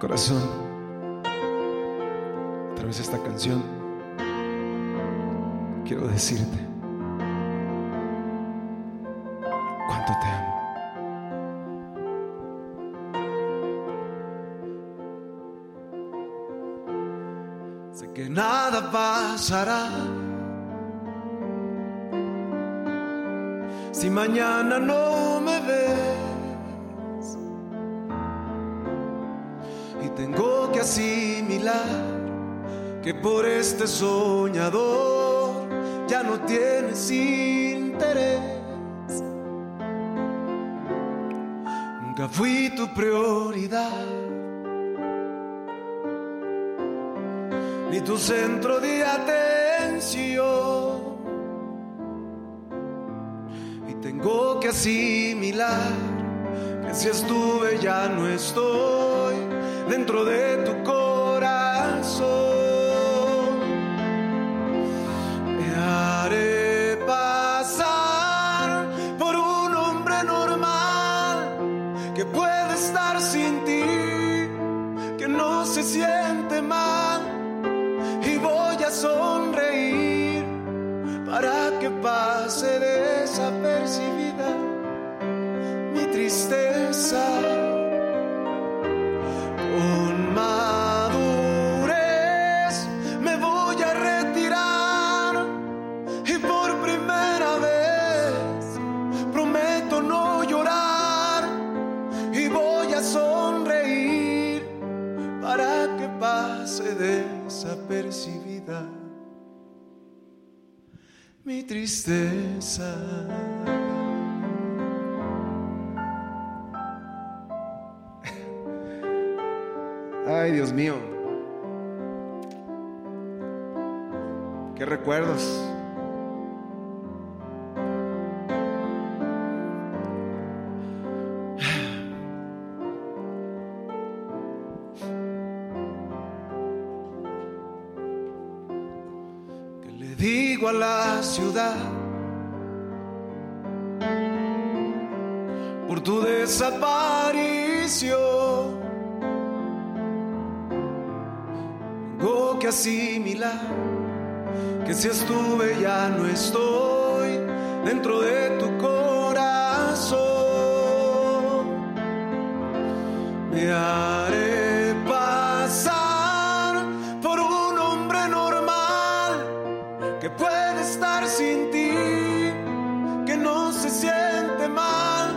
Corazón, a través de esta canción, quiero decirte cuánto te amo. Sé que nada pasará si mañana no me ves. y tengo que asimilar que por este soñador ya no tienes interés. Nunca fui tu prioridad, ni tu centro de atención. Y tengo que asimilar que si estuve ya no estoy dentro de tu corazón. Me haré pasar por un hombre normal que puede estar sin ti, que no se siente mal. Y voy a sonreír para que pase desapercibida mi tristeza con madurez me voy a retirar y por primera vez prometo no llorar y voy a sonreír para que pase desapercibida mi tristeza. Ay, Dios mío. Qué recuerdos. ¿Qué le digo a la ciudad? Por tu desaparición. tengo que asimilar que si estuve ya no estoy dentro de tu corazón. Me haré pasar por un hombre normal que puede estar sin ti, que no se siente mal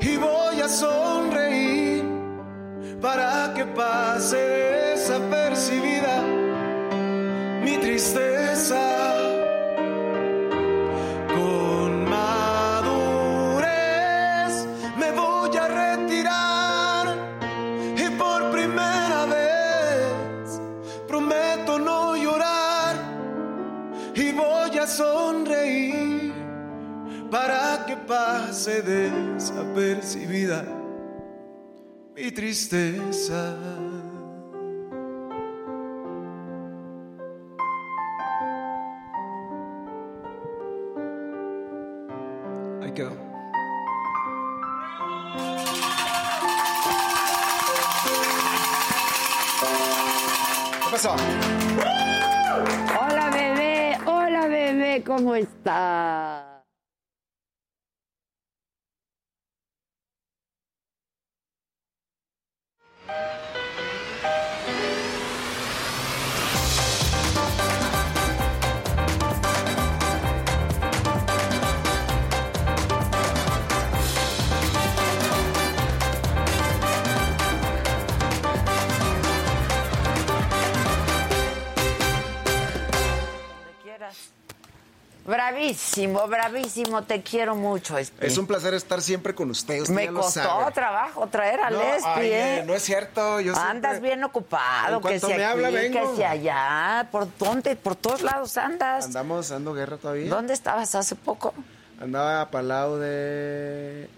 y voy a sonreír para que pase desapercibida mi tristeza. y voy a sonreír para que pase desapercibida mi tristeza. Ahí quedó. ¿Qué pasó? Hola bebé, hola bebé, ¿cómo estás? Bravísimo, bravísimo, te quiero mucho. Espi. Es un placer estar siempre con ustedes. Me costó trabajo traer a Lesbi, ¿eh? no es cierto. Yo Andas siempre- bien En ocupado, que cuanto si me aquí, habla, que vengo. si allá, por dónde, por todos lados andas. Andamos dando guerra todavía. ¿Dónde estabas hace poco? Andaba palado de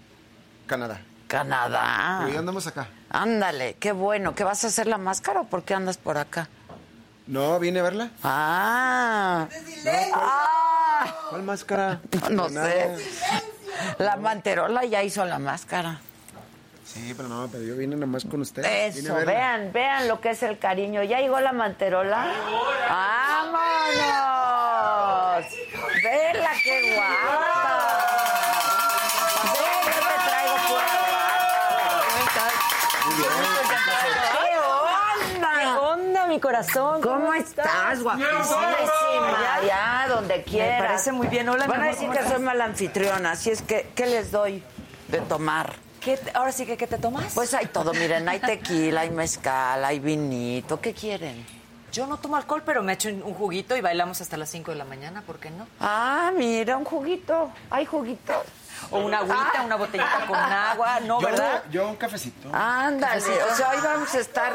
Canadá. Canadá. Y hoy andamos acá. Ándale, qué bueno. ¿Qué vas a hacer la máscara o por qué andas por acá? No, vine a verla. Ah. Ah, ¿Cuál máscara? no Nada. sé. La manterola ya hizo la máscara. Sí, pero no, pero yo vine nomás con ustedes. Vine a Eso, verla. vean, vean lo que es el cariño. ¿Ya llegó la manterola? ¡Vámonos! ¡Vela, qué guapa! Vela que traigo pura guapa. ¡Qué onda! onda, mi corazón? ¿Cómo estás, guapísima? Ya, donde quieras. parece muy bien. Hola, mi Van a amor, decir ¿cómo que estás? soy mala anfitriona, así es que, ¿qué les doy de tomar? ¿Qué te- ahora sí que, ¿qué te tomas? Pues hay todo, miren, hay tequila, hay mezcal, hay vinito, ¿qué quieren? yo no tomo alcohol, pero me echo un un juguito y bailamos hasta las 5 de la mañana, ¿por qué no? Ah, mira, un juguito, hay juguito. O una agüita, una botellita con agua, ¿no, Yo, verdad? yo un cafecito. Ándale, o sea, hoy vamos a estar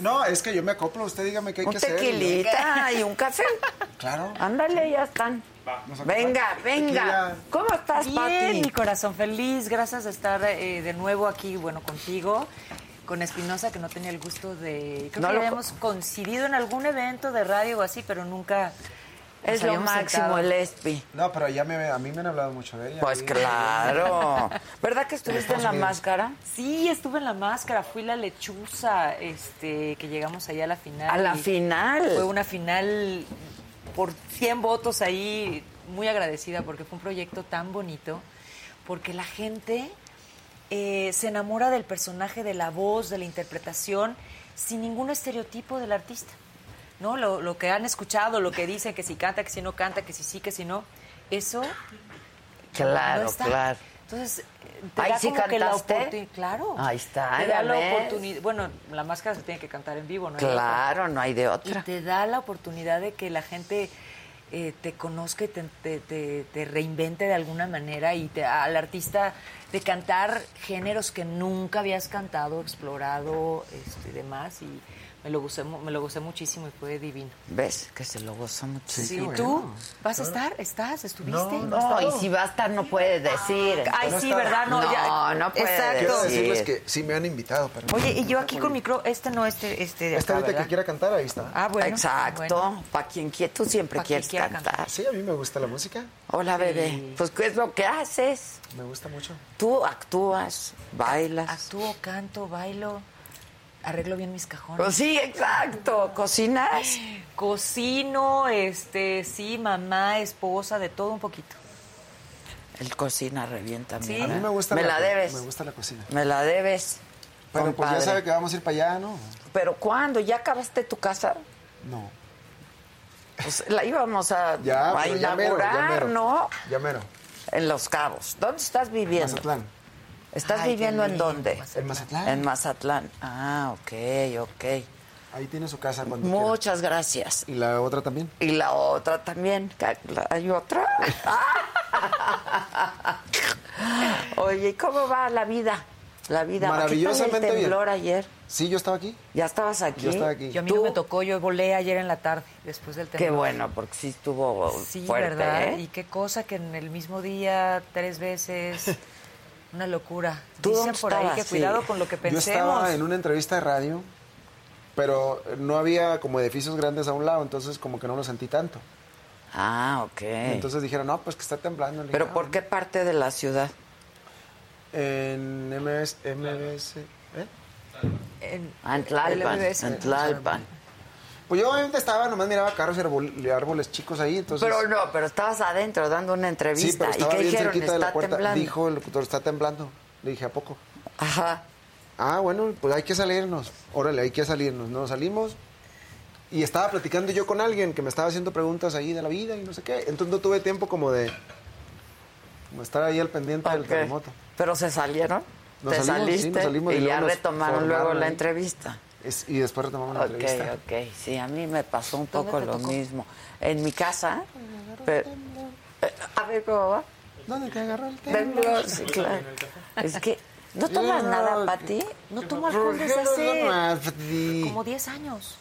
No, es que yo me acoplo. Usted dígame qué hay un que hacer. tequilita y un café. Claro. Ándale, ya están. Venga, venga. Tequila. ¿Cómo estás, Bien, mi Pati? corazón feliz, gracias de estar eh, de nuevo aquí, bueno, contigo, con Espinosa, que no tenía el gusto de... Creo No que lo- habíamos coincidido en algún evento de radio o así, pero nunca... nos Es lo habíamos máximo sentado. el Espi. No, pero ya me, a mí me han hablado mucho de ella. Pues Y- claro. ¿Verdad que estuviste en la máscara? Sí, estuve en la máscara, fui la lechuza, este, que llegamos allá a la final. A la y final. Fue una final por 100 votos ahí, muy agradecida porque fue un proyecto tan bonito, porque la gente eh, se enamora del personaje, de la voz, de la interpretación, sin ningún estereotipo del artista. ¿No? Lo, lo que han escuchado, lo que dicen, que si canta, que si no canta, que si sí, que si no, eso no Claro, está. claro. Entonces, eh, te Ahí da sí como que la cantaste. oportunidad. Claro. Ahí está, Te ya da la ves. oportunidad. Bueno, la máscara se tiene que cantar en vivo, ¿no? hay otra. Claro, no hay de Y otra. te da la oportunidad de que la gente eh, te conozca y te, te- te- te reinvente de alguna manera y te, al artista de cantar géneros que nunca habías cantado, explorado este, y demás. Y me lo, gocé, mu- me lo gocé muchísimo y fue divino. ¿Ves? Que se lo goza muchísimo. ¿Y tú? ¿Vas a estar? ¿Estás? ¿Estuviste? No, y si va a estar no puede decir. Ay, No sí, está- ¿verdad? No, No, ya- no puede Quiero Exacto. decir. decirles que sí me han invitado. Pero Oye, y yo aquí con micro, este no, este, este de Esta acá, ahorita ¿verdad? que quiera cantar, ahí está. Ah, bueno. Exacto. bueno. Para quien quiera, tú siempre Pa' quien quieres quiera cantar. Sí, a mí me gusta la música. Hola, bebé. Pues, ¿qué es lo que haces? Me gusta mucho. Tú actúas, bailas. Actúo, canto, bailo, arreglo bien mis cajones. Pues sí, exacto. Cocinas. Cocino, este, sí, mamá, esposa, de todo un poquito. El cocina revienta, Sí. mira. A mí me gusta Me la, la debes. Me gusta la cocina. Me la debes. Pero pues ya compadre. sabe que vamos a ir para allá, ¿no? Pero ¿cuándo? ¿Ya acabaste tu casa? No. Pues la íbamos a, Ya, a pero ya mero, inaugurar, ya mero. ¿no? Ya mero. En Los Cabos. ¿Dónde estás viviendo? Mazatlán. ¿Estás Ay, qué viviendo en lindo, dónde? En Mazatlán. En Mazatlán. Ah, ok, ok. Ahí tiene su casa cuando quiera. Muchas gracias. Y la otra también. Y la otra también. ¿ca- la- ¿Hay otra? Oye, ¿y cómo va la vida? La vida. ¿Qué tal Maravillosamente el bien. temblor ayer? Sí, yo estaba aquí. ¿Ya estabas aquí? Yo estaba aquí. Yo a mí ¿Tú? no me tocó, yo volé ayer en la tarde después del temblor. Qué bueno, porque sí estuvo Sí, fuerte, ¿verdad? ¿eh? Y qué cosa que en el mismo día, tres veces, una locura. ¿Tú Dicen dónde por ahí estabas? que Sí. cuidado con lo que pensemos. Yo estaba en una entrevista de radio, pero no había como edificios grandes a un lado, entonces como que no lo sentí tanto. Ah, ok. Entonces dijeron, no, pues que está temblando. Le dije, ¿Pero "Ah, por qué parte de la ciudad? En MBS, MBS, ¿eh? En- Ah, Antlalpan. el MBS. Antlalpan. Pues yo obviamente estaba, nomás miraba carros y arbol- y árboles chicos ahí, entonces... Pero no, pero estabas adentro dando una entrevista. sí, pero ¿Y estaba qué bien dijeron? cerquita Está de la puerta. temblando. Dijo el locutor, está temblando. Le dije, ¿a poco? Ajá. Ah, bueno, pues hay que salirnos. Órale, hay que salirnos. Nos salimos. Y estaba platicando yo con alguien que me estaba haciendo preguntas ahí de la vida y no sé qué. Entonces no tuve tiempo como de como estar ahí al pendiente del Ok. terremoto. ¿Pero se salieron? Nos ¿Te salimos, sí, saliste? nos salimos y, y luego ya nos retomaron formaron luego la ahí. entrevista. Es- y después retomamos la ok, entrevista. ok. Sí, a mí me pasó un ¿Dónde poco te lo tocó? mismo. En mi casa. pero- eh, a ver, ¿cómo va? ¿Dónde te agarró el tema? Temblor, sí, claro. Es que. ¿No tomas Sí, no, nada, que- Pati? No tomo alcohol ¿Por qué desde no hace tomas? Sí. como 10 años,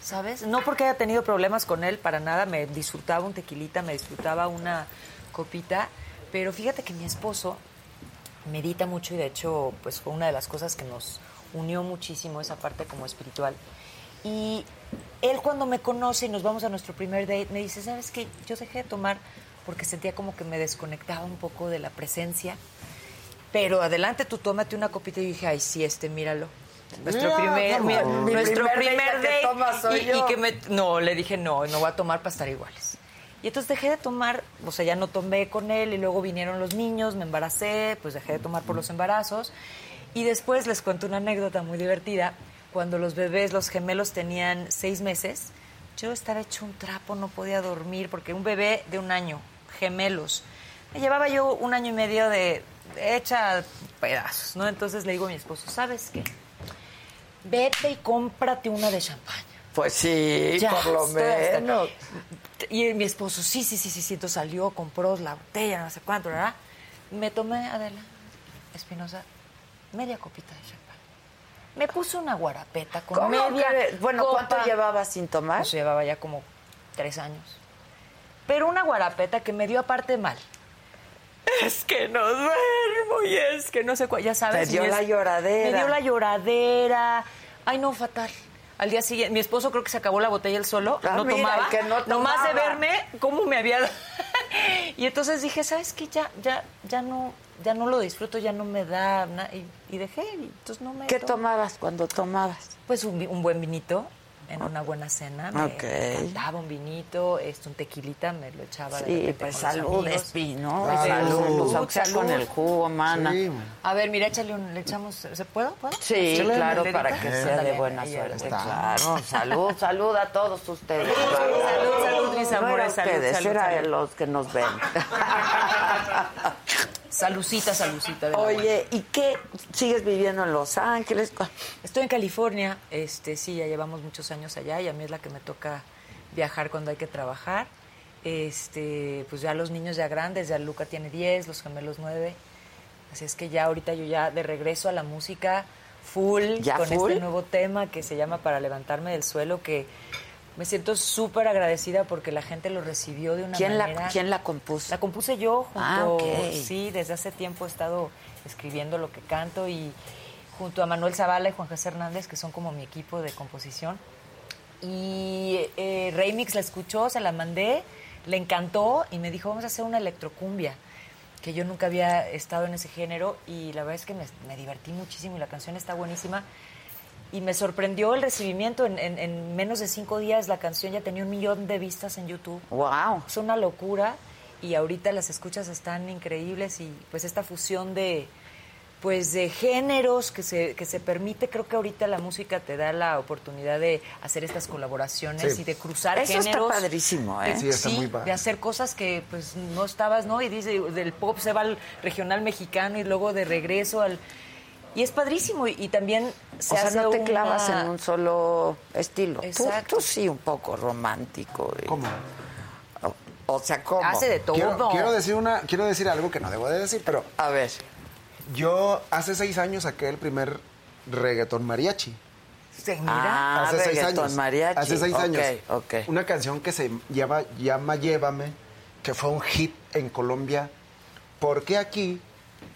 ¿sabes? No porque haya tenido problemas con él, para nada. Me disfrutaba un tequilita, me disfrutaba una copita. Pero fíjate que mi esposo medita mucho y de hecho pues fue una de las cosas que nos unió muchísimo esa parte como espiritual. Y él cuando me conoce y nos vamos a nuestro primer date me dice, "¿Sabes qué? Yo dejé de tomar porque sentía como que me desconectaba un poco de la presencia." Pero adelante tú tómate una copita y dije, "Ay, sí, este, míralo." Nuestro Mira, primer, cómo. mira, Mi nuestro primer primer date que date toma soy y, yo. y que me no, le dije, "No, no voy a tomar para estar iguales." Y entonces dejé de tomar, o sea, ya no tomé con él y luego vinieron los niños, me embaracé, pues dejé de tomar por los embarazos. Y después les cuento una anécdota muy divertida. Cuando los bebés, los gemelos tenían seis meses, yo estaba hecho un trapo, no podía dormir, porque un bebé de un año, gemelos, me llevaba yo un año y medio de hecha pedazos, ¿no? Entonces le digo a mi esposo, ¿sabes qué? Vete y cómprate una de champaña. Pues sí, Ya, por lo estoy hasta- menos. Y mi esposo, sí, sí, sí, sí, sí. Entonces salió, compró la botella, no sé cuánto, ¿verdad? Me tomé, Adela Espinosa, media copita de champán. Me puse una guarapeta con ¿Cómo media. crees? Bueno, ¿cuánto copa. llevabas sin tomar? Pues llevaba ya como tres años. Pero una guarapeta que me dio aparte mal. Es que no duermo y es que no sé cuál. Ya sabes. Te dio mi la lloradera. Me dio la lloradera. Ay, no, fatal. Al día siguiente, mi esposo creo que se acabó la botella él solo. Ah, no, mira, tomaba, el que no Nomás de tomaba. verme cómo me había... y entonces dije, ¿sabes qué? Ya, ya, ya no... Ya no lo disfruto, ya no me da na- y, y dejé, y entonces no me ¿Qué tomo. tomabas cuando tomabas? Pues un, vi- un buen vinito en una buena cena. Me Ok. encantaba un vinito, este, un tequilita, me lo echaba. de Sí, repente pues con los salud, amigos. espino. Claro. Salud, Salud, aunque sea con salud. el jugo, mana. Sí. A ver, mira, échale un, le echamos, ¿se puedo? ¿Puedo? Sí, Échale claro, una para que dedita. sea de Ándale, buena ahí, suerte. ahí. Claro, salud, salud a todos ustedes. Salud, salud, mis No era amores, salud, ustedes, salud, era salud. los que nos ven. Salucita, salucita. de la buena. Oye, ¿y qué? ¿Sigues viviendo en Los Ángeles? ¿Cu- Estoy en California, este sí, ya llevamos muchos años allá y a mí es la que me toca viajar cuando hay que trabajar. Este, pues ya los niños ya grandes, ya Luca tiene 10, los gemelos 9. Así es que ya ahorita yo ya de regreso a la música full ¿Ya con full? este nuevo tema que se llama Para levantarme del suelo que me siento súper agradecida porque la gente lo recibió de una ¿Quién manera la, ¿Quién la compuso? la compuse yo junto. Ah, ok. Sí, desde hace tiempo he estado escribiendo lo que canto y junto a Manuel Zavala y Juan José Hernández, que son como mi equipo de composición. Y eh, Remix la escuchó, se la mandé, le encantó y me dijo, vamos a hacer una electrocumbia, que yo nunca había estado en ese género y la verdad es que me, me divertí muchísimo y la canción está buenísima. Y me sorprendió el recibimiento, en, en- en menos de cinco días la canción ya tenía un millón de vistas en YouTube. Wow. Es una locura y ahorita las escuchas están increíbles y pues esta fusión de pues de géneros que se, que se permite, creo que ahorita la música te da la oportunidad de hacer estas colaboraciones Sí. y de cruzar Eso está géneros. padrísimo, ¿eh? De- Sí, está muy padre. de hacer cosas que pues no estabas, ¿no? Y dice, del pop se va al regional mexicano y luego de regreso al... Y es padrísimo y, y también se o sea, hace no te una- clavas en un solo estilo. Tú- Tú, Exacto. sí, un poco romántico. y- ¿Cómo? O, o sea, ¿cómo? Hace de todo. Quiero, quiero decir una, quiero decir algo que no debo de decir, pero A ver, Yo hace seis años saqué el primer reggaetón mariachi. Se mira. Ah, hace seis reggaetón, años. mariachi. Hace seis Ok, años. ok. Una canción que se llama, llama Llévame, que fue un hit en Colombia, porque aquí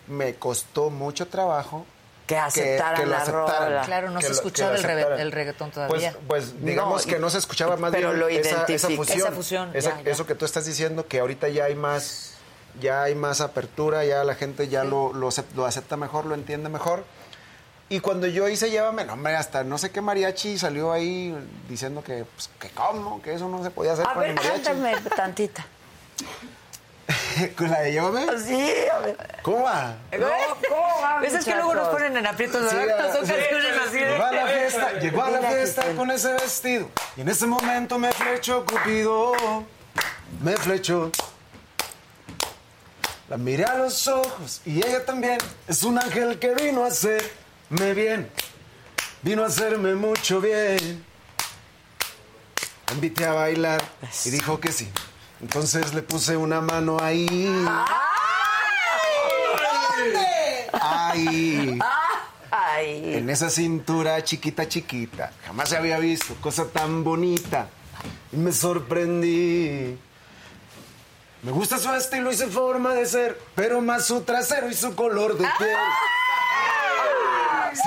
me costó mucho trabajo Que aceptaran lo la rola. Claro, no que se lo- escuchaba que el lo rebe- aceptaran. el reggaetón todavía. Pues, pues, digamos No, y- que no se escuchaba más pero bien lo esa, esa identifica. fusión. Esa fusión, Esa- ya, ya. Eso que tú estás diciendo, que ahorita ya hay más, ya hay más apertura, ya la gente ya lo, lo, acep- lo acepta mejor, lo entiende mejor. Y cuando yo hice Llévame, no, hombre, hasta no sé qué mariachi salió ahí diciendo que, pues, que cómo, que eso no se podía hacer A con el ver, mariachi. cántame tantita. ¿Con la de Llévame? Sí, a ver. ¿Cómo va? No, ¿cómo va, Pues es que luego nos Ah, muchachos? ponen en aprietos, ¿verdad? Sí, Nos son sí. canciones así de- Llegó a la fiesta, llegó a la Mira, fiesta Giselle. con ese vestido. Y en ese momento me flechó Cupido. Me flechó. La miré a los ojos y ella también es un ángel que vino a hacerme bien. Vino a hacerme mucho bien. La invité a bailar y dijo que sí. Entonces le puse una mano ahí. Ahí. Ay, En esa cintura chiquita, chiquita, jamás se había visto cosa tan bonita. Y me sorprendí. Me gusta su estilo y su forma de ser, pero más su trasero y su color de piel.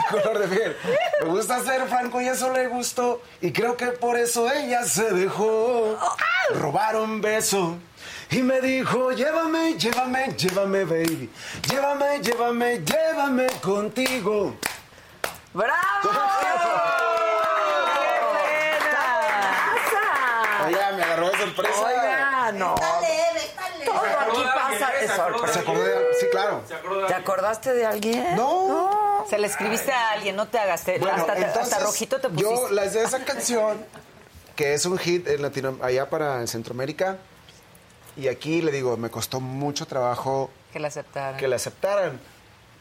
Su color de piel. Me gusta ser franco y eso le gustó. Y creo que por eso ella se dejó. Robar un beso. Y me dijo, llévame, llévame, llévame, baby. Llévame, llévame, llévame contigo. Oiga, me agarró de sorpresa. Oiga, no. Todo aquí pasa de ¿eh? ¿Se sorpresa. acordó de- Sí, claro. ¿Te acordaste de alguien? No. Se la escribiste a alguien, no te hagas. te- Bueno, hasta, te- hasta entonces, rojito te pusiste. Yo, las de esa canción, que es un hit en Latino, allá para Centroamérica, y aquí le digo, me costó mucho trabajo Que la aceptaran. que la aceptaran.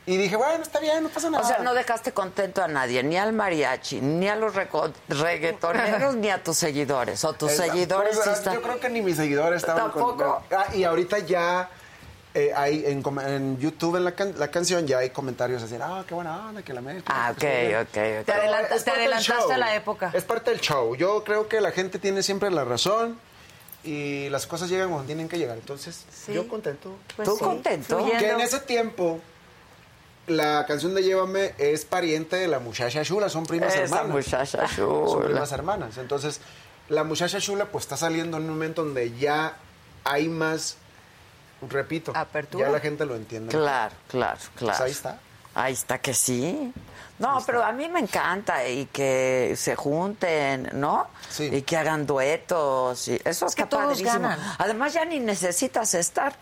Y dije, bueno, está bien, no pasa nada. O sea, no dejaste contento a nadie, ni al mariachi, ni a los reco- reggaetoneros, ni a tus seguidores. O tus Eh, seguidores por eso, sí están. Yo creo que ni mis seguidores estaban con- Tampoco. Ah, y ahorita ya eh, hay en, com- en YouTube, en la, can- la canción, ya hay comentarios así, ah, qué buena onda, que la mezcla. Ah, ok, ok, ok. Te adelanta- Es te parte del adelantaste show. a la época. Es parte del show. Yo creo que la gente tiene siempre la razón y las cosas llegan cuando tienen que llegar. Entonces, yo contento. ¿Tú Pues sí, contento? fluyendo. Que en ese tiempo, la canción de Llévame es pariente de la muchacha Shula, son primas Esa hermanas. muchacha Ah, Son chula. primas hermanas. Entonces, la muchacha Shula pues está saliendo en un momento donde ya hay más, repito, Apertura. ya la gente lo entiende. Claro, claro, claro. Pues ahí está. Ahí está que sí. No, pero a mí me encanta y que se junten, ¿no? Sí. Y que hagan duetos. y eso Es que está todos padrísimo. ganan. Además, ya ni necesitas estar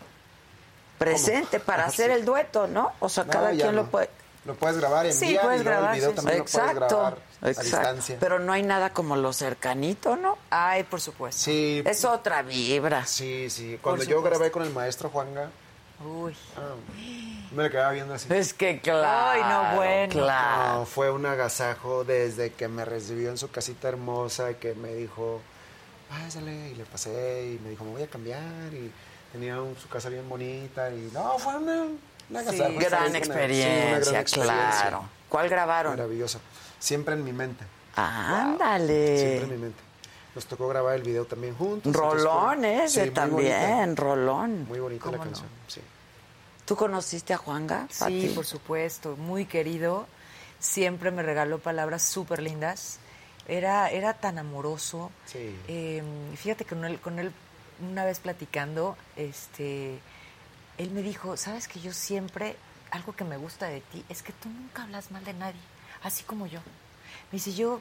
presente para hacer el dueto, ¿no? O sea, Ah, No, cada ya quien no. lo puede. Lo puedes grabar en Sí, día puedes y luego grabar, el video sí, también lo puedes grabar exacto, a exacto. distancia. Pero no hay nada como lo cercanito, ¿no? Ay, por supuesto. Sí, Es otra vibra. sí, sí. Cuando Por yo supuesto. grabé con el maestro Juanga, Uy. ah, me le quedaba viendo así. Es que claro. Ay, no, bueno. Claro. No, fue un agasajo desde que me recibió en su casita hermosa y que me dijo, pásale, y le pasé, y me dijo, me voy a cambiar, y tenía un- su casa bien bonita, y no, fue una, un agasajo. Fue Gran una- experiencia, sí, una gran experiencia. claro. ¿Cuál grabaron? Maravillosa. Siempre en mi mente, Ándale. siempre en mi mente. Nos tocó grabar el video también juntos. entonces fue- Rolón Sí, ese muy también, bonita. Rolón. Muy bonita la ¿Cómo no? canción, sí. ¿Tú conociste a Juanga? Sí, Pati? por supuesto, muy querido. Siempre me regaló palabras súper lindas. Era, era tan amoroso. Sí. Eh, fíjate que con él, con él, una vez platicando, este, él me dijo, sabes que yo siempre, algo que me gusta de ti es que tú nunca hablas mal de nadie, así como yo. Me dice, yo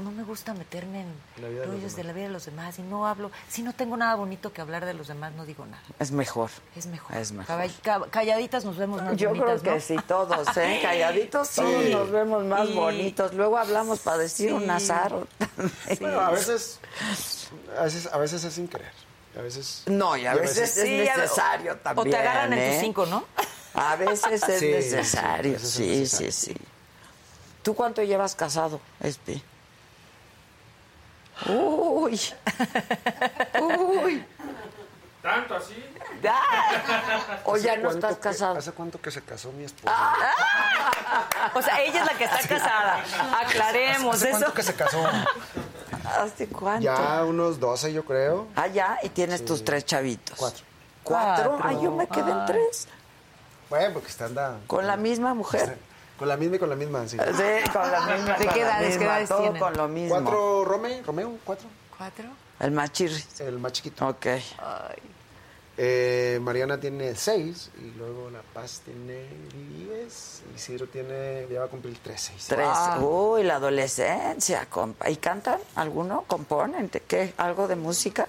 no me gusta meterme La vida en de los rollos de demás. la vida de los demás y no hablo, si no tengo nada bonito que hablar de los demás, no digo nada. Es mejor. Es mejor. Es mejor. Caball- cab- calladitas nos vemos más Yo creo bonitas, que ¿no? sí, todos, ¿eh? Calladitos todos nos vemos más Y- bonitos. Luego hablamos para decir Sí. un azar. Bueno, a veces, a veces, a veces es sin querer. A veces. No, y a veces es Sí, a- necesario o- también. O te agarran en ¿eh? tus cinco, ¿no? A veces es Sí, sí, necesario. a veces es Sí, necesario. sí, sí. ¿Tú cuánto llevas casado, Espi? Uy. Uy. ¿Tanto así? ¡Ah! O ya no ¿Cuánto estás que- casado. Ah, ¿Hace cuánto que se casó mi esposa? O sea, ella es la que está casada. Aclaremos pues ¿Hace eso. cuánto que se casó? ¿Hace cuánto? Ya unos 12, yo creo. Ah, ya, y tienes tus tres chavitos. Cuatro. ¿Cuatro? Cuatro. Ah, yo me quedé en tres. Bueno, porque está anda. Con la misma mujer. Con la misma y con la misma, sí. Sí, con la misma. ¿De con qué la edades, qué misma, edades todo tienen? con lo mismo. Cuatro Rome, Romeo, cuatro. ¿Cuatro? El machirri. El más chiquito. Ok. Eh, Mariana tiene seis y luego La Paz tiene diez y Ciro tiene, ya va a cumplir trece. Tres. Uy, la adolescencia, compa. ¿Y cantan alguno? ¿Componen? ¿De ¿Qué? ¿Algo de música?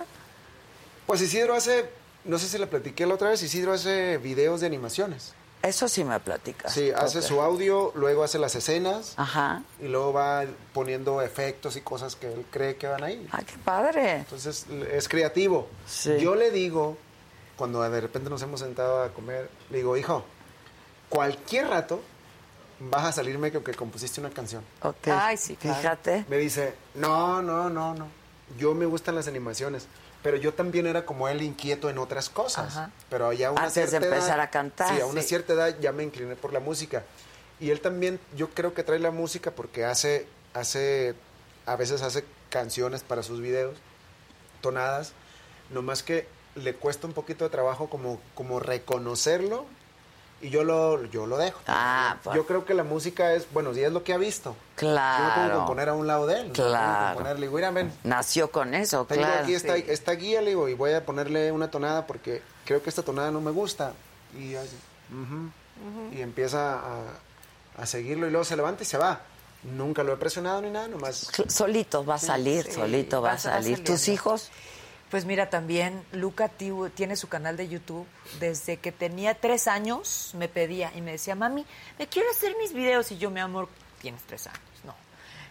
Pues Isidro hace, no sé si le platiqué la otra vez, Isidro hace videos de animaciones. Eso Ah, sí me platicas. Sí, hace Ok. su audio, luego hace las escenas Ajá. y luego va poniendo efectos y cosas que él cree que van ahí. Ah, qué padre. Entonces es creativo. Sí. Yo le digo, cuando de repente nos hemos sentado a comer, le digo, hijo, cualquier rato vas a salirme con que compusiste una canción. Ok. Ay, sí, claro. Fíjate. Me dice, no, no, no, no. Yo me gustan las animaciones, pero yo también era como él inquieto en otras cosas. Ajá. Pero ya a una Antes de cierta edad- empezar a cantar, Sí, a una sí. cierta edad ya me incliné por la música. Y él también, yo creo que trae la música porque hace, hace, a veces hace canciones para sus videos, tonadas, nomás que le cuesta un poquito de trabajo como, como reconocerlo y yo lo, yo lo dejo. Ah, yo, pues. yo creo que la música es, bueno, sí es lo que ha visto. Yo no tengo que Claro. componer a un lado de él. no Tengo que Claro. componer, le digo, mira, ven, Nació con eso, tengo claro. aquí esta, Sí. esta guía, le digo, y voy a ponerle una tonada porque creo que esta tonada no me gusta. Y, hace, "Ujú", y empieza a, a seguirlo y luego se levanta y se va. Nunca lo he presionado ni nada, nomás. Cl- Solito va a salir, Sí, solito va a vas- vas salir. ¿Tus saliendo. hijos? Pues mira, también Luca Tiu- tiene su canal de YouTube. Desde que tenía tres años me pedía y me decía, mami, me quiero hacer mis videos. Y yo, mi amor, tienes tres años. No,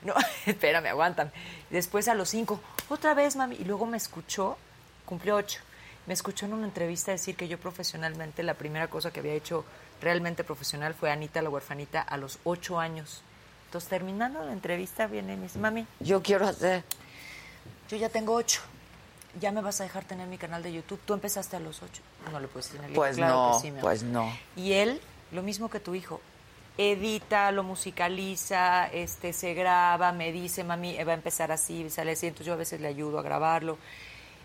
no, espérame, aguántame. Y Después a los cinco, otra vez, mami. Y luego me escuchó, cumplió ocho. Me escuchó en una entrevista decir que yo profesionalmente, la primera cosa que había hecho realmente profesional fue Anita la huerfanita a los ocho años. Entonces, terminando la entrevista, viene y me dice, mami, Yo quiero hacer. yo ya tengo ocho. Ya me vas a dejar tener mi canal de YouTube. Tú empezaste a los ocho. No le puedes tener. Pues no, pues no. Y él, lo mismo que tu hijo, edita, lo musicaliza, este, se graba, me dice, mami, eh, va a empezar así, sale así. Entonces yo a veces le ayudo a grabarlo.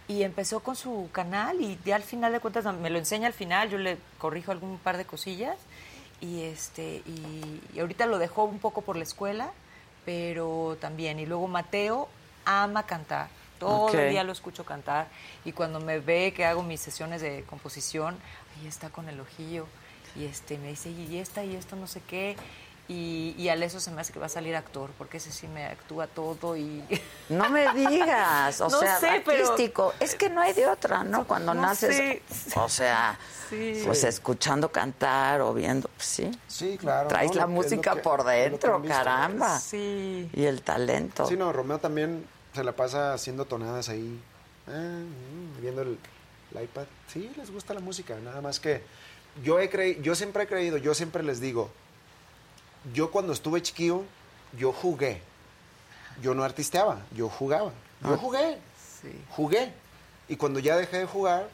Y empezó con su canal y ya al final de cuentas me lo enseña al final, yo le corrijo algún par de cosillas. Y, este, y, y ahorita lo dejó un poco por la escuela, pero también. Y luego Mateo ama cantar. Todo Ok. el día lo escucho cantar y cuando me ve que hago mis sesiones de composición, ahí está con el ojillo y este me dice, y esta y esto no sé qué. Y, y al eso se me hace que va a salir actor, porque ese sí me actúa todo y... No me digas, o No sea, sé, pero- artístico. Es que no hay de otra, ¿no? Cuando No naces, sé. o sea, Sí. pues escuchando cantar o viendo, pues sí. Sí, claro. Traes ¿no? la Lo que- es lo música que- por es lo que han dentro, visto. caramba. Sí. Y el talento. Sí, no, Romeo también se la pasa haciendo tonadas ahí, ah, mm, viendo el, el iPad. Sí, les gusta la música, nada más que yo, he creí, yo siempre he creído, yo siempre les digo, yo cuando estuve chiquillo, yo jugué. Yo no artisteaba, yo jugaba. Yo jugué, Sí. jugué. Y cuando ya dejé de jugar,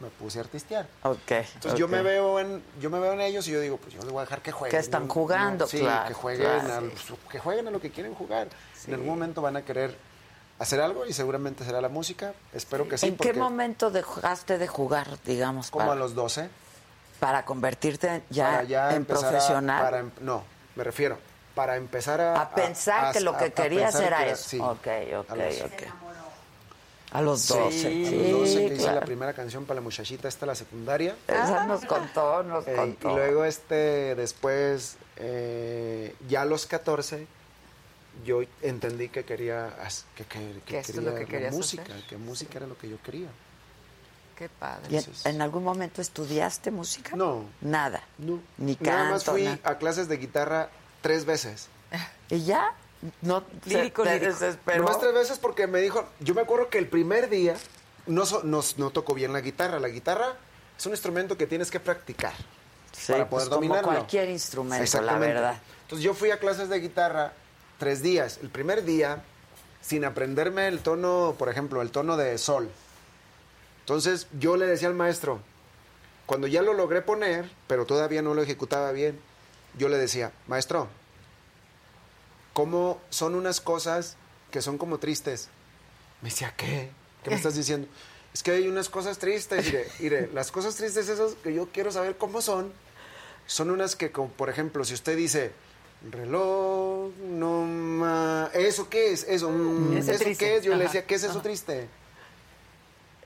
me puse a artistear. Ok. Entonces yo ok. me veo en yo me veo en ellos y yo digo, pues yo les voy a dejar que jueguen. Que están No, jugando, sí, claro, que jueguen, claro. a, pues, que jueguen a lo que quieren jugar. En algún momento van a querer hacer algo y seguramente será la música. Espero que sí. ¿En qué porque momento dejaste de jugar, digamos, Como a para, los 12. para convertirte en- ya, para ya en empezar a- profesional? para em- no, me refiero. Para empezar a... A pensar que lo que querías pensar era que eso. sí, Ok, ok, a los- ok. A los 12. Sí, Sí, a los 12 que hice claro. la primera canción para la muchachita esta, la secundaria. Esa nos contó, nos Eh, contó. y luego este, después, eh, ya a los 14, yo entendí que quería, as- que, que- que Que esto es quería lo que la querías música, hacer. que música era lo que yo quería. Qué padre. ¿Y en, en algún momento estudiaste música? pues, No. Nada. No, Ni canto. nada más fui nada. a clases de guitarra tres veces. Y ya, no Lírico, te lírico. desesperó. Nomás tres veces porque me dijo, yo me acuerdo que el primer día no, so- nos- no tocó bien la guitarra. La guitarra es un instrumento que tienes que practicar. Sí, para poder pues, como dominarlo. cualquier instrumento, la Exactamente. verdad. Entonces yo fui a clases de guitarra tres días. El primer día, sin aprenderme el tono, por ejemplo, el tono de sol. Entonces yo le decía al maestro, cuando ya lo logré poner, pero todavía no lo ejecutaba bien, yo le decía, maestro, ¿cómo son unas cosas que son como tristes? Me decía, ¿qué? ¿Qué me estás diciendo? Es que hay unas cosas tristes, mire, mire, las cosas tristes esas que yo quiero saber cómo son, son unas que, como, por ejemplo, si usted dice, reloj, no ma... ¿Eso qué es? Eso, mm, Ese ¿eso triste. qué es? Yo Ajá, le decía, ¿qué es eso triste?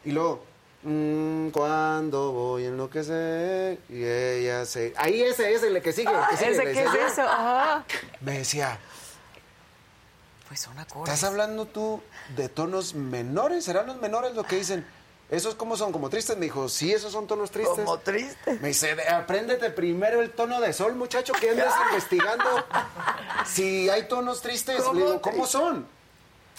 Y luego, mm, ¿cuándo voy a enloquecer? Y ella se... Ahí ese, ese, el que sigue, el que sigue. Ah, ¿Ese le qué es decía yo. eso? Ajá. Me decía, Ah, Pues son acordes. ¿estás hablando tú de tonos menores? ¿Serán los menores lo que dicen? ¿Esos cómo son? ¿Como tristes? Me dijo, sí, esos son tonos tristes. Como triste. Me dice, "Ve, apréndete primero el tono de sol, muchacho, que andas investigando si hay tonos tristes. ¿Cómo Le digo, te- ¿cómo son?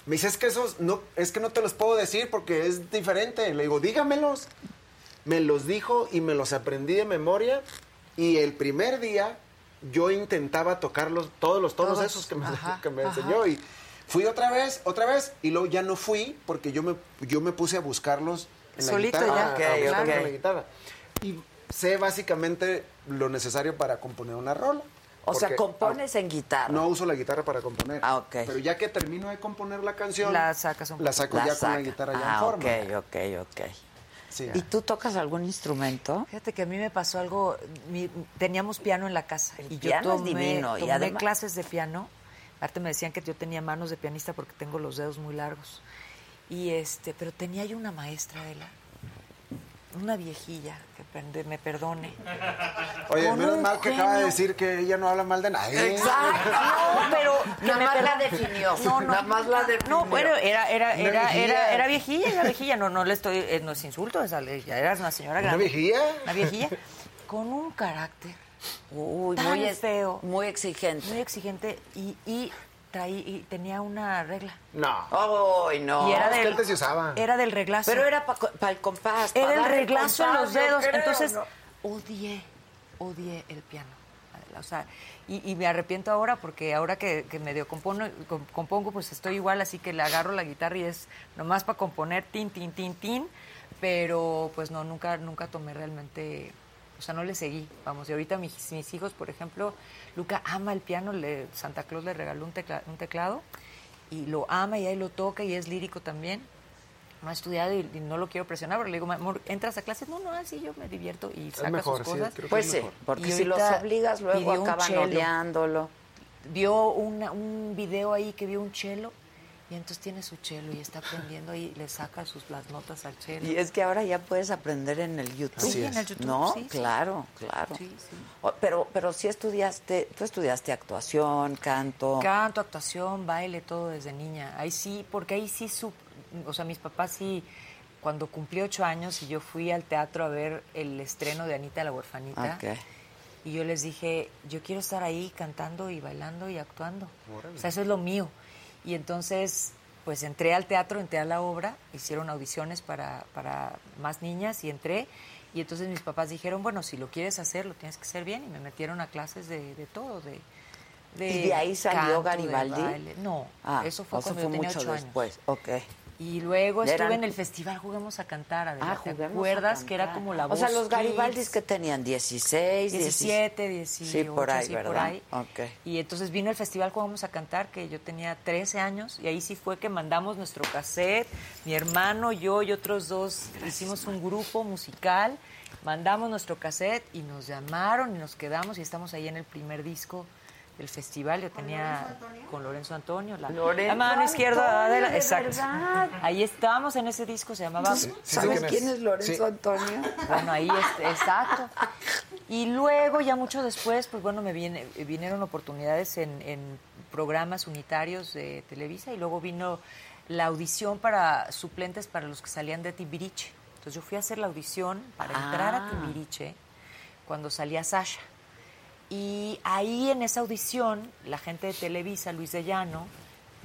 Me dice, es que esos, no, es que no te los puedo decir porque es diferente. Le digo, dígamelos. Me los dijo y me los aprendí de memoria. Y el primer día yo intentaba tocarlos, todos los tonos Todos. esos que me, Ajá, que me ajá. enseñó. Y fui otra vez, otra vez, y luego ya no fui porque yo me, yo me puse a buscarlos en la Solito guitarra. Ah, ya, a ok, buscarlos ok. en la guitarra. Y sé básicamente lo necesario para componer una rola. O sea, Porque- ah, compones en guitarra. no uso la guitarra para componer. Ah, ok. Pero ya que termino de componer la canción, La sacas un- la saco La ya con saca. la guitarra ya en ah, forma. ok, ok, ok. Sí. ¿Y tú tocas algún instrumento? Fíjate que a mí me pasó algo, mi- teníamos piano en la casa El y piano yo es tomé, divino, y tomé además- clases de piano. Aparte me decían que yo tenía manos de pianista porque tengo los dedos muy largos. Y este, pero tenía yo una maestra de la una viejilla, que pende- me perdone. Oye, Con menos un mal que genio. acaba de decir que ella no habla mal de nadie. Exacto. No, pero que Nada me más la perdone. definió. No, no, Nada más la definió. No, bueno, era era Una era viejilla. era, era viejilla, era viejilla, no no le estoy eh, no es insulto, es, ale- ya eras una señora ¿Una grande. viejilla? Una viejilla con un carácter Uy, Tan muy es- feo. Muy exigente. muy exigente y, y, traí- y tenía una regla. No. Ay, no. y es que antes se usaba. Era del reglazo. Pero era para el compás. pa Era el dar reglazo en compás, los yo dedos. creo, Entonces, ¿no? odié, odié el piano. Adela, O sea, y, y me arrepiento ahora porque ahora que, que medio compono, com- compongo, pues estoy igual, así que le agarro la guitarra y es nomás para componer tin, tin, tin, tin. Pero pues no, nunca, nunca tomé realmente, o sea, no le seguí. Vamos, y ahorita mis, mis hijos, por ejemplo, Luca ama el piano, le, Santa Claus le regaló un, tecla- un teclado y lo ama y ahí lo toca y es lírico también no ha estudiado y, y no lo quiero presionar, pero le digo, "Mi amor, ¿entras a clases? No, no, así yo me divierto y saca mejor, sus sí, cosas. creo que Pues es sí, mejor. porque Y si los ahorita obligas luego pidió un acaban chelo. odiándolo. Vio una- un video ahí que vio un chelo y entonces tiene su chelo y está aprendiendo y le saca sus, las notas al chelo. Y es que ahora ya puedes aprender en el YouTube. Sí, Así en es. el YouTube, ¿No? sí, sí. Claro, claro. Sí, sí. O- Pero, pero sí estudiaste, tú estudiaste actuación, canto. Canto, actuación, baile, todo desde niña. Ahí sí, porque ahí sí, sup- o sea, mis papás sí, cuando cumplí ocho años y yo fui al teatro a ver el estreno de Anita la huerfanita, Ok. y yo les dije, yo quiero estar ahí cantando y bailando y actuando. O sea, eso es lo mío. Y entonces, pues entré al teatro, entré a la obra, hicieron audiciones para, para más niñas y entré. Y entonces mis papás dijeron, bueno, si lo quieres hacer, lo tienes que hacer bien. Y me metieron a clases de, de todo, de... ¿Y de ahí salió canto, de Garibaldi? baile. No, Ah, eso fue o sea, cuando yo tenía mucho ocho años. después. Ok. Y luego estuve Eran- en el festival Jugamos a Cantar, Adela. Ah, ¿Te juguemos a acuerdas que era cantar. como la O voz sea, los Kids? Garibaldis que tenían 16, 17, 18, Sí, por ahí, sí, ¿verdad? por ahí. Ok. Y entonces vino el festival Jugamos a Cantar, que yo tenía 13 años, y ahí sí fue que mandamos nuestro cassette, mi hermano, yo y otros dos, hicimos un grupo musical, mandamos nuestro cassette y nos llamaron y nos quedamos y estamos ahí en el primer disco del festival, yo tenía con Lorenzo Antonio, la, la mano izquierda de la... Exacto. Ahí estábamos en ese disco, se llamaba... Sí sé quién es. Sí. Antonio? Bueno, ahí es, exacto. Y luego, ya mucho después, pues bueno, me viene- vinieron oportunidades en, en programas unitarios de Televisa y luego vino la audición para suplentes para los que salían de Timbiriche. Entonces yo fui a hacer la audición para entrar a Timbiriche cuando salía Sasha. Y ahí en esa audición, la gente de Televisa, Luis de Llano,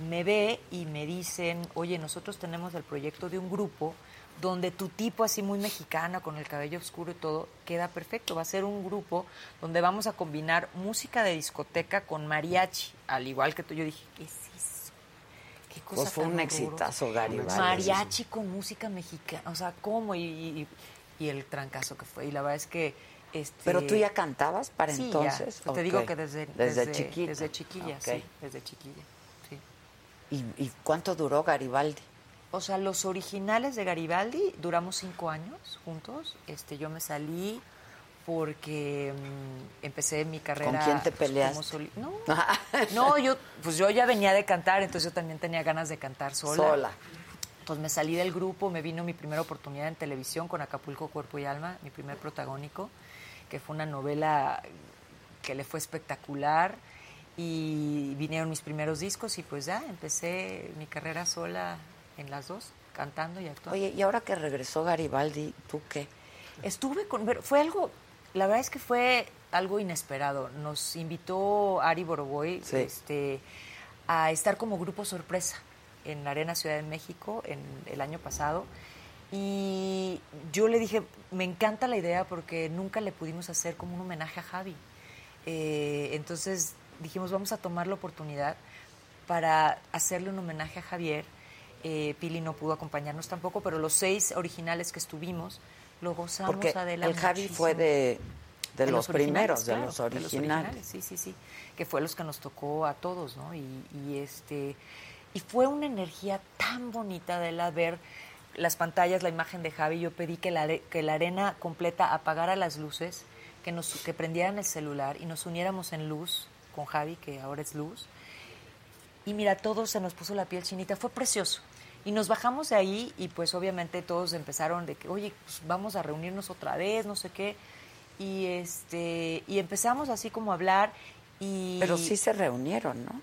me ve y me dicen, oye, nosotros tenemos el proyecto de un grupo donde tu tipo así muy mexicana, con el cabello oscuro y todo, queda perfecto. Va a ser un grupo donde vamos a combinar música de discoteca con mariachi, al igual que tú. Yo dije, ¿qué es eso? Qué cosa Pues fue tan un horrorosa. exitazo, Garibaldi. Mariachi con música mexicana. O sea, ¿cómo? Y, y- y el trancazo que fue. Y la verdad es que. Este, Pero tú ya cantabas para Sí, ya. entonces. Te digo Ok. que desde, desde, chiquita. Desde chiquilla, Ok. sí. Desde chiquilla. Sí. ¿Y, y cuánto duró Garibaldi? O sea, los originales de Garibaldi duramos cinco años juntos. Este, yo me salí porque mm, empecé mi carrera. quién te pues, peleaste? como soli- no, no, yo, pues yo ya venía de cantar, entonces yo también tenía ganas de cantar sola. Sola. Entonces Pues me salí del grupo, me vino mi primera oportunidad en televisión con Acapulco Cuerpo y Alma, mi primer protagónico, que fue una novela que le fue espectacular y vinieron mis primeros discos y pues ya empecé mi carrera sola en las dos, cantando y actuando. Oye, y ahora que regresó Garibaldi, ¿tú qué? Estuve con. pero Fue algo. La verdad es que fue algo inesperado. Nos invitó Ari Boroboy Sí. este, a estar como grupo sorpresa en la Arena Ciudad de México en el año pasado. Y yo le dije, me encanta la idea porque nunca le pudimos hacer como un homenaje a Javi. Eh, entonces dijimos, vamos a tomar la oportunidad para hacerle un homenaje a Javier. Eh, Pili no pudo acompañarnos tampoco, pero los seis originales que estuvimos lo gozamos Porque Adela, el Javi muchísimo. fue de, de los, primeros, originales, de, claro, los originales. Sí, sí, sí. Que fue los que nos tocó a todos, ¿no? Y, y este. Y fue una energía tan bonita de la ver las pantallas, la imagen de Javi. Yo pedí que la, are- que la arena completa apagara las luces, que, nos, que prendieran el celular y nos uniéramos en luz con Javi, que ahora es luz. Y mira, todos se nos puso la piel chinita, fue precioso. Y nos bajamos de ahí y pues obviamente todos empezaron de que, oye, pues vamos a reunirnos otra vez, no sé qué. Y este y empezamos así como a hablar y Pero sí se reunieron, ¿no?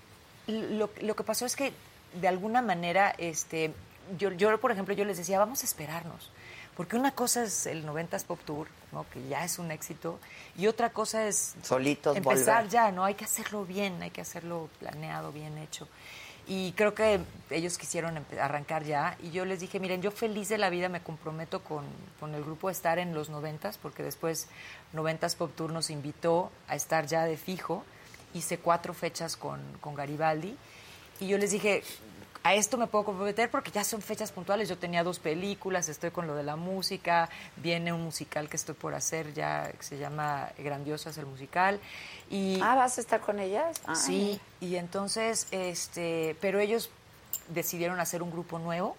lo, lo que pasó es que de alguna manera este yo, yo por ejemplo yo les decía vamos a esperarnos porque una cosa es el 90s Pop Tour ¿no? que ya es un éxito y otra cosa es Solitos empezar volver. ya no hay que hacerlo bien hay que hacerlo planeado bien hecho y creo que ellos quisieron empe- arrancar ya y yo les dije miren yo feliz de la vida me comprometo con, con el grupo a estar en los 90s porque después 90s Pop Tour nos invitó a estar ya de fijo hice cuatro fechas con, con Garibaldi y yo les dije, a esto me puedo comprometer porque ya son fechas puntuales. Yo tenía dos películas, estoy con lo de la música, viene un musical que estoy por hacer ya, que se llama Grandiosas el musical. Y, Ah, ¿vas a estar con ellas? Ah, Sí, y entonces, este, pero ellos decidieron hacer un grupo nuevo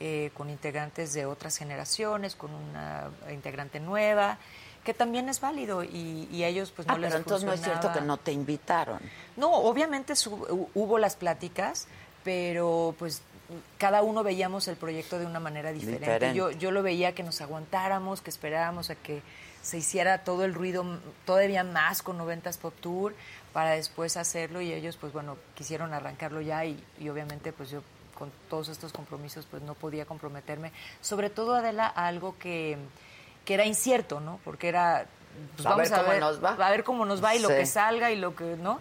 eh, con integrantes de otras generaciones, con una integrante nueva, que también es válido y, y a ellos pues no Ah, les pero entonces no es cierto que funcionaba. no te invitaron. No, obviamente su- hu- hubo las pláticas, pero pues cada uno veíamos el proyecto de una manera diferente. Diferente. Yo, yo lo veía que nos aguantáramos, que esperáramos a que se hiciera todo el ruido m- todavía más con 90s Pop Tour para después hacerlo y ellos pues bueno, quisieron arrancarlo ya y, y obviamente pues yo con todos estos compromisos pues no podía comprometerme, sobre todo Adela a algo que, que era incierto, ¿no? Porque era pues, A vamos ver cómo nos va. a ver cómo nos va y lo Sí. que salga y lo que no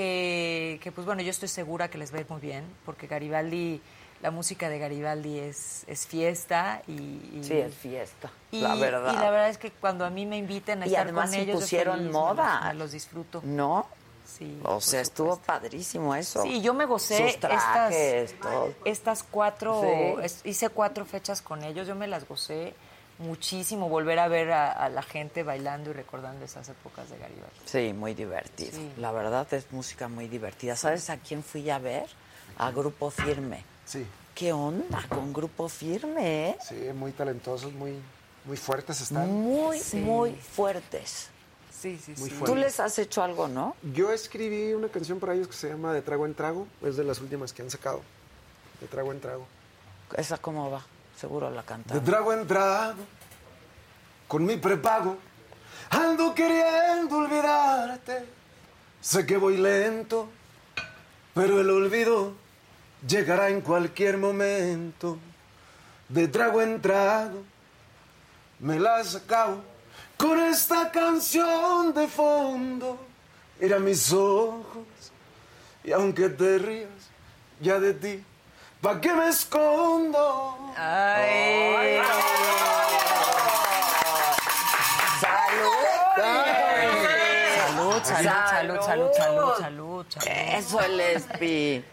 que, que, pues bueno yo estoy segura que les va a ir muy bien porque Garibaldi la música de Garibaldi es, es fiesta y, y- Sí, es fiesta. y- la verdad. y la verdad es que cuando a mí me inviten a Y estar además con ellos yo impusieron feliz, me moda. los- me los disfruto ¿No? sí O por sea, estuvo supuesto. padrísimo eso. sí yo me gocé Sus trajes, estas todo. estas cuatro Sí. es- hice cuatro fechas con ellos yo me las gocé muchísimo volver a ver a, a la gente bailando y recordando esas épocas de Garibaldi Sí, muy divertido. Sí. La verdad es música muy divertida. ¿Sabes a quién fui a ver? A Grupo Firme. Sí, ¿Qué onda con Grupo Firme? eh? sí, muy talentosos, muy, muy fuertes están. Muy, Sí. muy fuertes. sí sí Muy sí fuerte. Tú les has hecho algo, ¿no? Yo escribí una canción para ellos que se llama De Trago en Trago. Es de las últimas que han sacado. De Trago en Trago. ¿Esa cómo va? Seguro la De cantaron. trago en trago, con mi prepago, ando queriendo olvidarte. Sé que voy lento, pero el olvido llegará en cualquier momento. De trago en trago, me las acabo con esta canción de fondo. Era mis ojos, y aunque te rías, ya de ti, ¿pa' qué me escondo? Salud, salud, salud, salud, salud, salud, salud. Eso, Lespi.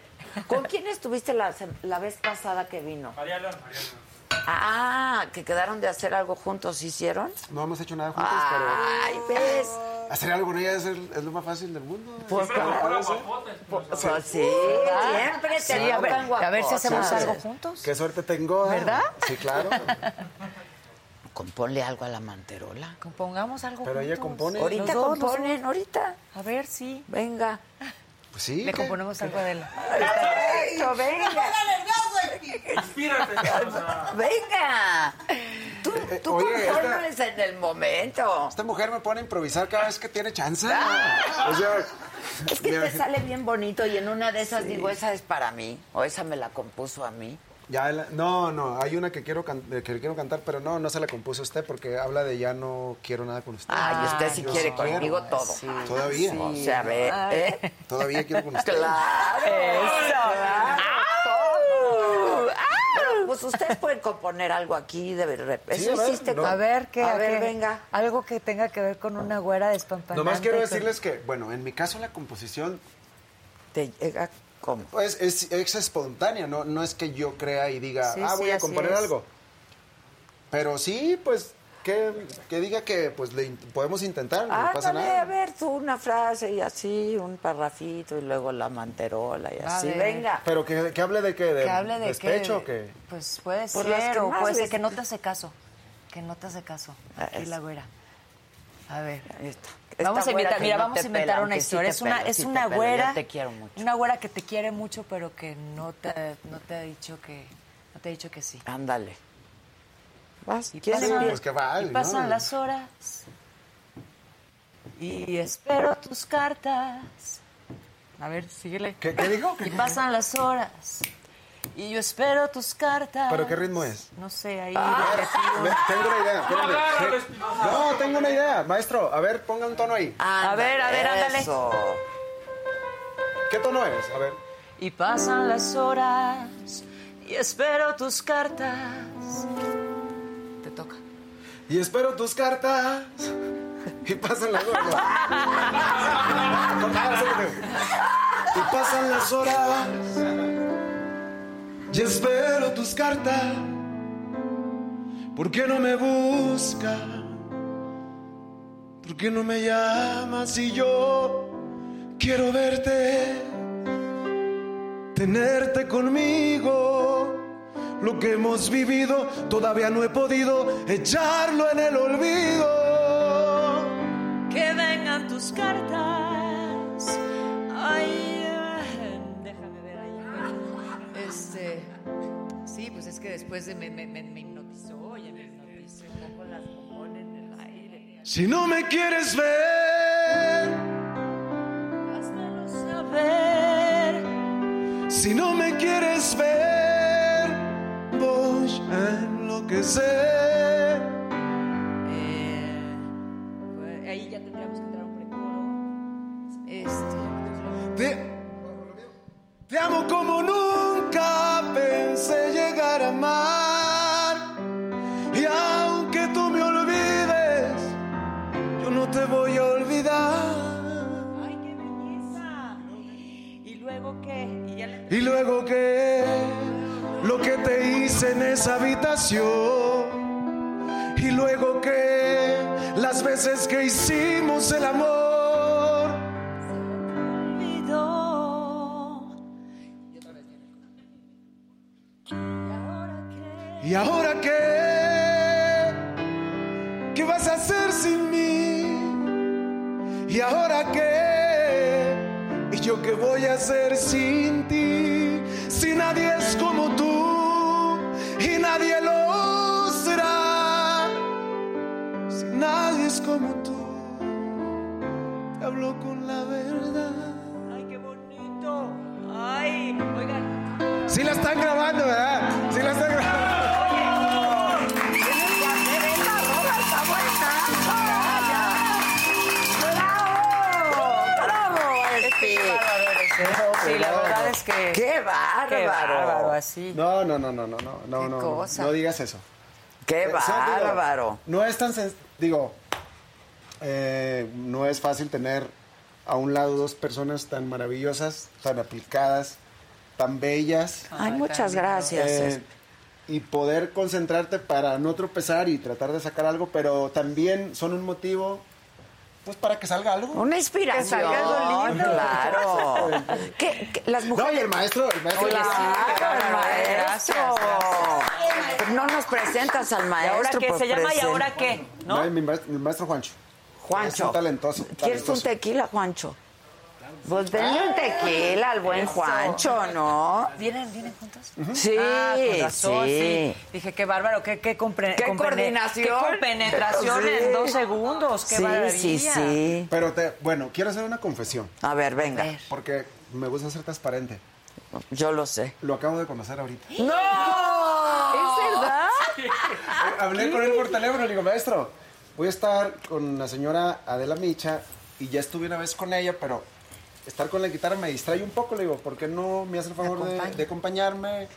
¿Con quién estuviste la, sem- la vez pasada que vino? María León, María León. Ah, que quedaron de hacer algo juntos, ¿hicieron? No hemos hecho nada juntos, Ay, ¿ves? pero hacer algo con ella es, el- es lo más fácil del mundo. Pues, Siempre con claro. pura guapota. Pues sí, siempre te Sí, a ver, tocan a ver si guaposas. hacemos algo Sí. juntos. Qué suerte tengo. ¿Verdad? Sí, claro. Con- Ponle algo a la manterola. Compongamos algo Pero ella juntos. compone. Ahorita Los dos, los componen, ahorita. dos. A ver, sí. Venga. Pues sí. Le ¿qué? componemos algo de la. Perfecto, venga. Inspírate, o sea, Venga. Tú, eh, tú oye, esta- compones en el momento. Esta mujer me pone a improvisar cada vez que tiene chance. O sea, Ah. Es que mira, te sale bien bonito y en una de esas digo, esa es para mí. O esa me la compuso a mí. ya la- no, no, hay una que quiero, can- eh, que quiero cantar, pero no, no se la compuso usted porque habla de ya no quiero nada con usted. Ay, usted sí yo quiere Ah, sí conmigo quiero. todo. Ah, Todavía. O sea, a ver, ¿eh? Todavía quiero con usted. Claro. claro, todo. Pero, pues ustedes pueden componer algo aquí de repente. Sí, Eso a ver, hiciste no. con- A A ver, venga. Algo que tenga que ver con una güera despampanante. Nomás quiero que- decirles que, bueno, en mi caso la composición Te llega como. Pues es, es espontánea, no, no es que yo crea y diga, Sí, ah, sí, voy a así componer es. algo. Pero sí, pues, que, que diga que pues le in- podemos intentar, Ah, no pasa Ándale, nada. a ver, tú una frase y así, un parrafito y luego la manterola y así. ver. Venga. Pero que, que hable de qué, de Que hable de despecho, qué. que... Pues puede Por las ser, que o más puede ser ves. que no te hace caso. Que no te hace caso. Aquí Es- la güera. A ver. Ahí está. vamos Esta güera a inventar, que mira, no vamos te a inventar pela, una aunque sí te historia. es una, pela, es sí te una pela, yo güera. te quiero mucho. Una güera que te quiere mucho, pero que no te, no te ha dicho que. No te ha dicho que sí. Ándale. Vas, Y ¿quién pasa- empieza? pues, que vale, y pasan ¿no? las horas y espero tus cartas. A ver, síguele. ¿Qué, qué dijo? Y pasan las horas y yo espero tus cartas. ¿Pero qué ritmo es? No sé, ahí. Me- tengo una idea, espérame. agárralo, Sí. Espinosa. No, tengo una idea, maestro. A ver, ponga un tono ahí. Ándale, A ver, a ver, ándale. eso. ¿Qué tono es? A ver. Y pasan las horas y espero tus cartas. Te toca. Y espero tus cartas. Y pasan las horas. y pasan las horas. Y espero tus cartas. ¿Por qué no me buscas? ¿Por qué no me llamas si yo quiero verte? Tenerte conmigo. Lo que hemos vivido todavía no he podido echarlo en el olvido. Que vengan tus cartas. Ay, eh, déjame ver allá. Este. Sí, pues es que después de me, me, me, me hipnotizó, ya me hipnotizó. Pongo las cojones en el aire. Si no me quieres ver, Házmelo saber. si no me quieres ver, voy a enloquecer. Eh, pues, ahí ya tendríamos que entrar a un precoro. Este. Te, te amo como nunca pensé llegar a amar. Y aunque tú me olvides, yo no te voy a olvidar. ¡Ay, qué belleza! ¿Y luego qué? Y ya le Y luego que lo que te hice en esa habitación. Y luego que las veces que hicimos el amor. olvidó. Y otra vez viene. ¿Y ahora qué? Y ahora que, ¿qué vas a hacer sin mí? Y ahora que, ¿y yo qué voy a hacer sin ti? Si nadie es como tú y nadie lo será. Si nadie es como tú, te hablo con la verdad. ¡Ay, qué bonito! ¡Ay! Oigan, Sí la están grabando, ¿verdad? Sí la están grabando. Venga, Rola, está buena. ¡Bravo! ¡Bravo, Espi! sí, la verdad es que. ¡Qué bárbaro! ¡Qué bárbaro! Así. No, no, no, no, no, no, no, Qué no, cosa. no digas eso. ¡Qué Eh, O sea, digo, bárbaro! no es tan sen- digo, eh, no es fácil tener a un lado dos personas tan maravillosas, tan aplicadas, tan bellas. Ay, muchas gracias. Eh, y poder concentrarte para no tropezar y tratar de sacar algo, pero también son un motivo pues para que salga algo. Una inspiración. Que salga algo lindo. Claro. Que- que las No, y mujeres. el maestro, el maestro. Claro, Claro, maestro. No nos presentas al ¿Y ahora maestro. qué? pues, ¿Se llama y presen- ahora qué? No, ¿No? mi maestro, mi maestro Juancho. Es Juancho. un talentoso. ¿Quieres un talentoso. tequila, Juancho? Pues denle un tequila al buen Juancho, ¿no? ¿Vienen, vienen juntos? Sí, Ah, con razón, sí. sí. Dije, qué bárbaro, qué, qué, compre- Qué compene- coordinación. Qué compenetración Sí. en dos segundos, qué Sí, maravilla. sí, sí. Pero te, bueno, quiero hacer una confesión, A ver, venga. porque me gusta ser transparente. Yo lo sé. Lo acabo de conocer ahorita. Eh, ¡No! ¿Es verdad? Hablé con él por teléfono y le digo, maestro, voy a estar con la señora Adela Micha y ya estuve una vez con ella, pero estar con la guitarra me distrae un poco. Le digo, ¿por qué no me hace el favor de- de, acompañarme?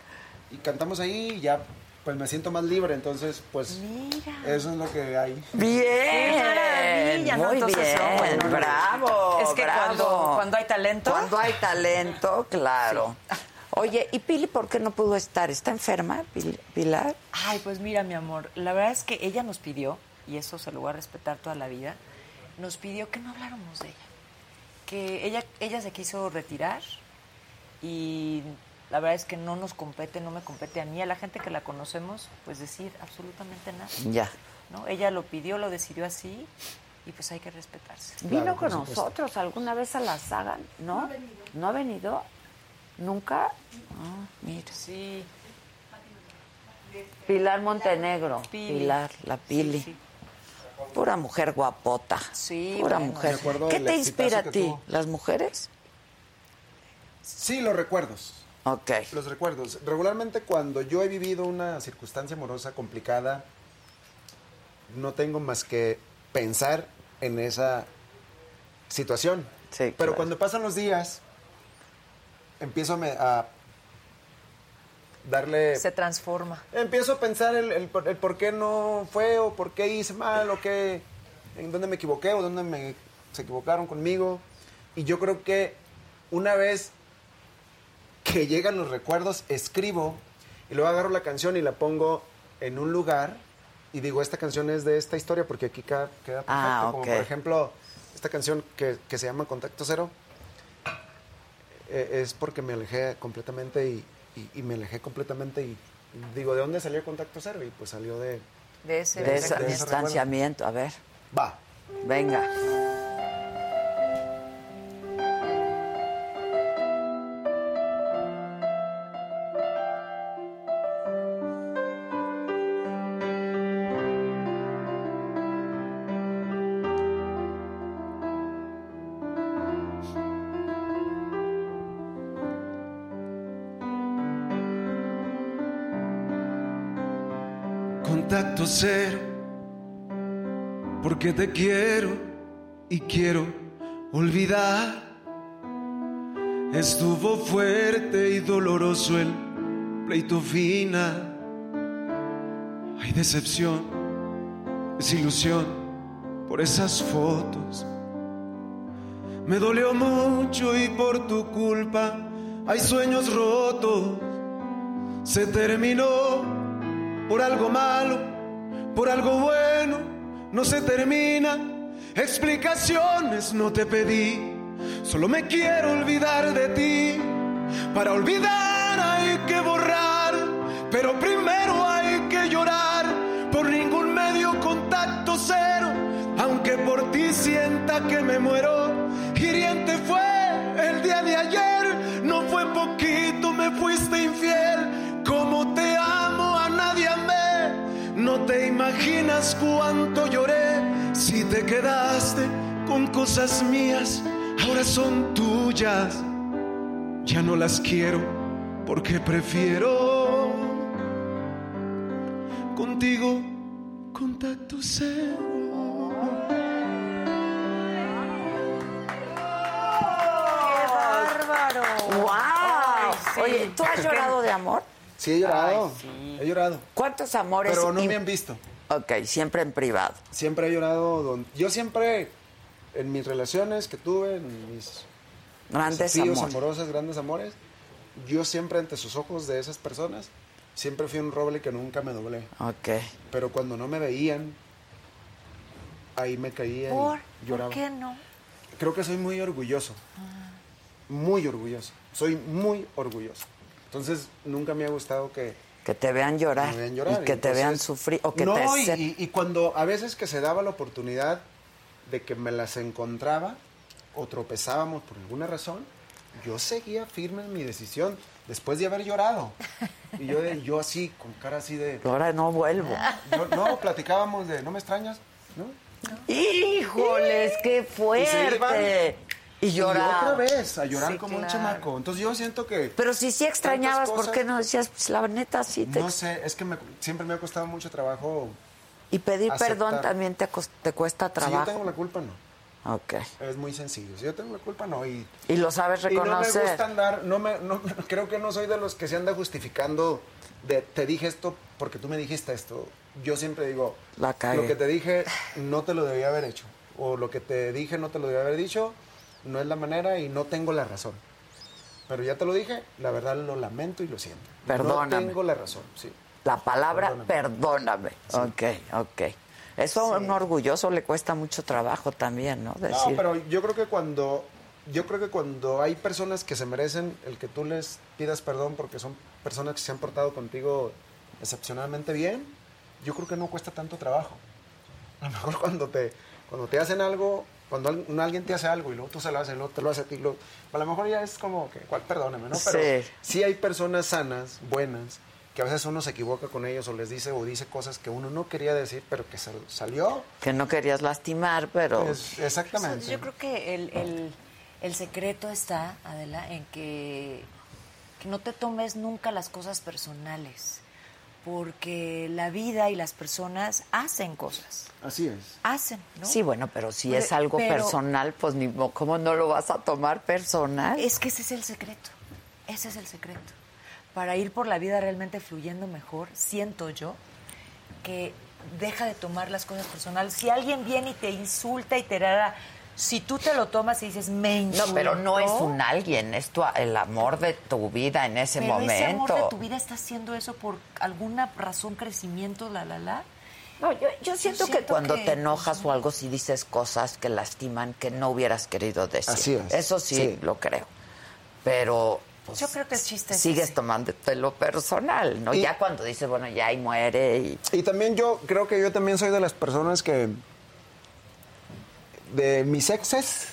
Y cantamos ahí y ya, pues me siento más libre. Entonces, pues, eso es lo que hay. Bien. Qué maravilla, ¿no? Muy Entonces, bien. no, bueno, no. bravo. Es que bravo. cuando- cuando hay talento. Cuando hay talento, claro. Oye, ¿y Pili por qué no pudo estar? ¿Está enferma, Pil- Pilar? Ay, pues mira, mi amor, la verdad es que ella nos pidió, y eso se lo voy a respetar toda la vida, nos pidió que no habláramos de ella. Que ella, ella se quiso retirar y la verdad es que no nos compete, no me compete a mí, a la gente que la conocemos, pues decir absolutamente nada. Ya. ¿no? Ella lo pidió, lo decidió así y pues hay que respetarse. ¿Vino Claro, con por supuesto. nosotros alguna vez a la saga? ¿No? ¿No ha venido? ¿Nunca? Ah, mira. Sí, Pilar Montenegro. Pili. Pilar, la Pili. sí. Pura mujer guapota. Sí, Pura bueno. mujer. Me acuerdo ¿Qué del te exitazo inspira a que ti? tuvo. ¿Las mujeres? Sí, los recuerdos. Ok. Los recuerdos. Regularmente cuando yo he vivido una circunstancia amorosa complicada, no tengo más que pensar en esa situación. Sí, Pero claro. cuando pasan los días, empiezo a, me- a darle... se transforma. Empiezo a pensar el, el por- el por qué no fue o por qué hice mal o qué, en dónde me equivoqué o dónde me, se equivocaron conmigo. Y yo creo que una vez que llegan los recuerdos, escribo y luego agarro la canción y la pongo en un lugar y digo, esta canción es de esta historia porque aquí queda, queda perfecto. Ah, Como ok. por ejemplo, esta canción que, que se llama Contacto Cero eh, es porque me alejé completamente y, y- y me alejé completamente y digo, ¿de dónde salió Contacto Cero? Y pues salió de... De ese De ese esa- pensamiento. distanciamiento. A ver, Va. venga. Contacto cero, porque te quiero y quiero olvidar. Estuvo fuerte y doloroso el pleito final. Hay decepción, desilusión por esas fotos. Me dolió mucho y por tu culpa hay sueños rotos. Se terminó por algo malo, por algo bueno, no se termina. Explicaciones no te pedí, solo me quiero olvidar de ti. Para olvidar hay que borrar, pero primero hay que llorar. Por ningún medio contacto cero, aunque por ti sienta que me muero. Hiriente fue el día de ayer, no fue poquito, me fuiste infiel. Como te amo, a nadie amé. No te imaginas cuánto lloré si te quedaste con cosas mías, ahora son tuyas. Ya no las quiero porque prefiero contigo contacto cero. ¡Wow! Oye, ¿tú has llorado de amor? Sí, he llorado. Ay, sí. He llorado. ¿Cuántos amores? Pero no im- me han visto. Ok, siempre en privado. Siempre he llorado. don- Yo siempre, en mis relaciones que tuve, en mis Grandes desafíos amores. amorosos, grandes amores, yo siempre ante sus ojos de esas personas, siempre fui un roble que nunca me doblé. Ok. Pero cuando no me veían, ahí me caía ¿Por? y ¿Por lloraba. qué no? Creo que soy muy orgulloso. Ah. Muy orgulloso. Soy muy orgulloso. Entonces, nunca me ha gustado que Que te vean me llorar. vean llorar. Ah, Y que te Entonces, vean sufrir. O que no, te y- se- y, y cuando a veces que se daba la oportunidad de que me las encontraba o tropezábamos por alguna razón, yo seguía firme en mi decisión después de haber llorado. Y yo, de- yo así, con cara así de... Ahora no vuelvo. yo- no, platicábamos de, ¿no me extrañas? ¿No? ¡Híjoles, qué fuerte! Y, Y otra lloraba. vez, a llorar Sí, como claro. un chamaco. Entonces yo siento que... Pero si sí extrañabas, Tantas ¿por qué no decías, pues la neta sí te... No sé, es que me- siempre me ha costado mucho trabajo. y pedir aceptar. perdón también te, cos- te cuesta Si yo trabajo. tengo la culpa, no. Ok. Es muy sencillo. Si yo tengo la culpa, no. Y Y lo sabes Y no me reconocer. gusta andar, no me, no, creo que no soy de los que se anda justificando de te dije esto porque tú me dijiste esto. Yo siempre digo, La cagué. lo que te dije no te lo debía haber hecho. O lo que te dije no te lo debía haber dicho, no es la manera y no tengo la razón. Pero ya te lo dije, la verdad lo lamento y lo siento. No Perdóname. tengo la razón, sí. La palabra perdóname. Ok, ok. Eso a un orgulloso le cuesta mucho trabajo también, ¿no? Decir, No, pero yo creo que cuando yo creo que cuando hay personas que se merecen el que tú les pidas perdón porque son personas que se han portado contigo excepcionalmente bien, yo creo que no cuesta tanto trabajo. A lo mejor cuando te cuando te hacen algo, cuando al- un- alguien te hace algo y luego tú se lo haces, y luego te lo hace a ti, y luego- a lo mejor ya es como que, ¿cuál perdóname, no? Pero Sí. sí hay personas sanas, buenas, que a veces uno se equivoca con ellos o les dice o dice cosas que uno no quería decir, pero que sal- salió. que no querías lastimar, pero... Es- exactamente. Yo creo que el, el- el secreto está, Adela, en que, que no te tomes nunca las cosas personales, porque la vida y las personas hacen cosas, Así es. hacen, ¿no? Sí, bueno, pero si Pero- es algo pero- personal, pues ni mo- ¿cómo no lo vas a tomar personal? Es que ese es el secreto, ese es el secreto. Para ir por la vida realmente fluyendo mejor, siento yo que deja de tomar las cosas personales. Si alguien viene y te insulta y te da... Si tú te lo tomas y dices, me No, insultó... pero no es un alguien, es tu- el amor de tu vida en ese Pero Este momento. ese amor de tu vida está haciendo eso por alguna razón, crecimiento, la, la, la. No, yo, yo siento que siento cuando que- te enojas o algo, si dices cosas que lastiman que no hubieras querido decir. Así es. Eso sí, Sí. lo creo. Pero. pues, Yo creo que el chiste es Sigues ese. tomándote lo personal, ¿no? Y- ya cuando dices, bueno, ya y muere y. Y también yo creo que yo también soy de las personas que de mis exes,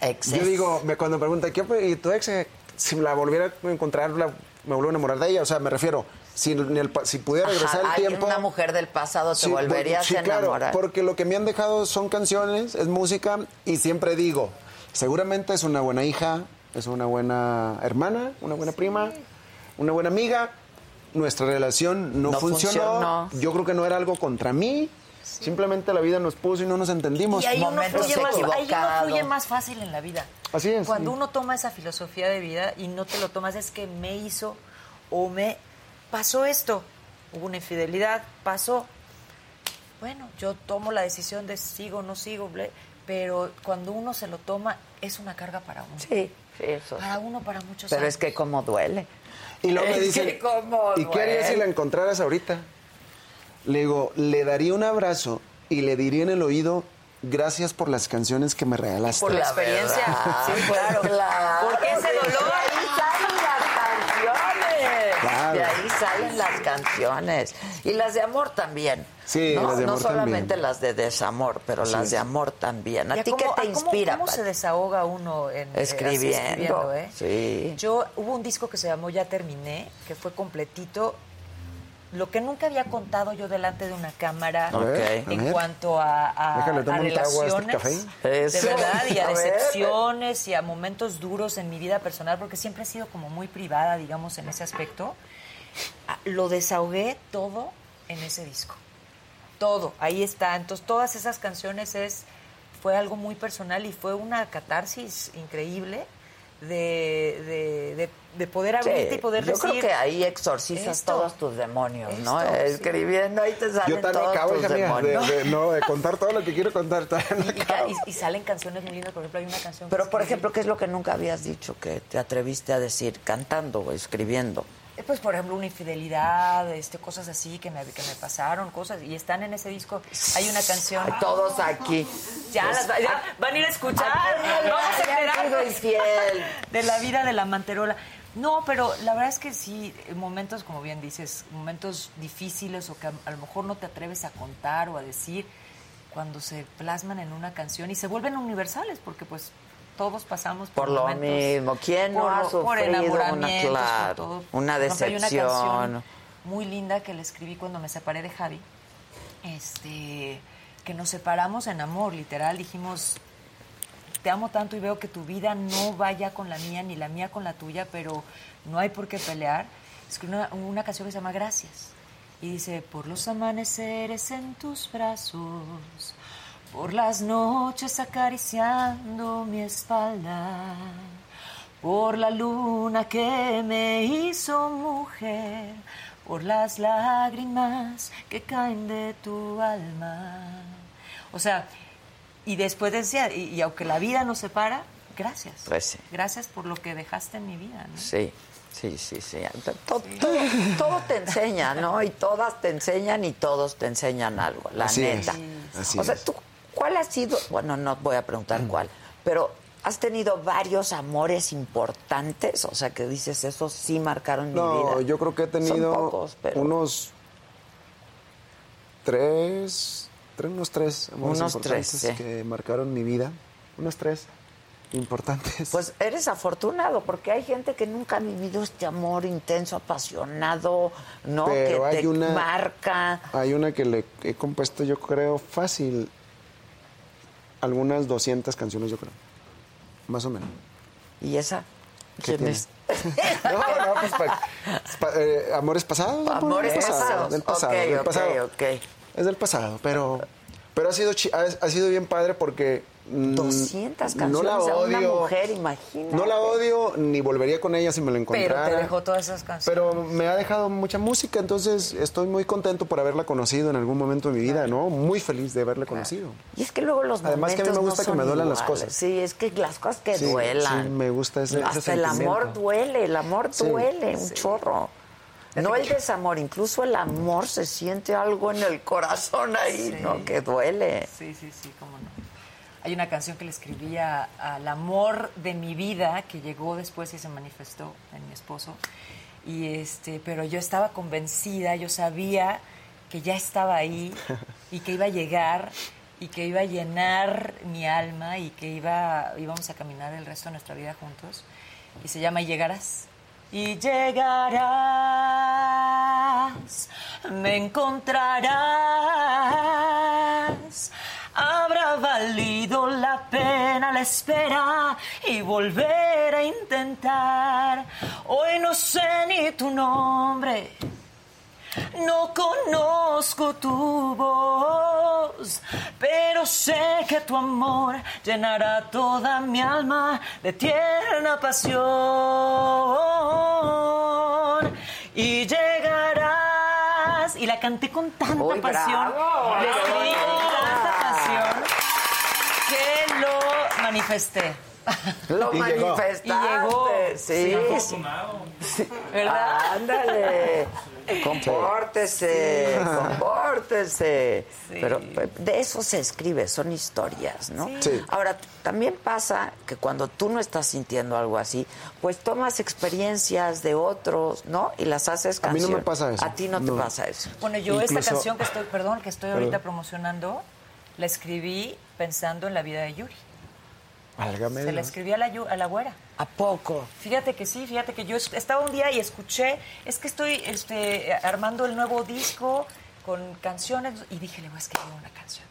exceso. yo digo, me, cuando me preguntan, ¿qué fue? ¿y tu ex? eh, Si la volviera a encontrar, la- me vuelvo a enamorar de ella. O sea, me refiero, si, en el pa- si pudiera Ajá, regresar el ay, tiempo... una mujer del pasado te sí, vol- volverías sí, a claro, enamorar. porque lo que me han dejado son canciones, es música, y siempre digo, seguramente es una buena hija, es una buena hermana, una buena prima, una buena amiga. Nuestra relación no, No funcionó. funcionó. Yo creo que no era algo contra mí. Simplemente la vida nos puso y no nos entendimos. Y ahí uno, momentos fluye más, ahí uno equivocado. fluye más fácil en la vida. Así es, Cuando sí. uno toma esa filosofía de vida y no te lo tomas, es que me hizo o me pasó esto. Hubo una infidelidad, pasó. Bueno, yo tomo la decisión de sigo o no sigo, ble- pero cuando uno se lo toma, es una carga para uno. Sí, sí, eso. Para uno, para muchos Pero años. es que cómo duele. Y luego Es me dicen, que cómo ¿y qué harías duele". si la encontraras ahorita? Le digo, le daría un abrazo y le diría en el oído, gracias por las canciones que me regalaste. por la, La experiencia. verdad, sí, pues, claro. claro. Porque ese De dolor. ahí salen las canciones. Claro. De ahí salen las canciones. Y las de amor también. Sí, ¿no? las de No amor solamente también. las de desamor, pero las de amor también. ¿A ti qué te inspira? ¿Cómo, Pati? se desahoga uno en, eh, así Escribiendo, escribiendo, eh? sí. Yo hubo un disco que se llamó Ya Terminé, que fue completito. Lo que nunca había contado yo delante de una cámara A ver, Ok. a en ver. cuanto a, a, Déjale, a tomo un trago a este relaciones, café. Eso. de verdad, y a A ver. decepciones y a momentos duros en mi vida personal, porque siempre he sido como muy privada, digamos, en ese aspecto. Ah, Lo desahogué todo en ese disco todo, ahí está. Entonces, todas esas canciones es fue algo muy personal y fue una catarsis increíble de, de- de- de poder Sí, abrirte y poder yo decir... creo que ahí exorcizas esto, todos tus demonios, ¿no? esto, sí. Escribiendo ahí te Yo salen tan todos acabo, tus hija mía, de, demonios. de- no, de contar todo lo que quiero contar. todavía no y, acabo. ca- y- y salen canciones muy lindas, por ejemplo, hay una canción... que Pero, por escribí- ejemplo, ¿qué es lo que nunca habías dicho que te atreviste a decir cantando o escribiendo? Eh, Pues, por ejemplo, una infidelidad, este, cosas así que me, que me pasaron, cosas, y están en ese disco. Hay una canción... Ay, todos aquí. Ya, las va- ya van a ir a escuchar. Ay, Vamos a ya han sido enterarnos infiel. de la vida de la manterola. No, pero la verdad es que sí, momentos, como bien dices, momentos difíciles o que a, a lo mejor no te atreves a contar o a decir, cuando se plasman en una canción y se vuelven universales, porque pues todos pasamos por, Por lo momentos- mismo. ¿Quién no ha por sufrido una- enamoramientos, por claro, todo. una Por ejemplo, hay Una decepción? canción muy linda que le escribí cuando me separé de Javi, este, que nos separamos en amor, literal, dijimos, te amo tanto y veo que tu vida no vaya con la mía ni la mía con la tuya, pero no hay por qué pelear. Escribí una, una canción que se llama Gracias. Y dice, por los amaneceres en tus brazos, por las noches acariciando mi espalda, por la luna que me hizo mujer, por las lágrimas que caen de tu alma. O sea, y después decía, y, y aunque la vida nos separa, gracias. Pues sí. Gracias por lo que dejaste en mi vida. ¿no? Sí, sí, sí, sí. Todo, todo- todo te enseña, ¿no? Y todas te enseñan y todos te enseñan algo, la Así es, neta. así o sea, es. tú, ¿cuál ha sido? Bueno, no voy a preguntar cuál, pero has tenido varios amores importantes, o sea, que dices, esos sí marcaron mi vida. No, yo creo que he Son tenido pocos, pero unos tres, tres, unos tres amores Unos importantes tres, sí. que marcaron mi vida. Unos tres importantes. Pues eres afortunado, porque hay gente que nunca ha vivido este amor intenso, apasionado, ¿no? Pero que hay te una- marca. Hay una que le he compuesto, yo creo, fácil. Algunas 200 canciones, yo creo. Más o menos. ¿Y esa? ¿Qué ¿Quién tiene? es? No, no, pues pa- pa- eh, amores pasados. Amores pasados. Del pasado. Ok, del ok, pasado. ok. Es del pasado, pero, pero ha, sido chi- ha, ha sido bien padre porque. mm, 200 canciones a una mujer, imagínate. No la odio ni volvería con ella si me la encontrara. Pero te dejó todas esas canciones. Pero me ha dejado mucha música, entonces estoy muy contento por haberla conocido en algún momento de mi vida, ¿no? Muy feliz de haberla conocido. Y es que luego los Además que a mí me momentos no gusta que son me duelan las iguales. cosas. Sí, es que las cosas que Sí, duelan. sí, me gusta ese- ese Hasta el sentimiento. amor duele, el amor Sí. duele, un chorro. No el desamor, incluso el amor se siente algo en el corazón ahí, Sí. ¿no? Que duele. Sí, sí, sí, cómo no. Hay una canción que le escribí a- al amor de mi vida que llegó después y se manifestó en mi esposo. Y este, pero yo estaba convencida, yo sabía que ya estaba ahí y que iba a llegar y que iba a llenar mi alma y que iba íbamos a caminar el resto de nuestra vida juntos. Y se llama Y llegarás. Y llegarás, me encontrarás. Habrá valido la pena la espera y volver a intentar. Hoy no sé ni tu nombre, no conozco tu voz, pero sé que tu amor llenará toda mi alma de tierna pasión. Y llegarás. Y la canté con tanta Muy pasión. bravo, la escribí con bravo. tanta pasión que lo manifesté. Lo Y llegó. manifestaste. Y llegó. Sí, sí. Ah, ¿Verdad? Ándale. Compórtese, compórtese. Pero pe- de eso se escribe, son historias, ¿no? Sí. Ahora, t- también pasa que cuando tú no estás sintiendo algo así, pues tomas experiencias de otros, ¿no? Y las haces A mí canción. no me pasa eso. A ti no, No. te pasa eso. Bueno, yo esta Incluso- canción que estoy, perdón, que estoy ahorita Perdón. promocionando, la escribí pensando en la vida de Yuri. Válgame Se la Dios. escribí a la, Yu- a la güera. ¿A poco? Fíjate que sí, fíjate que yo es- estaba un día y escuché, es que estoy este, armando el nuevo disco con canciones y dije, le voy a escribir una canción.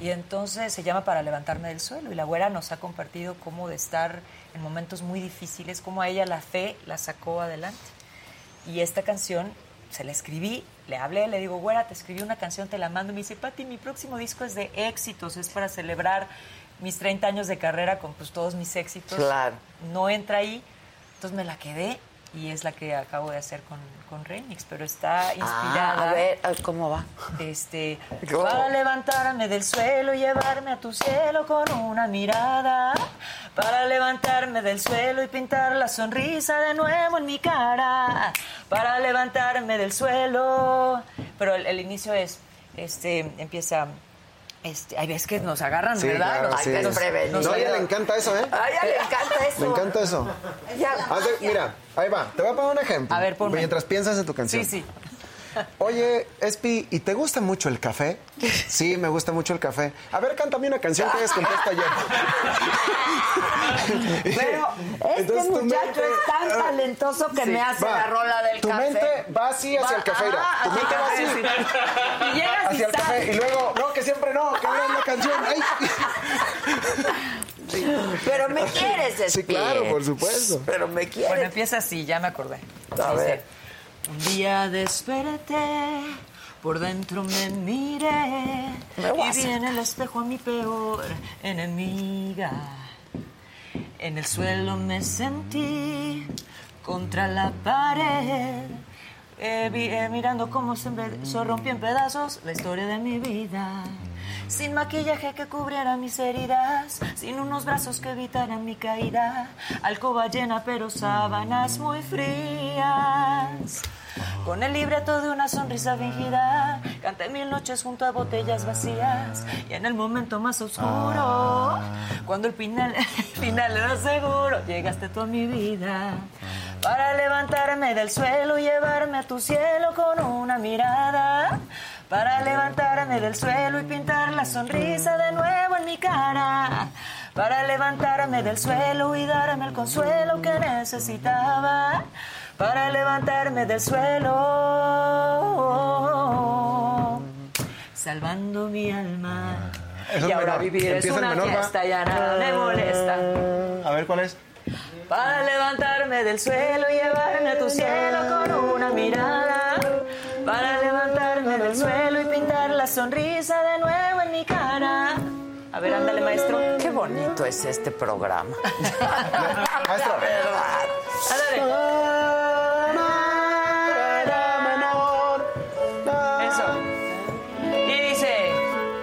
Y entonces se llama Para levantarme del suelo y la güera nos ha compartido cómo de estar en momentos muy difíciles, cómo a ella la fe la sacó adelante. Y esta canción se la escribí, le hablé, le digo, güera, te escribí una canción, te la mando. Y me dice, Pati, mi próximo disco es de éxitos, es para celebrar mis 30 años de carrera con pues, todos mis éxitos. Claro. No entra ahí. Entonces me la quedé y es la que acabo de hacer con, con Remix, pero está inspirada. Ah, a ver, ah, ¿cómo va? Este, ¿Cómo? para levantarme del suelo y llevarme a tu cielo con una mirada. Para levantarme del suelo y pintar la sonrisa de nuevo en mi cara. Para levantarme del suelo. Pero el, el inicio es, este, empieza. Este, hay veces que nos agarran, Sí, ¿verdad? claro, Nos- sí. nos- desprevenido. nos No, a ella le agarran. encanta eso, ¿eh? A ella le encanta eso. Le encanta eso. Ya. Haz de- mira, ahí va. Te voy a poner un ejemplo. A ver, ponme. Mientras piensas en tu canción. Sí, sí. Oye, Espi, ¿y te gusta mucho el café? Sí, me gusta mucho el café. A ver, cántame una canción que hayas compuesto ayer. Pero Entonces, este tu muchacho mente- Ah, es tan talentoso que me hace Va, la rola del tu café. mente va así hacia el café. mira. Ah, tu mente va así. Y llegas y Hacia el sales. café. Y luego, no, que siempre no, que ahora es la canción. Ay. Pero me quieres, Sí, Espi. claro, por supuesto. Pero me Bueno, quieres. empieza así, ya me acordé. A Dice, ver. Un día desperté, por dentro me miré Me voy a y vi hacer- en el espejo a mi peor enemiga. En el suelo me sentí contra la pared. eh, vi- eh, mirando cómo se, empe- se rompió en pedazos la historia de mi vida. Sin maquillaje que cubriera mis heridas, sin unos brazos que evitaran mi caída. Alcoba llena pero sábanas muy frías. Con el libreto de una sonrisa fingida, canté mil noches junto a botellas vacías. Y en el momento más oscuro, cuando el final, el final era seguro, llegaste tú a mi vida. Para levantarme del suelo y llevarme a tu cielo con una mirada. Para levantarme del suelo y pintar la sonrisa de nuevo en mi cara. Para levantarme del suelo y darme el consuelo que necesitaba para levantarme del suelo, salvando mi alma. Ah, Es el y ahora menor. vivir es Empieza el una menor, ¿va? Ah, fiesta, ya nada me molesta. A ver, ¿cuál es? Para levantarme del suelo y llevarme a tu cielo con una mirada. Para levantarme del suelo y pintar la sonrisa de nuevo en mi cara. A ver, ándale, maestro. Qué bonito es este programa. Maestro. La verdad. Ándale. Eso. Y dice,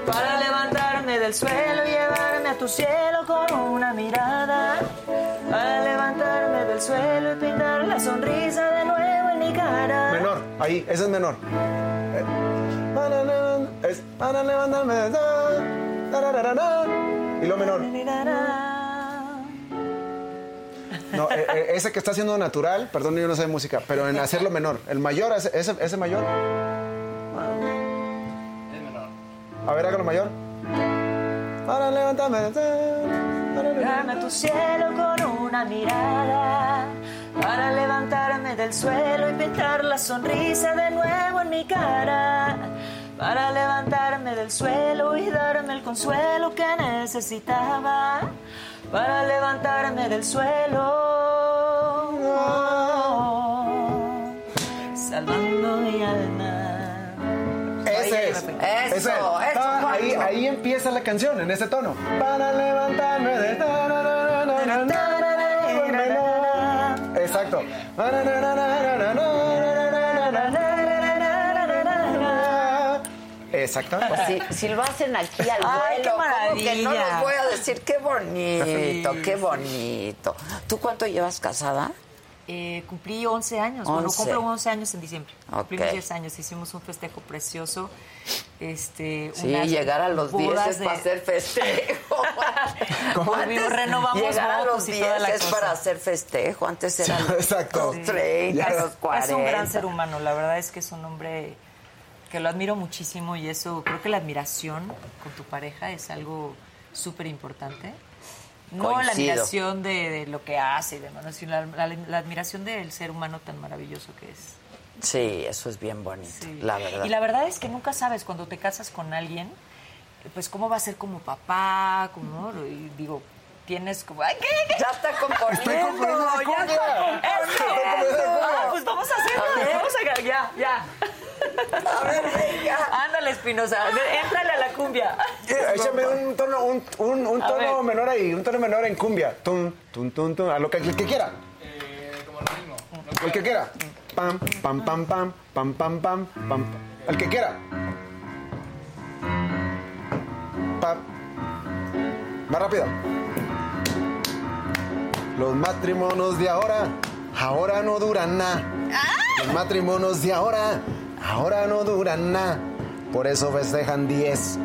para levantarme del suelo y llevarme a tu cielo con una mirada. Para levantarme del suelo y pintar la sonrisa de nuevo en mi cara. Menor, ahí, ese es menor. Eh, mananán, Es para levantarme, da, tarararán, y lo menor. No, eh, eh, ese que está haciendo natural, perdón, yo no sé de música, pero en hacerlo menor. El mayor, ese, ese, ese mayor. A ver, hágalo mayor. Para levantarme. da, tarararán. Llevarme a tu cielo con una mirada. Para levantarme del suelo y pintar la sonrisa de nuevo en mi cara. Para levantarme del suelo y darme el consuelo que necesitaba. Para levantarme del suelo. Salvando mi alma. Ese es. Eso, ese es. eso, Ta- Juancho. ahí, ahí empieza la canción, en ese tono. Para levantarme de. tarararán, el menor. Exacto. Exacto. Si, si lo hacen aquí al Ay, vuelo, qué ¿cómo que no maravilla. les voy a decir qué bonito, qué bonito. ¿Tú cuánto llevas casada? Eh, cumplí 11 años, bueno, 11. cumplo 11 años en diciembre. Ok. Cumplimos 10 años, hicimos un festejo precioso. Este, Sí, unas llegar a los 10 bodas es de- para hacer festejo. ¿Cómo? Antes, Obvio, renovamos llegar a los votos y toda la es cosa. para hacer festejo. Antes eran Exacto. los 30, Es- los 40. Es un gran ser humano, la verdad es que es un hombre que lo admiro muchísimo y eso, creo que la admiración con tu pareja es algo súper importante. No la Coincido. admiración de, de lo que hace y demás, no, sino la, la- la admiración del ser humano tan maravilloso que es. Sí, eso es bien bonito, Sí. la verdad. Y la verdad es que nunca sabes cuando te casas con alguien, pues cómo va a ser como papá, como, ¿no? y digo, tienes como, ay, ¿qué? qué? Ya está componiendo. Estoy componiendo ya la está cumbia. Eso, componiendo. eso. Ah, pues vamos a hacerlo, vamos a, ya, ya. A ver, venga. Ándale, Espinosa, ándale, éntrale a la cumbia. échame un tono, un, un- un A tono ver. menor ahí, un tono menor en cumbia. Tum, tum, tum, tum, a lo que, el que quiera. El que quiera. Pam, pam, pam, pam, pam, pam, pam, pam. pam. El que quiera. Pam. Más rápido. Los matrimonios de ahora, ahora no duran nada. Los matrimonios de ahora, ahora no duran nada. Por eso festejan 10.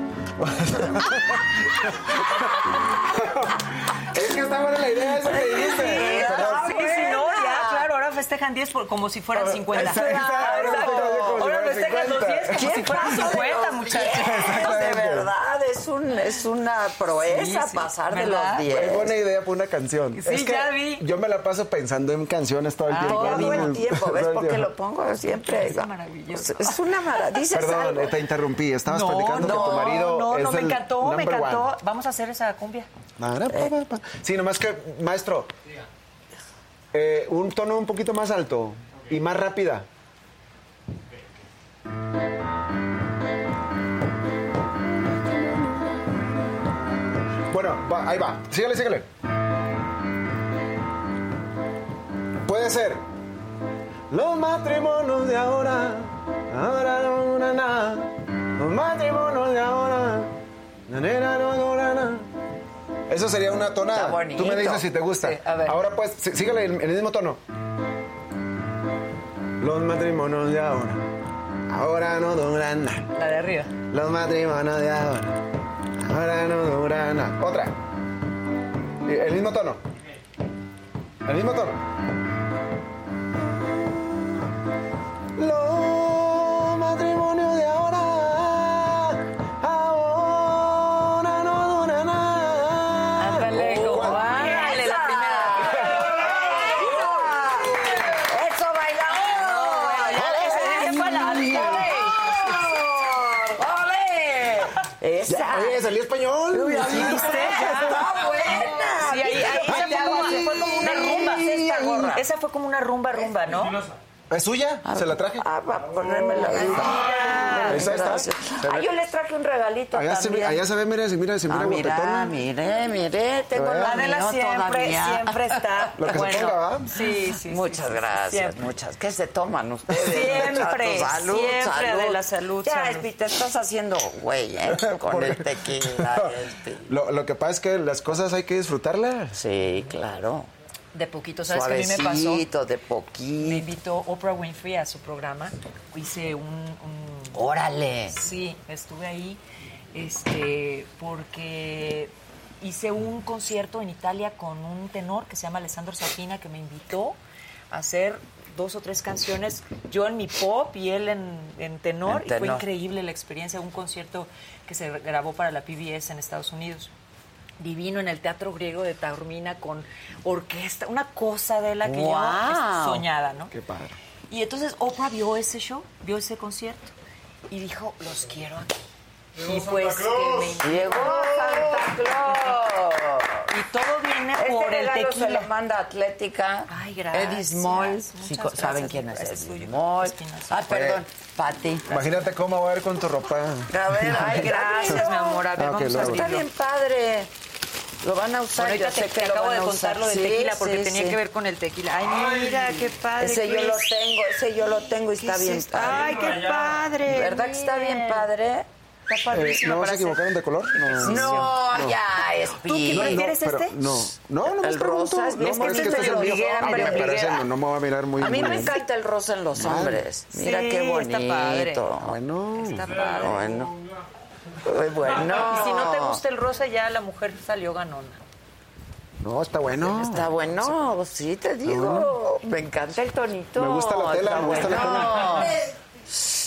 es que está buena la idea esa que dijiste. Ah, sí, Pero- sí, no, ya, claro, ahora festejan 10 por- como si fueran 50. Ah, Exacto, ahora Exacto. festejan como si Ahora fueran festejan los 10 como ¿Qué si fueran pasa de 50, los muchachos. 10? De verdad, es, un, es una proeza Sí, sí, pasar ¿verdad? de Es los 10. buena idea para una canción. Sí, es que ya vi. Ah, Yo me la paso pensando en canciones todo el tiempo. Todo el tiempo, ¿ves? Todo el Porque tiempo. lo pongo siempre. Es maravilloso. Es una maravilla. Dices Perdón, eh, algo. te interrumpí. Estabas platicando que tu marido no, es no, me el encantó, me number one. encantó. Vamos a hacer esa cumbia. Mara, pa, pa, pa. Sí, nomás que, maestro, eh, un tono un poquito más alto y más rápida. Bueno, va, ahí va. Sígale, sígale. Puede ser. Los matrimonios de ahora, ahora no duran nada. Los matrimonios de ahora, na, na, na, no duran nada. Eso sería una tonada. Está bonito. Tú me dices si te gusta. Sí, a ver. Ahora pues, sí- sígale en en el mismo tono. Los matrimonios de ahora, ahora no duran nada. La de arriba. Los matrimonios de ahora, ahora no duran nada. Otra. Y El mismo tono. El mismo tono. Los matrimonios de ahora, ahora no duran nada. Ándale, Oh, como, ándale, la primera. ¡Eso bailamos! Ya, esa fue la alta, ¡Ole! Ya, ¡Esa! oye, salí español. ¿Viste? ¡Está buena! Sí, ahí, ahí Ay, se fue como- ay, fue como una ay, rumba. ay, esta ay. gorra. Esa fue como una rumba, rumba, ¿no? ¿Es suya? ¿Se la traje? Ah, para ponérmela ahorita. Esa está. Gracias. Se Ah, ve. yo les traje un regalito Allá se, ve- también. allá se ve, mira, se mira, se mira Ah, mira, guapetona. mire, mire, tengo la Adela siempre, siempre está. Lo que se bueno. ponga, ¿va? Sí, sí, sí. Muchas sí, gracias, siempre. muchas. ¿Qué se toman ustedes? Siempre, muchachos? salud, siempre, salud. Adela, salud, Ya, salud. Espi, te estás haciendo güey, ¿eh? Con el tequila, Espi. Lo, lo que pasa es que las cosas hay que disfrutarlas. Sí, claro. De poquito, ¿sabes qué a mí me Suavecito, pasó? de Me poquito. invitó Oprah Winfrey a su programa. Hice un- un Órale. Sí, estuve ahí este, porque hice un concierto en Italia con un tenor que se llama Alessandro Safina que me invitó a hacer dos o tres canciones, yo en mi pop y él en, en tenor, En y fue tenor. increíble la experiencia, un concierto que se grabó para la PBS en Estados Unidos. Divino en el Teatro Griego de Taormina con orquesta, una cosa de la que ¡Guau! yo soñada, ¿no? Qué padre. Y entonces Oprah vio ese show, vio ese concierto y dijo, los quiero aquí. Y pues que me- Llegó Santa Claus. y todo viene Este por el regalo se lo tequila. manda Atlética. Ay, gracias. Eddie Small. Muchas Sí, gracias. ¿Saben quién es Es Eddie tuyo, Small? Espinosa. Ah, perdón. Pati. Imagínate cómo va a ver con tu ropa. Eh, A ver, ay, gracias, mi amor. A ver, Ah, ok, vamos a luego. Está bien padre. Lo van a usar. Ahorita yo sé te, que te lo acabo van de a contar usar. lo del Sí, tequila porque sí, tenía sí. que ver con el tequila. Ay, mira, qué padre. Ese yo Chris. lo tengo, ese yo lo tengo y ¿Qué está es bien esto? padre. Ay, qué padre. ¿Verdad que está bien miren. padre? Está Eh, padrísimo ¿No para se hacer. equivocaron de color? No. No, ya, ¿Tú qué Espi. No, prefieres pero este? No, no, no me El rosa, es- no, es que pero este este es el de mío. Liguera, Ah, hombre, me parece, Liguera. no, no me va a mirar muy A mí me muy bien. encanta el rosa en los hombres. Mira Sí, qué bonito. está padre. Bueno. Está padre. Bueno. Muy bueno. Y si no te gusta el rosa, ya la mujer salió ganona. No, está bueno. Está bueno, sí, te digo. Me encanta el tonito. Me gusta la tela, Está me gusta la bueno.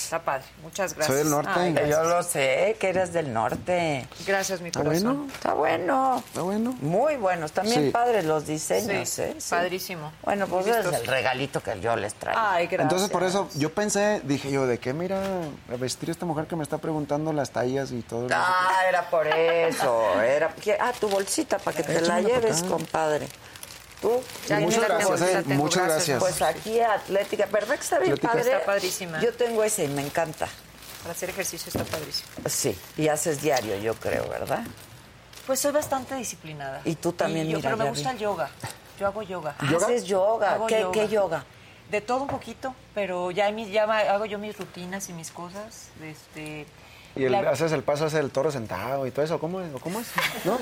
Está padre. Muchas gracias. Soy del norte. Ay, Que Yo gracias. lo sé, que eres del norte. Gracias, mi Está corazón. bueno. Está bueno. Está bueno. Muy buenos. También Sí. padres los diseños, Sí, ¿eh? Sí. padrísimo. Bueno, pues Listos. ese es el regalito que yo les traigo. Ay, gracias. Entonces, por eso, yo pensé, dije yo, ¿de qué me irá a vestir esta mujer que me está preguntando las tallas y todo? Ah, era por eso. Era... Ah, tu bolsita para que te la Échamela para lleves, acá. compadre. Tú, Ya, Muchas yo la tengo, gracias, yo la eh, tengo. muchas gracias. Pues aquí Atlética, ¿verdad que está bien Atlética. padre? Está padrísima. Yo tengo ese y me encanta. Para hacer ejercicio está padrísimo. Sí, y haces diario, yo creo, ¿verdad? Pues soy bastante disciplinada. Y tú también, yo- mira, Pero me ya gusta vi. el yoga. Yo hago yoga. ¿Yoga? Haces yoga. Hago ¿Qué- qué yoga? De todo un poquito, pero ya, mi- ya va- hago yo mis rutinas y mis cosas. Este, Y el- la- haces el paso hacia el toro sentado y todo eso. ¿Cómo es? ¿O ¿Cómo es? ¿No?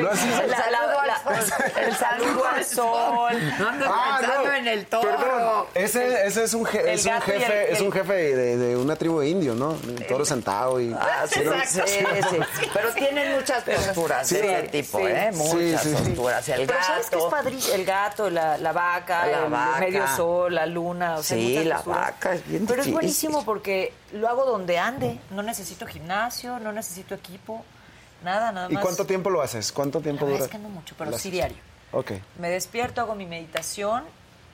¿No haces El eso? saludo al sol. El saludo al sol. Ah, No andes pensando en el toro. Ah, Perdón. Ese, ese es un, je- El es un gato y el- jefe, es el- un jefe de, de una tribu de indios, ¿no? El toro sentado y. Ah, sí, ¿no? sí, sí. Pero tienen muchas posturas Sí, de ese sí, tipo, sí. ¿eh? Muchas Sí, sí. posturas. El Pero ¿sabes qué es gato. padrísimo? El gato, la, la vaca, La el vaca. medio sol, la luna. O sea, hay Sí, muchas la posturas. vaca es bien Pero es difícil. buenísimo porque lo hago donde ande. No necesito gimnasio, no necesito equipo, nada, nada ¿Y más. cuánto tiempo lo haces? ¿Cuánto La tiempo verdad dura? es que no mucho, pero Lo sí haces. diario. Ok. Me despierto, hago mi meditación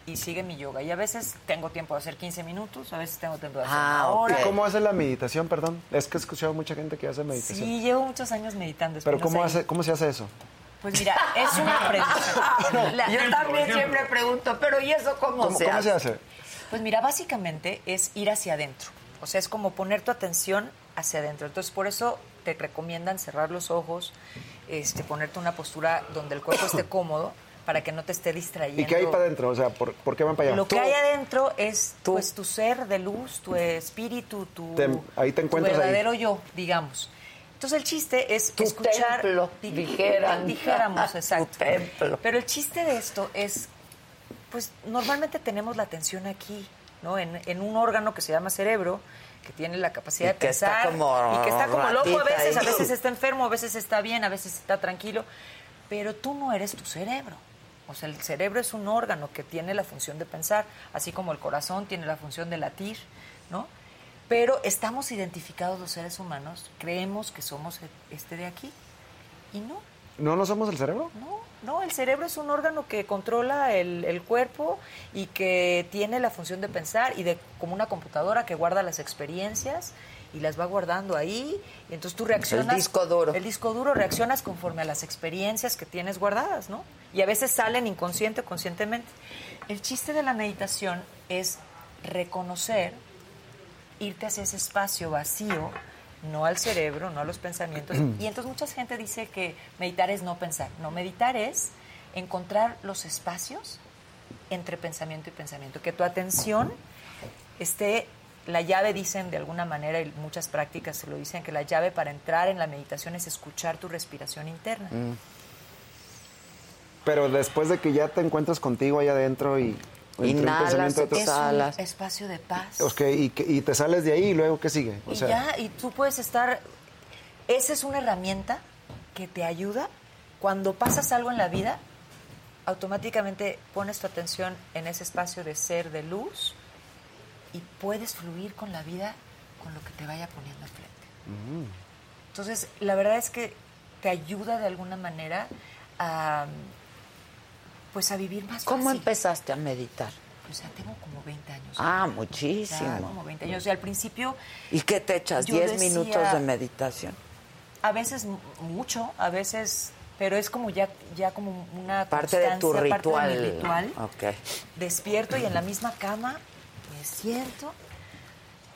y sigue mi yoga. Y a veces tengo tiempo de hacer 15 minutos, a veces tengo tiempo de hacer Ah, una ok. hora. ¿Y cómo haces la meditación, perdón? Es que he escuchado mucha gente que hace meditación. Sí, llevo muchos años meditando. Pero espinosa, ¿cómo, y- hace, ¿cómo se hace eso? Pues mira, es una pregunta. La- yo también siempre pregunto, pero ¿y eso cómo, ¿Cómo, se, cómo hace? se hace? Pues mira, básicamente es ir hacia adentro. O sea, es como poner tu atención hacia adentro. Entonces, por eso te recomiendan cerrar los ojos, este, ponerte una postura donde el cuerpo esté cómodo para que no te esté distrayendo. ¿Y qué hay para adentro? O sea, ¿por, por qué van para allá? Lo que hay adentro es Tú. pues tu ser de luz, tu espíritu, tu, Te- ahí te tu encuentras ahí. verdadero yo, digamos. Entonces el chiste es Tu escuchar templo, di- dijeran. dijéramos, Tu exacto. templo. Pero el chiste de esto es pues normalmente tenemos la atención aquí, ¿no? En, en un órgano que se llama cerebro, que tiene la capacidad Y de que está pensar como y que está como loco a ratita veces, a ahí. veces está enfermo, a veces está bien, a veces está tranquilo, pero tú no eres tu cerebro. O sea, el cerebro es un órgano que tiene la función de pensar, así como el corazón tiene la función de latir, ¿no? Pero estamos identificados los seres humanos, creemos que somos este de aquí y no. ¿No, no somos el cerebro? No, no, el cerebro es un órgano que controla el, el cuerpo y que tiene la función de pensar y de como una computadora que guarda las experiencias y las va guardando ahí. Y entonces tú reaccionas. El disco duro. El disco duro reaccionas conforme a las experiencias que tienes guardadas, ¿no? Y a veces salen inconsciente o conscientemente. El chiste de la meditación es reconocer irte hacia ese espacio vacío, no al cerebro, no a los pensamientos. Y entonces mucha gente dice que meditar es no pensar. No, meditar es encontrar los espacios entre pensamiento y pensamiento, que tu atención esté, la llave dicen de alguna manera, y muchas prácticas se lo dicen, que la llave para entrar en la meditación es escuchar tu respiración interna. Pero después de que ya te encuentras contigo allá adentro y... entre un Inhalas, pensamiento y otro- Es un Salas. espacio de paz. Ok, y, que- y te sales de ahí y luego ¿qué sigue? O y sea, ya, y tú puedes estar. Esa es una herramienta que te ayuda cuando pasas algo en la vida, automáticamente pones tu atención en ese espacio de ser, de luz, y puedes fluir con la vida con lo que te vaya poniendo enfrente. Mm. Entonces, la verdad es que te ayuda de alguna manera a. Pues a vivir más ¿Cómo fácil. empezaste a meditar? O sea, tengo como 20 años. Ah, Ya como muchísimo. 20 años. Y al principio ¿Y qué te echas? Yo ¿10 decía- minutos de meditación? A veces m- mucho, a veces, pero es como ya, ya como una Parte de tu constancia, ritual. Parte de mi ritual. Ok. Despierto y en la misma cama me siento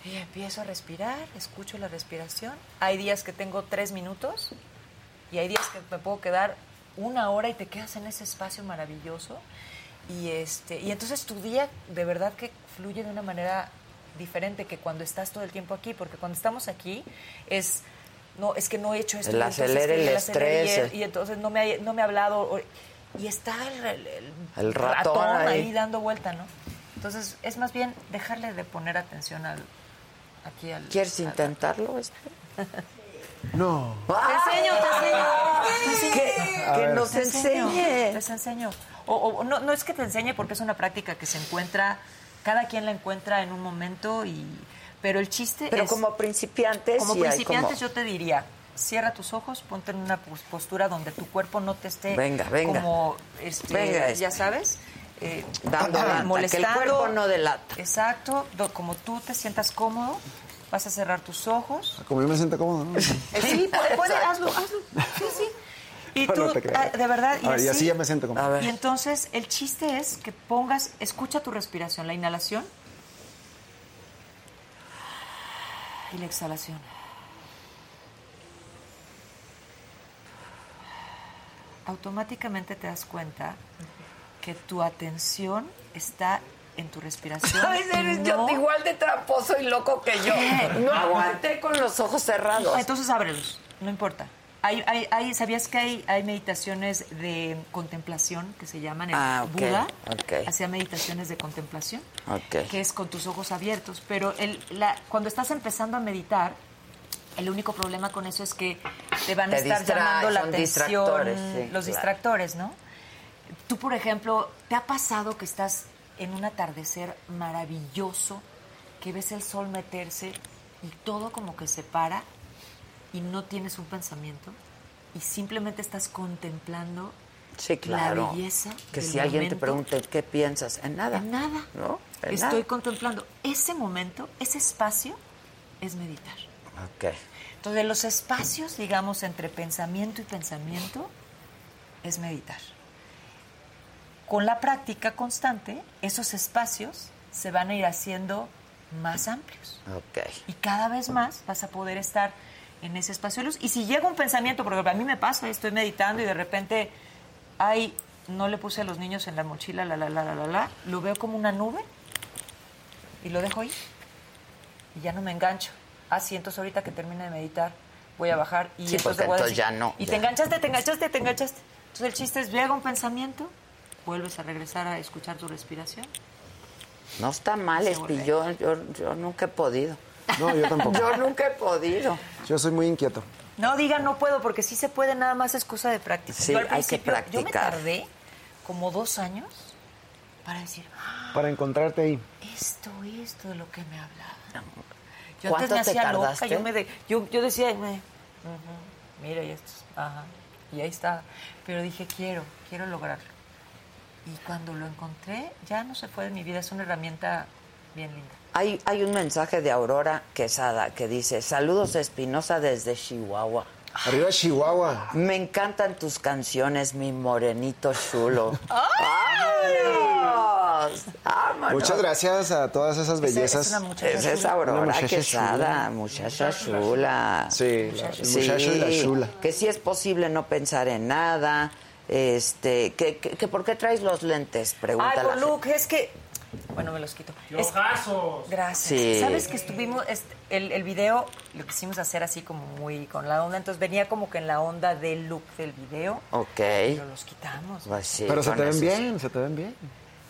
y empiezo a respirar, escucho la respiración. Hay días que tengo tres minutos y hay días que me puedo quedar una hora y te quedas en ese espacio maravilloso. Y, este, y entonces tu día de verdad que fluye de una manera diferente que cuando estás todo el tiempo aquí, porque cuando estamos aquí es, no, es que no he hecho esto. El y entonces acelere, que el acelere, y estrés, el- Y, entonces no me, ha, no me ha hablado. o- y está el, el- el El ratón ahí. ahí dando vuelta, ¿no? Entonces es más bien dejarle de poner atención al, aquí al... ¿Quieres al- intentarlo? Este? No. Te enseño, te enseño. Que, que nos Te enseño, enseñe. Les enseño. O, o- no, no es que te enseñe porque es una práctica que se encuentra, cada quien la encuentra en un momento y... Pero el chiste Pero es... como principiantes. como sí hay principiantes como- yo te diría, cierra tus ojos, ponte en una pos- postura donde tu cuerpo no te esté... Venga, venga. Como, este, Venga, este. ya sabes, eh, Dando lata, que el cuerpo no delata. Exacto, do- como tú te sientas cómodo, vas a cerrar tus ojos. Eh, Como yo me siento cómodo, ¿no? Sí, puede, puede, hazlo, hazlo. Sí, sí. Y No, tú, no te creo. ah, de verdad, y A ver, así, y así ya me siento cómodo. A ver. Y entonces el chiste es que pongas, escucha tu respiración, la inhalación. Y la exhalación. Automáticamente te das cuenta que tu atención está en tu respiración. ¿Sabes? y Eres no- yo igual de tramposo y loco que yo. No aguanté con los ojos cerrados. Ah, Entonces ábrelos, no importa. Hay, hay, hay- ¿Sabías que hay, hay meditaciones de contemplación que se llaman? El Ah, ok, Buda ok. hacía meditaciones de contemplación, Ok. que es con tus ojos abiertos. Pero el, la- cuando estás empezando a meditar, el único problema con eso es que te van a Te estar distrae, llamando la son atención distractores, sí, claro. los distractores, ¿no? Tú, por ejemplo, ¿te ha pasado que estás en un atardecer maravilloso, que ves el sol meterse y todo como que se para y no tienes un pensamiento y simplemente estás contemplando Sí, claro. la belleza? Que del si alguien te momento? pregunte qué piensas, en nada. En nada. ¿No? En Estoy nada. contemplando ese momento, ese espacio es meditar. Ok. Entonces, los espacios, digamos, entre pensamiento y pensamiento es meditar. Con la práctica constante, esos espacios se van a ir haciendo más amplios. Ok. Y cada vez más vas a poder estar en ese espacio de luz. Y si llega un pensamiento, porque a mí me pasa, estoy meditando y de repente, ay, no le puse a los niños en la mochila, la, la, la, la, la, la, lo veo como una nube y lo dejo ahí. Y ya no me engancho. Ah, sí, entonces ahorita que termine de meditar, voy a bajar y Sí, porque entonces, voy a entonces decir- ya no, Y ya. te enganchaste, te enganchaste, te enganchaste. Entonces el chiste es, llega un pensamiento, vuelves a regresar a escuchar tu respiración. No está mal, Se Espillón. Yo, yo nunca he podido. No, yo tampoco. Yo nunca he podido. Yo soy muy inquieto. No digan no puedo, porque sí se puede, nada más es cosa de práctica. Sí, yo al hay que principio, Yo me practicar. tardé como dos años para decir, "Ah, Para encontrarte ahí. esto, esto de lo que me hablaban. Yo antes ¿Cuánto me te hacía loca, tardaste? yo, me de- yo, yo decía, me- ujú, mira, y esto, ajá, y ahí está. Pero dije, quiero, quiero lograrlo. Y cuando lo encontré, ya no se fue de mi vida, es una herramienta bien linda. Hay, hay un mensaje de Aurora Quesada que dice, saludos Espinosa desde Chihuahua. Arriba Chihuahua. Me encantan tus canciones, mi morenito chulo. ¡Vámonos! ¡Vámonos! Muchas gracias a todas esas Esa- bellezas. Es una muchacha Esa Pues, es chula. Una Aurora muchacha Quesada, muchacha chula. Sí, la- el muchacho y la Sí, chula. Que sí es posible no pensar en nada. Este, que, que- que ¿Por qué traes los lentes? Pregunta Ay, la por gente. Luke, es que... Bueno, me los quito. Es- ¡Lojazos! Gracias. Sí. Sabes que estuvimos, est- el, el video lo quisimos hacer así como muy con la onda, entonces venía como que en la onda del look del video, pero Ok. los quitamos. Pues sí, Pero se con te ven esos- bien, se te ven bien.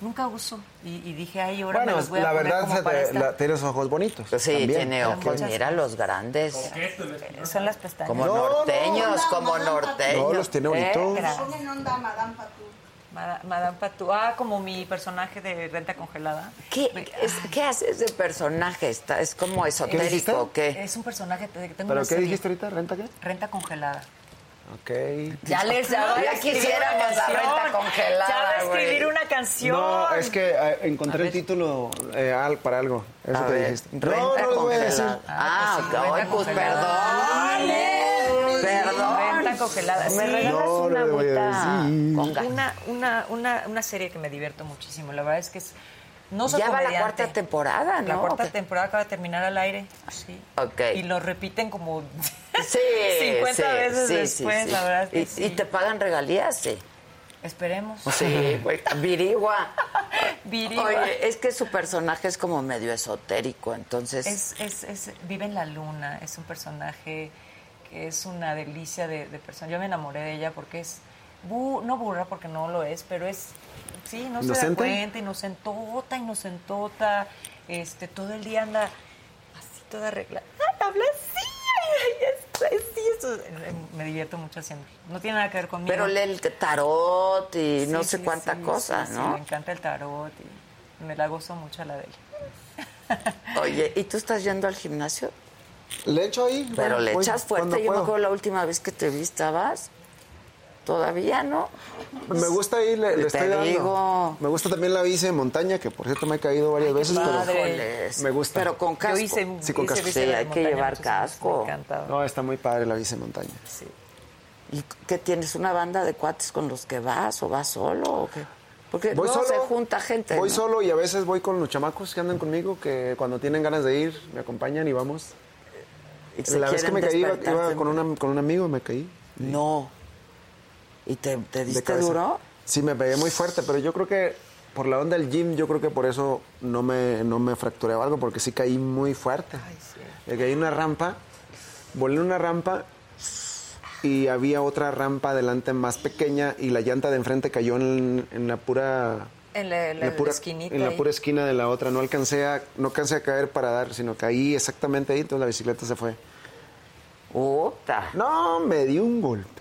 Nunca uso. Y, y dije, ay, ahora me Bueno, los voy a la poner verdad, como se para te, esta. la- tienes ojos bonitos. Sí, también. tiene ojos. Muchas- Mira los grandes. Coqueto, el espinoso. Son las pestañas. Como No, no, norteños, no, como no, norteños. no, los tiene ¿Eh? bonitos. Gracias. Ponen onda Madame Patú. Mada- Madame Patou. Ah, como mi personaje de Renta Congelada. ¿Qué, es- ¿Qué hace ese personaje? Está, ¿Es como dijiste? esotérico o qué? Es un personaje que tengo ¿Pero una qué serie. dijiste ahorita? ¿Renta qué? Renta Congelada. Ok. Ya les ya voy a Ya escribir quisiera una que la canción. Renta Congelada, Ya va a güey. escribir una canción. No, es que eh, encontré el ver. título eh, al- para algo. Eso A que ver, dijiste. renta no, no lo voy a decir. congelada. Ah, pues sí, ok, renta pues congelada. perdón. Perdón. Renta Congelada. Me Sí. regalas No, una no le voy a agüita decir. con gas. Una, una, una, una serie que me divierto muchísimo. La verdad es que es. No soy Ya va la comediante. cuarta temporada, ¿no? La cuarta ¿O qué? temporada acaba de terminar al aire. Sí. Ok. Y lo repiten como Sí, 50 sí, veces sí, después, sí, sí. la verdad. es que ¿Y, sí. y te pagan regalías? Sí. Esperemos. Sí, güey. Virigua. Virigua. Oye, es que su personaje es como medio esotérico, entonces. Es, es, es- vive en la luna, es un personaje que es una delicia de, de persona. Yo me enamoré de ella porque es, bu- no burra porque no lo es, pero es, sí, no se da ¿Inocente? cuenta, inocentota, inocentota, este, todo el día anda así toda arreglada, Ay, habla así, ay, ay, es- es- sí, eso, eh, me divierto mucho haciendo. No tiene nada que ver conmigo. Pero lee el tarot y no Sí, sé sí, cuánta sí, cosa, sí, sí, ¿no? me encanta el tarot y me la gozo mucho a la de él. Oye, ¿y tú estás yendo al gimnasio? Le echo ahí. Pero bueno, le voy echas cuando fuerte. Yo me puedo. acuerdo la última vez que te vi, estabas. Todavía, ¿no? Me gusta ir, le, le Te estoy dando. digo. Me gusta también la bici de montaña, que por cierto me he caído varias veces, padre. Híjoles. pero me gusta. Pero con casco. Yo hice, Sí, con hice casco. bici Sí, de hay que montaña llevar muchos años, casco. Me encantaba. No, está muy padre la bici de montaña. Sí. ¿Y qué tienes? ¿Una banda de cuates con los que vas o vas solo o qué? Porque Voy luego solo. se junta gente. Voy ¿no? solo y a veces voy con los chamacos que andan conmigo, que cuando tienen ganas de ir me acompañan y vamos. Y se la vez que quieren me caí iba, despertar iba de- con, una- con un amigo y me caí. No. ¿Y te, te de diste cabeza. duro? Sí, me pegué muy fuerte, pero yo creo que por la onda del gym, yo creo que por eso no me, no me fracturé o algo, porque sí caí muy fuerte. Me caí en una rampa, volé en una rampa y había otra rampa adelante más pequeña y la llanta de enfrente cayó en, en la pura... En la, la- en la pura- esquinita. en la ahí. pura esquina de la otra. No alcancé a, no alcancé a caer para dar, sino caí exactamente ahí, entonces la bicicleta se fue. Puta. No, me di un golpe.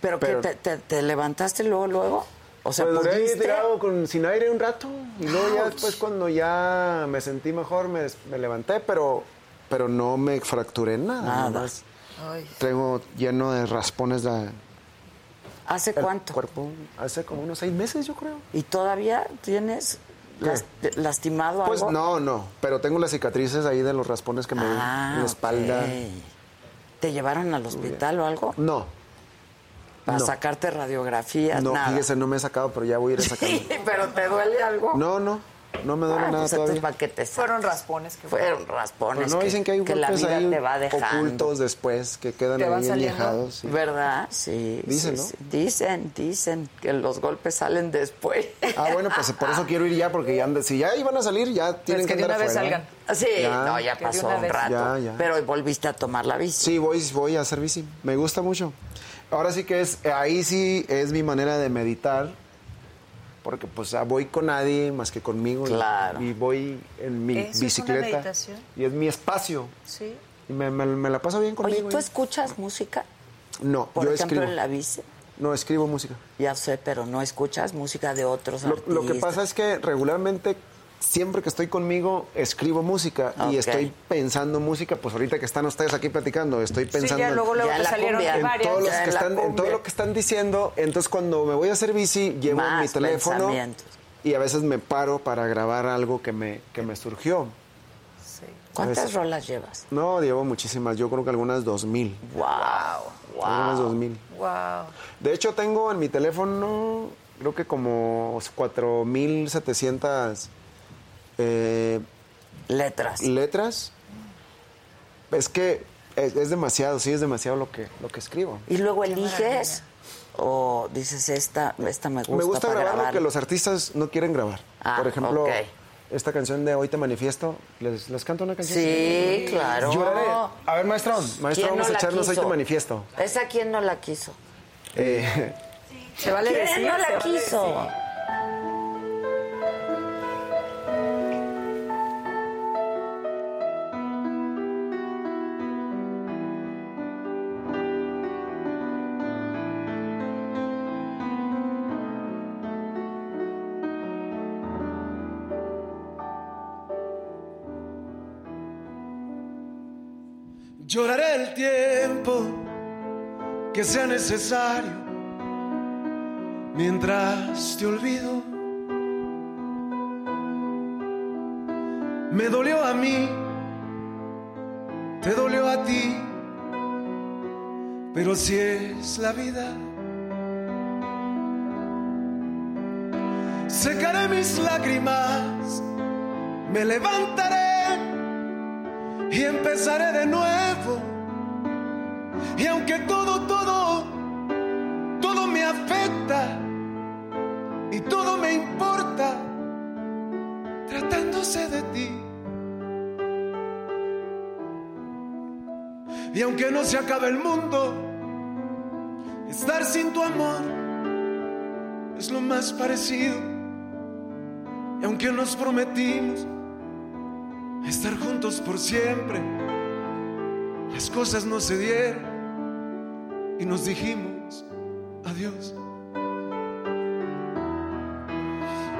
¿Pero, Pero- que te, te- te levantaste luego, luego? O sea, pues duré ahí ¿pudiste? tirado con, sin aire un rato y luego ya Ouch. después cuando ya me sentí mejor me, des- me levanté, pero, pero no me fracturé nada. Nada. nomás Ay. Traigo lleno de raspones de ¿Hace cuánto? cuerpo hace como unos seis meses yo creo. ¿Y todavía tienes las- lastimado Pues algo? no, no, pero tengo las cicatrices ahí de los raspones que me di Ah, en la espalda. ok. ¿Te llevaron al hospital o algo? No, ¿Para no. sacarte radiografías? no, nada. fíjese, no me he sacado, pero ya voy a ir a sacarme. Sí, pero ¿te duele algo? No, no, no me duele Ah, nada pues todavía. entonces, ¿para qué te Fueron sacas? raspones que Fueron raspones. Pero no dicen que hay la golpes vida ahí te va dejando. ocultos después que quedan Te van ahí saliendo. enlejados. sí. ¿Verdad? Sí. Dicen, sí, ¿no? sí. Dicen, dicen que los golpes salen después. Ah, bueno, pues por eso quiero ir ya, porque ya ande- si ya iban a salir, ya tienen que de andar una vez afuera. ¿eh? salgan. Sí, Ya. no, ya Que de pasó una un vez. rato. Ya, ya. Pero volviste a tomar la bici. Sí, voy, voy a hacer bici. Me gusta mucho. Ahora sí que es, ahí sí es mi manera de meditar, porque pues ah, voy con nadie más que conmigo. y- Claro. Y, voy en mi Eso es una bicicleta. meditación. Y es mi espacio. Sí. Y me, me- me la paso bien Oye, conmigo. ¿tú ¿eh? escuchas música? No, Por yo ejemplo, escribo. en la bici. No, escribo música. Ya sé, pero no escuchas música de otros Lo, artistas. lo que pasa es que regularmente siempre que estoy conmigo escribo música Ok. y estoy pensando música, pues ahorita que están ustedes aquí platicando, estoy pensando ya en- luego, luego Ya te la salieron cumbia. en, varias. todos los ya que en la están- en todo cumbia. lo que están diciendo, entonces cuando me voy a hacer bici llevo Más mi teléfono pensamientos. y a veces me paro para grabar algo que me, que me surgió. ¿Cuántas Pues- rolas llevas? No, llevo muchísimas, yo creo que algunas 2000. ¡Wow! Algunas ¡Wow! 2000. Wow. De hecho, tengo en mi teléfono, creo que como 4700 eh, Letras. letras. Es que es, es demasiado, sí, es demasiado lo que, lo que escribo. ¿Y luego eliges? ¿O dices, esta, esta me gusta Me gusta para grabar, grabar? lo que los artistas no quieren grabar. Ah, Por ejemplo, ok. esta canción de Hoy te manifiesto, ¿les, les canto una canción? Sí, claro. Lloraré. A ver, maestro, maestro, ¿Quién vamos no a la echarnos Hoy quiso? te manifiesto. ¿Esa quién no la quiso? Eh, Se vale ¿Quién decir, no la se vale quiso? decir. Lloraré el tiempo que sea necesario mientras te olvido. Me dolió a mí, te dolió a ti, pero si es la vida. Secaré mis lágrimas, me levantaré y empezaré de nuevo. Y aunque todo, todo, todo me afecta y todo me importa, tratándose de ti. Y aunque no se acabe el mundo, estar sin tu amor es lo más parecido. Y aunque nos prometimos estar juntos por siempre. Las cosas no se dieron y nos dijimos adiós.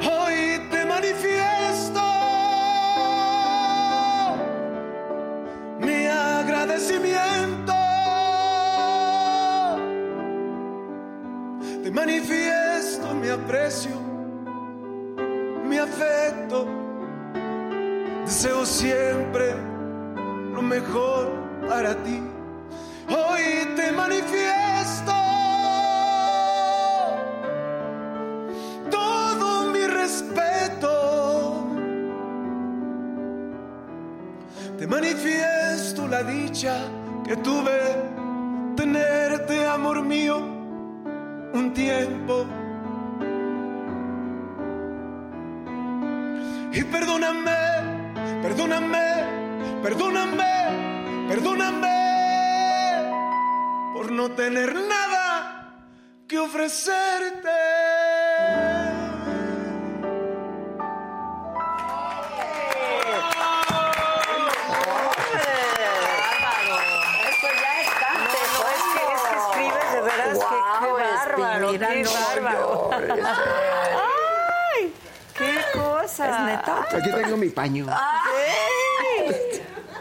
Hoy te manifiesto mi agradecimiento. Te manifiesto mi aprecio, mi afecto. Deseo siempre lo mejor para ti. Hoy te manifiesto todo mi respeto. Te manifiesto la la dicha que tuve tenerte, amor mío, un tiempo. Y perdóname, perdóname, perdóname, perdóname por no tener nada que ofrecerte. Esto ya está. Guau, Espinita, no, llores. ¡Qué cosa! Es neta. Aquí tengo mi paño.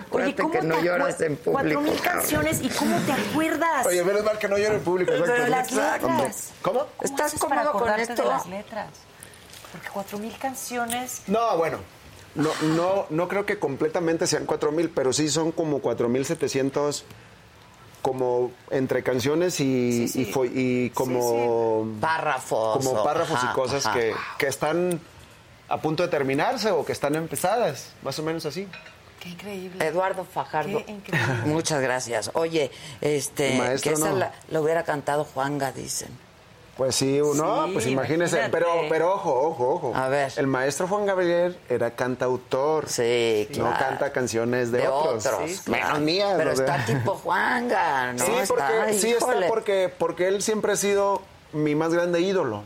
Acuérdate que no lloras en público, Cuatro mil cabrón. canciones y cómo te acuerdas. Oye, menos mal que no llora el público. Pero exacto. las Exacto. letras. ¿Cómo? ¿Estás haces para cómodo con acordarte esto? de las letras? Porque cuatro mil canciones. No, bueno. No, no, no creo que completamente sean 4.000, pero sí son como 4.700 como entre canciones y, Sí, sí. y fo- y como, Párrafos. como o- párrafos ajá, y cosas ajá. que, que están a punto de terminarse o que están empezadas, más o menos así. ¡Qué increíble! Eduardo Fajardo. Qué increíble. Muchas gracias. Oye, este, El maestro que esa no. la, la hubiera cantado Juanga, dicen. Pues sí, uno, Sí, pues imagínese. imagínate. Pero, pero ojo, ojo, ojo. A ver. El maestro Juan Gabriel era cantautor. Sí, claro. No canta canciones de, otros. claro. Menos mías. Pero o sea. está tipo Juanga, ¿no? sí, porque, Está, sí está híjole. porque, porque él siempre ha sido mi más grande ídolo.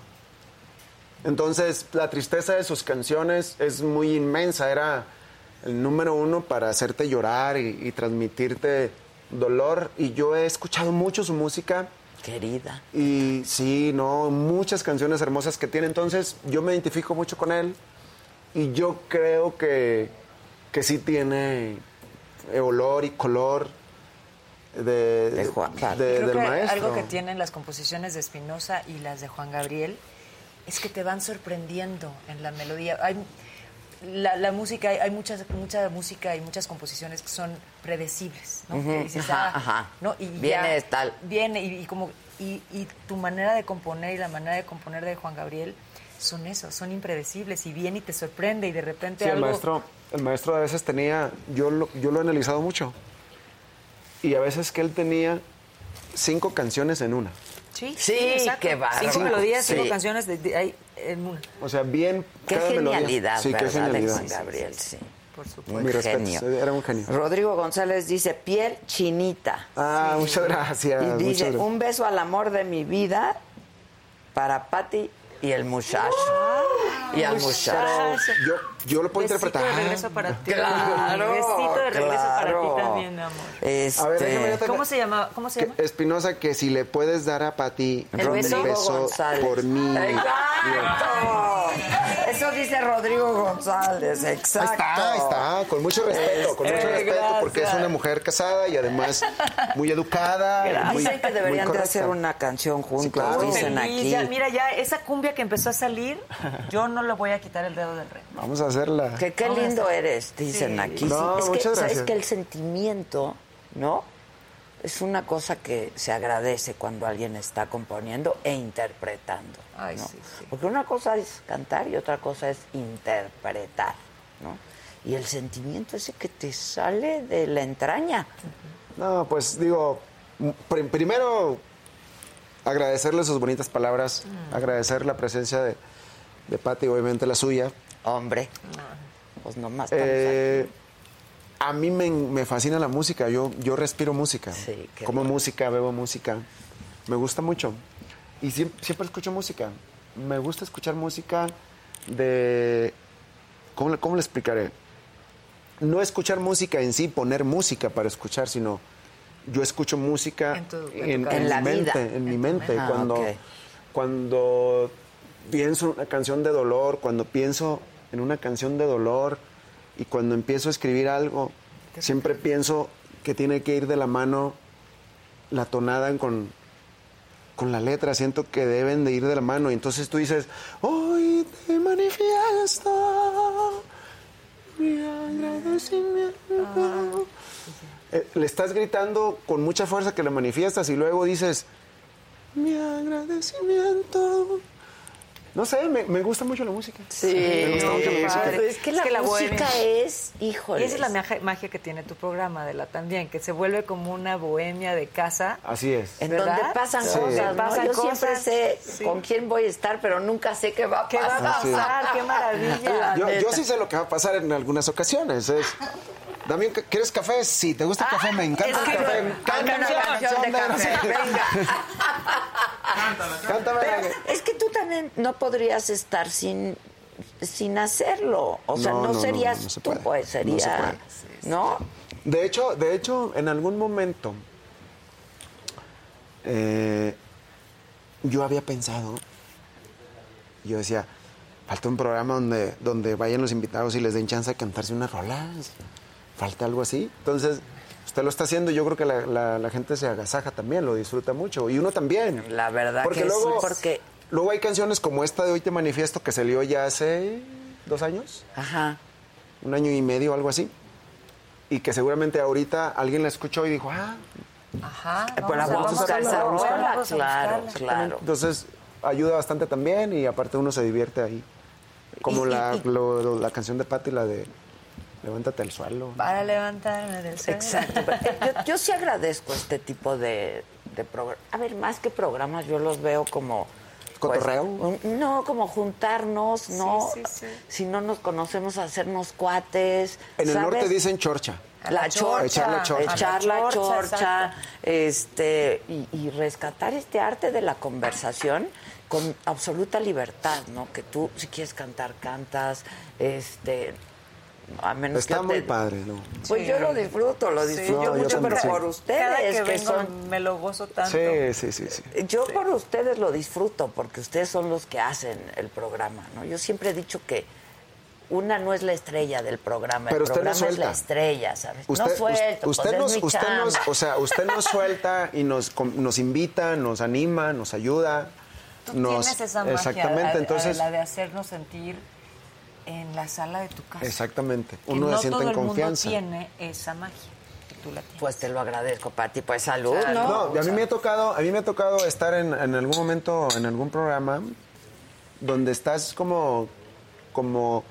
Entonces, la tristeza de sus canciones es muy inmensa. Era el número uno para hacerte llorar y, y transmitirte dolor. Y yo he escuchado mucho su música. Querida. Y sí, no, muchas canciones hermosas que tiene. Entonces, yo me identifico mucho con él y yo creo que, que sí tiene eh, olor y color de, De Juan Carlos. de- Creo del que maestro. algo que tienen las composiciones de Espinosa y las de Juan Gabriel es que te van sorprendiendo en la melodía. Hay, la, la música, hay, hay muchas, mucha música y muchas composiciones que son predecibles, ¿no? Ujú, Que dices, ajá, ah, ajá. ¿no? Y Viene tal. Viene y, y como y, y tu manera de componer y la manera de componer de Juan Gabriel son eso, son impredecibles y viene y te sorprende y de repente Sí, el algo maestro, el maestro a veces tenía, yo lo, yo lo he analizado mucho, y a veces que él tenía cinco canciones en una. Sí, Sí, exacto. qué bárbaro. Cinco melodías, Sí. cinco canciones de, de- hay en una. O sea, bien Qué cada melodía. genialidad, Sí, qué ¿verdad? de genialidad. Juan Gabriel, sí. Por supuesto. Un Mi respeto, genio. era un genio. Rodrigo González dice, piel chinita. Ah, muchas gracias. Y muchas dice, gracias. un beso al amor de mi vida para Patti y el muchacho. ¡Ah! y al muchacho. Yo, yo lo puedo interpretar. Besito de Pues regreso para ti. Claro. Besito de regreso claro. para ti también, mi amor. Este, A ver, déjame yo te- ¿Cómo se llama? ¿Cómo se Que- llama? Espinosa, que si le puedes dar a Pati ¿El beso? González. por mí. ¡Exacto! Eso dice Rodrigo González, exacto. Está, está, con mucho respeto, con mucho Este, respeto, porque es gracias. una mujer casada y además muy educada. muy- Dicen que deberían muy de correcta. hacer una canción juntos, claro. dicen Feliz, aquí. ya, mira, ya esa cumbia que empezó a salir, yo no le voy a quitar el dedo del rey. Vamos a hacerla. Que qué lindo eres, dicen Sí. aquí. No, es que, muchas ¿sabes gracias. que el sentimiento, ¿no? Es una cosa que se agradece cuando alguien está componiendo e interpretando. Ay, ¿no? sí, sí. Porque una cosa es cantar y otra cosa es interpretar, ¿no? Y el sentimiento ese que te sale de la entraña. No, pues digo, pr- primero agradecerle sus bonitas palabras, Mm. agradecer la presencia de, de Pati, obviamente la suya. Hombre, Ah. pues nomás estamos Eh, a mí me, me fascina la música, yo, yo respiro música. Sí, qué Como música, bebo música. Me gusta mucho. Y siem- siempre, escucho música. Me gusta escuchar música de... ¿Cómo, le- cómo le explicaré? No escuchar música en sí, poner música para escuchar, sino yo escucho música En tu- en tu en, cabeza. en En la mi vida. mente, en mi tu mente. mente. Ah, cuando, ok. cuando pienso en una canción de dolor, cuando pienso en una canción de dolor y cuando empiezo a escribir algo, siempre pienso que tiene que ir de la mano la tonada con, con la letra. Siento que deben de ir de la mano. Y entonces tú dices, hoy te manifiesto mi Ah, agradecimiento. Eh, le estás gritando con mucha fuerza que lo manifiestas y luego dices, mi agradecimiento. No sé, me, me gusta mucho la música. Sí, Me gusta mucho la qué música. padre. Es que la, Es que la música bohemia. es, Y híjole. esa es la magia, magia que tiene tu programa, Adela, también, que se vuelve como una bohemia de casa. Así es. En ¿verdad? donde pasan Sí. cosas, ¿no? Pasan Yo siempre cosas, sé sí. con quién voy a estar, pero nunca sé qué va a ¿Qué va pasar. a Ah, sí. pasar? ¡Qué maravilla! Yo, yo neta. sí sé lo que va a pasar en algunas ocasiones. Es, Damián, ¿qu- ¿quieres café? Sí, ¿te gusta el café? Me encanta el escribe. café. Me encanta Cántame una canción de no sé café, qué. venga. Cántame la Pero es que tú también no podrías estar sin sin hacerlo, o sea, No, no, no, no, serías no, no se tú, puede. pues sería, No se puede. ¿no? De hecho, de hecho, en algún momento eh, yo había pensado, yo decía, falta un programa donde, donde vayan los invitados y les den chance de cantarse unas rolas, falta algo así. Entonces, usted lo está haciendo, yo creo que la, la- la gente se agasaja también, lo disfruta mucho, y uno también. La verdad porque que luego, sí, porque- Luego hay canciones como esta de Hoy Te Manifiesto que salió ya hace dos años Ajá. un año y medio, algo así. Y que seguramente ahorita alguien la escuchó y dijo, ah, Ajá. Pues la vamos a- voy a vamos a buscar esa buscarla, rola, vamos a claro, buscarla. claro. entonces ayuda bastante también y aparte uno se divierte ahí. Como Y- y- la, y- lo- lo- la canción de Patti, la de Levántate al suelo. Para levantarme del suelo. Exacto. eh, Yo, yo sí agradezco este tipo de, de programas. A ver, más que programas, yo los veo como... pues, ¿Cotorreo? un- no, como juntarnos, ¿no? sí, sí. Si no nos conocemos, hacernos cuates. En el ¿sabes? norte dicen chorcha. La, chorcha, Echar la chorcha. echar la A la chorcha, chorcha, este, y, y rescatar este arte de la conversación con absoluta libertad, ¿no? Que tú, si quieres cantar, cantas, este, a menos Está que muy te- padre, ¿no? Pues yo lo disfruto, lo disfruto No, yo mucho, también, pero sí. por Cada que, ustedes que, vengo son... me lo gozo tanto. Sí, sí, sí, sí. Yo por ustedes lo disfruto, porque ustedes son los que hacen el programa, ¿no? Yo siempre he dicho que una no es la estrella del programa, Pero el usted no programa es la suelta. estrella, ¿sabes? no Usted- suelto, usted pues nos, es mi usted nos- chamba. o sea, usted nos suelta y nos, com- nos invita, nos anima, nos ayuda. Tú nos, tienes esa magia, exactamente, Ad- entonces Adela, de hacernos sentir en la sala de tu casa. Exactamente. Que Uno no se siente todo en el mundo confianza. tiene esa magia que tú la tienes. Pues te lo agradezco, Pati. Pues salud, ¿no? No, y a mí me ha tocado, a mí me ha tocado estar en, en algún momento en algún programa donde estás como, como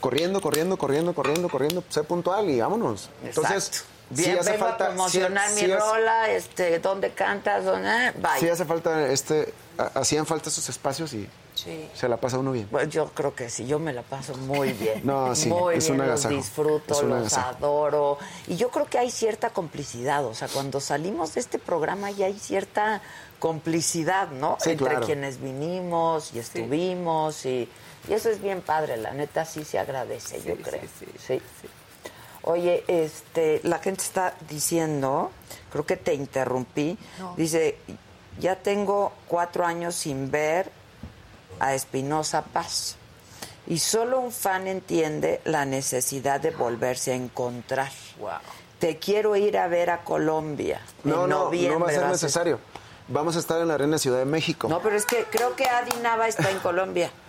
corriendo, corriendo, corriendo, corriendo, corriendo, sé puntual y vámonos. Entonces, Exacto. si Bien, hace vengo falta a promocionar sí- mi sí hace- rola, este, dónde cantas, dónde... Ah, Bye. sí hace falta este, ha- hacían falta esos espacios y Sí. se la pasa uno bien. Pues yo creo que sí, yo me la paso muy bien. No, sí, muy es bien, un los agasajo, disfruto, es un los agasajo. adoro. Y yo creo que hay cierta complicidad, o sea, cuando salimos de este programa ya hay cierta complicidad, ¿no? Sí, Entre claro. quienes vinimos y estuvimos y, y eso es bien padre, la neta sí se agradece, yo creo. sí. Oye, este, la gente está diciendo, creo que te interrumpí, dice, ya tengo cuatro años sin ver a Espinosa Paz y solo un fan entiende la necesidad de volverse a encontrar. Te quiero ir a ver a Colombia. No, en no, noviembre no va a ser vas necesario. Vamos a estar en la Arena Ciudad de México. No, pero es que creo que Adi Nava está en Colombia.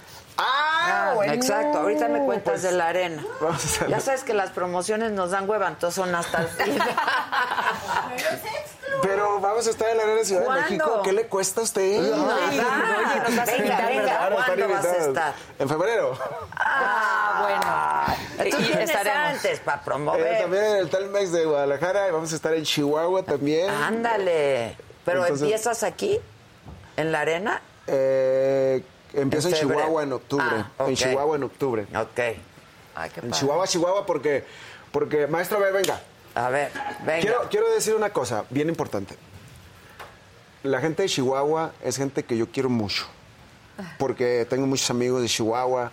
Ah, bueno. Exacto, ahorita me cuentas de la arena. Pues, vamos a hacerlo. Ya sabes que las promociones nos dan hueva, entonces son hasta el fin. Pero vamos a estar en la Arena Ciudad ¿Cuándo? de México. ¿Qué le cuesta a usted? Nada. nos vas a venga, invitar, venga, Claro, ¿cuándo están vas a invitados. estar? En febrero. Ah, bueno. Tú Y vienes estaremos. antes para Eh, promover. también en el Telmex de Guadalajara y vamos a estar en Chihuahua también. Ah, Ándale. Pero Entonces- empiezas aquí, en la arena. Eh, empiezo En en, febrero. Chihuahua en octubre. Ah, ok. En Chihuahua en octubre. Ok. Ay, qué En padre. Chihuahua, Chihuahua, porque, porque maestro, a ver, venga. A ver, venga. Quiero, quiero decir una cosa bien importante. La gente de Chihuahua es gente que yo quiero mucho. Porque tengo muchos amigos de Chihuahua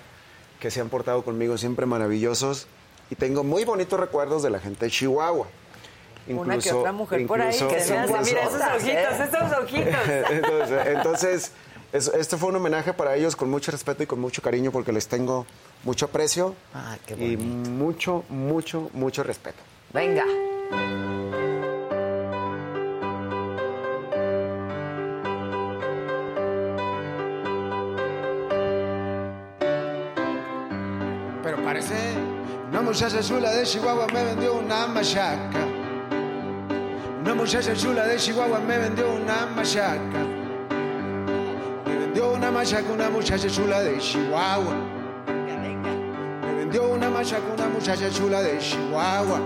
que se han portado conmigo siempre maravillosos. Y tengo muy bonitos recuerdos de la gente de Chihuahua. Una que otra mujer por ahí incluso- ¿eh? que se hace, incluso- mira esos incluso- ojitos, esos ojitos. entonces, entonces, es- esto fue un homenaje para ellos con mucho respeto y con mucho cariño porque les tengo mucho aprecio Ah, qué y bonito. mucho, mucho, mucho respeto. Venga. Pero parece una muchacha chula de Chihuahua me vendió una machaca. Una muchacha chula de Chihuahua me vendió una machaca. Me vendió una una machaca una muchacha chula de Chihuahua. Me vendió una machaca una muchacha chula de Chihuahua.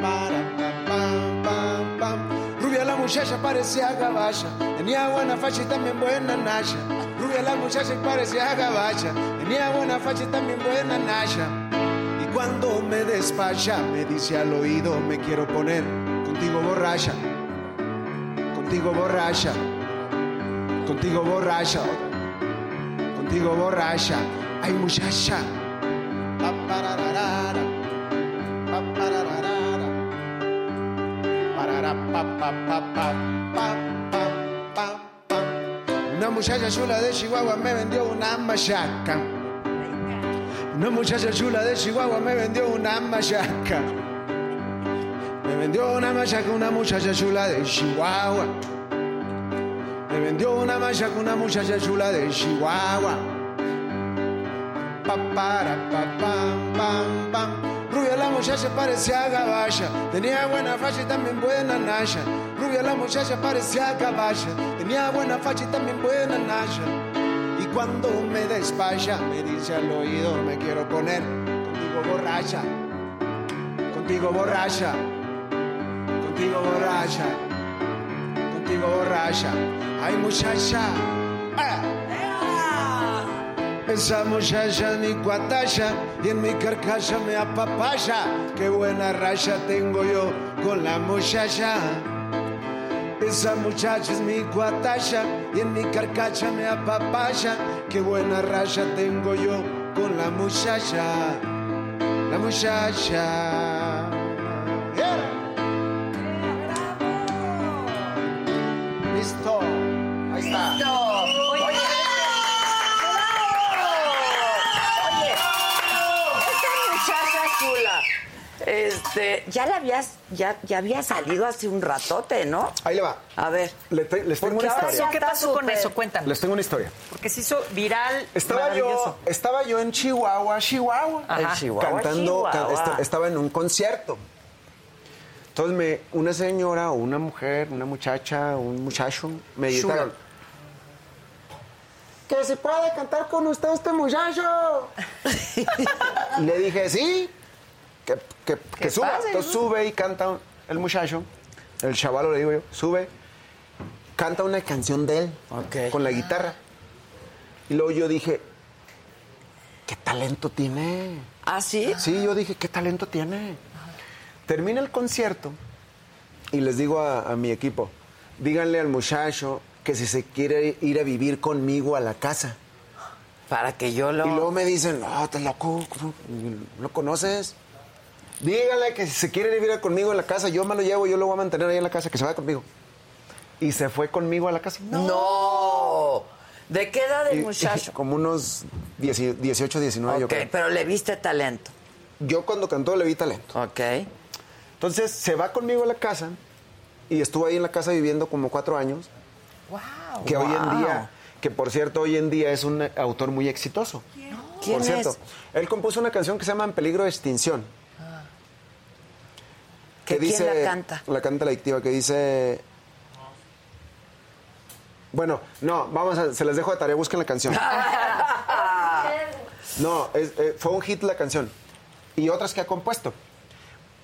Pa, para, pa, pam, pam, pam. Rubia la muchacha parecía gabacha, tenía buena facha y también buena nacha. Rubia la muchacha y parecía gabacha, tenía buena facha y también buena nacha. Y cuando me despacha, me dice al oído, me quiero poner contigo borracha, contigo borracha, contigo borracha, contigo borracha. Ay muchacha, Pa, parararara. Pa, parararara. Parará, pa, pa, pa, pa, pa, pa, pa, pa. Una muchacha chula de Chihuahua me vendió una machaca. Una muchacha chula de Chihuahua me vendió una machaca. Me vendió una machaca una muchacha chula de Chihuahua. Me vendió una machaca una muchacha chula de Chihuahua. Pa, para, pa, pam, pam, pam. Rubia la muchacha parecía gabacha, tenía buena facha y también buena nacha. Rubia la muchacha parecía gabacha, tenía buena facha y también buena nacha. Y cuando me despacha, me dice al oído, me quiero poner contigo borracha, contigo borracha, contigo borracha, contigo borracha. Ay muchacha, ah. Esa muchacha es mi cuatacha y en mi carcacha me apapaya. Qué buena racha tengo yo con la muchacha. Esa muchacha es mi cuatacha y en mi carcacha me apapaya. Qué buena racha tengo yo con la muchacha. La muchacha. Listo. Ahí está. Oye, oye, Oye, esta muchacha chula, este, ya la habías, ya, ya había salido hace un ratote, ¿no? Ahí le va. A ver, Le te- les tengo Porque una ahora historia. ya- ¿Qué pasó con Súper. eso? Cuéntame. Les tengo una historia. Porque se hizo viral. Estaba yo, maravilloso. estaba yo en Chihuahua, Chihuahua, Ajá. el Chihuahua, cantando, ca- Chihuahua. esta- estaba en un concierto. Entonces me, una señora o una mujer, una muchacha, un muchacho, me Chula. gritaron. Que si puede cantar con usted este muchacho. y le dije, sí, que, que, que Que suba. pase, Entonces ¿no? sube y canta el muchacho, el chaval le digo yo, sube, canta una canción de él Ok. con la guitarra. Y luego yo dije, ¿qué talento tiene? ¿Ah, sí? Sí, yo dije, ¿qué talento tiene? Termina el concierto y les digo a, a mi equipo, díganle al muchacho que si se quiere ir a vivir conmigo a la casa. Para que yo lo... Y luego me dicen, no, estás loco, ¿cómo no ¿lo conoces? Dígale que si se quiere vivir conmigo en la casa, yo me lo llevo, yo lo voy a mantener ahí en la casa, que se vaya conmigo. Y se fue conmigo a la casa. No. ¿De qué edad el Y- muchacho? Como unos 10 18, 19, yo ok, creo. pero le viste talento. Yo cuando cantó le vi talento. Ok. Entonces se va conmigo a la casa y estuvo ahí en la casa viviendo como cuatro años. ¡Wow! Que hoy en Wow. día, que por cierto, hoy en día es un autor muy exitoso. ¿Quién por cierto, es? él compuso una canción que se llama En peligro de extinción. ¿Que quién la canta? La canta la adictiva, que dice. Bueno, no, vamos a, se les dejo de tarea, busquen la canción. No, es- eh, fue un hit la canción. Y otras que ha compuesto.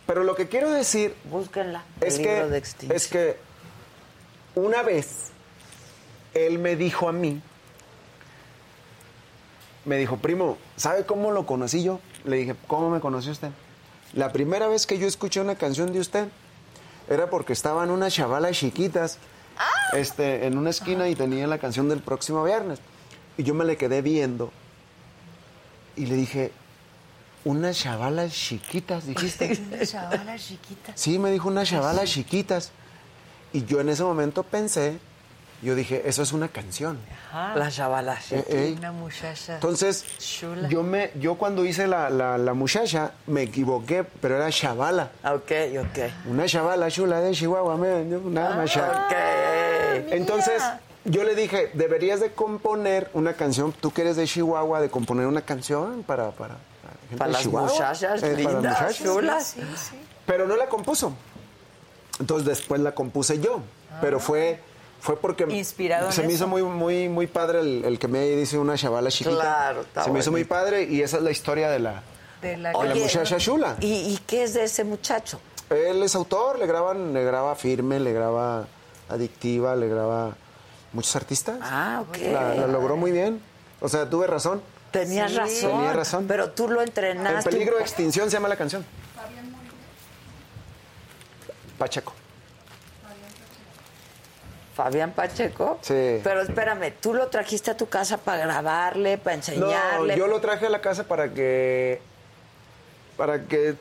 Pero lo que quiero decir Búsquenla. es El libro de que, extinción. es que una vez él me dijo a mí, me dijo, primo, ¿sabe cómo lo conocí yo? Le dije, ¿cómo me conoció usted? La primera vez que yo escuché una canción de usted era porque estaban unas chavalas chiquitas Ah. este, en una esquina y tenía la canción del próximo viernes. Y yo me le quedé viendo y le dije, ¿unas chavalas chiquitas dijiste? Chavala chiquita. Sí, me dijo unas chavalas chiquitas. Y yo en ese momento pensé, yo dije, eso es una canción. Las chavalas. Eh, eh. Una muchacha. Entonces, Chula. yo me, yo cuando hice la, la- la muchacha, me equivoqué, pero era chavala. Ok, ok. Una chavala chula de Chihuahua, me vendió una Ah, machaca. Ok. Entonces, yo le dije, deberías de componer una canción, tú que eres de Chihuahua, de componer una canción para, para, la gente Para de las Chihuahua, muchachas Ah, eh, para las lindas, muchachas. chulas. Pero no la compuso. Entonces después la compuse yo. Pero fue, fue porque Inspirado en se me eso. hizo muy muy muy padre el, el que me dice una chavala chiquita. Claro, está Se me hizo muy bonito. padre y esa es la historia de la De la de la Oye, muchacha chula. ¿Y, y qué es de ese muchacho? Él es autor, le graban, le graba firme, le graba adictiva, le graba muchos artistas. Ah, ok. La, la logró muy bien. O sea, tuve razón. Tenías Sí. razón. Tenía razón. Pero tú lo En entrenaste. peligro de extinción se llama la canción. Pacheco. Fabián Pacheco. Sí. Pero espérame, tú lo trajiste a tu casa para grabarle, para No, enseñarle. yo lo traje a la casa para que. para que.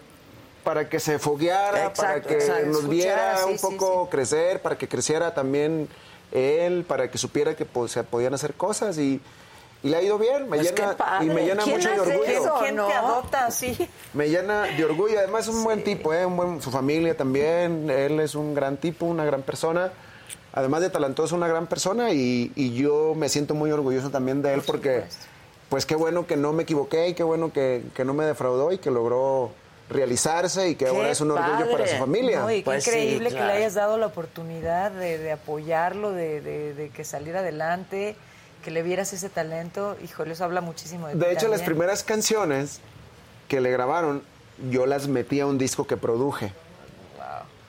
para que se fogueara, para Exacto, que exacto, nos escuchara, viera sí, un sí, poco crecer, para que creciera también él, para que supiera que pues, se podían hacer cosas y. y le ha ido bien, me Pues qué llena, y padre. me llena ¿Quién mucho de hace orgullo. eso? ¿Quién ¿no? te adopta así? Me llena de orgullo. Además, es un buen tipo, ¿eh? Un buen, su familia también. Él es un gran tipo, una gran persona. Además de talentoso, una gran persona. Y, y yo me siento muy orgulloso también de él porque, pues qué bueno que no me equivoqué y qué bueno que, que no me defraudó y que logró realizarse y que ¡Qué ahora es un orgullo padre! para su familia. No, y qué Pues sí, increíble que claro. le hayas dado la oportunidad de, de apoyarlo, de, de- de que saliera adelante, que le vieras ese talento. Híjole, eso habla muchísimo de ti De hecho, las también. primeras canciones que le grabaron, yo las metí a un disco que produje.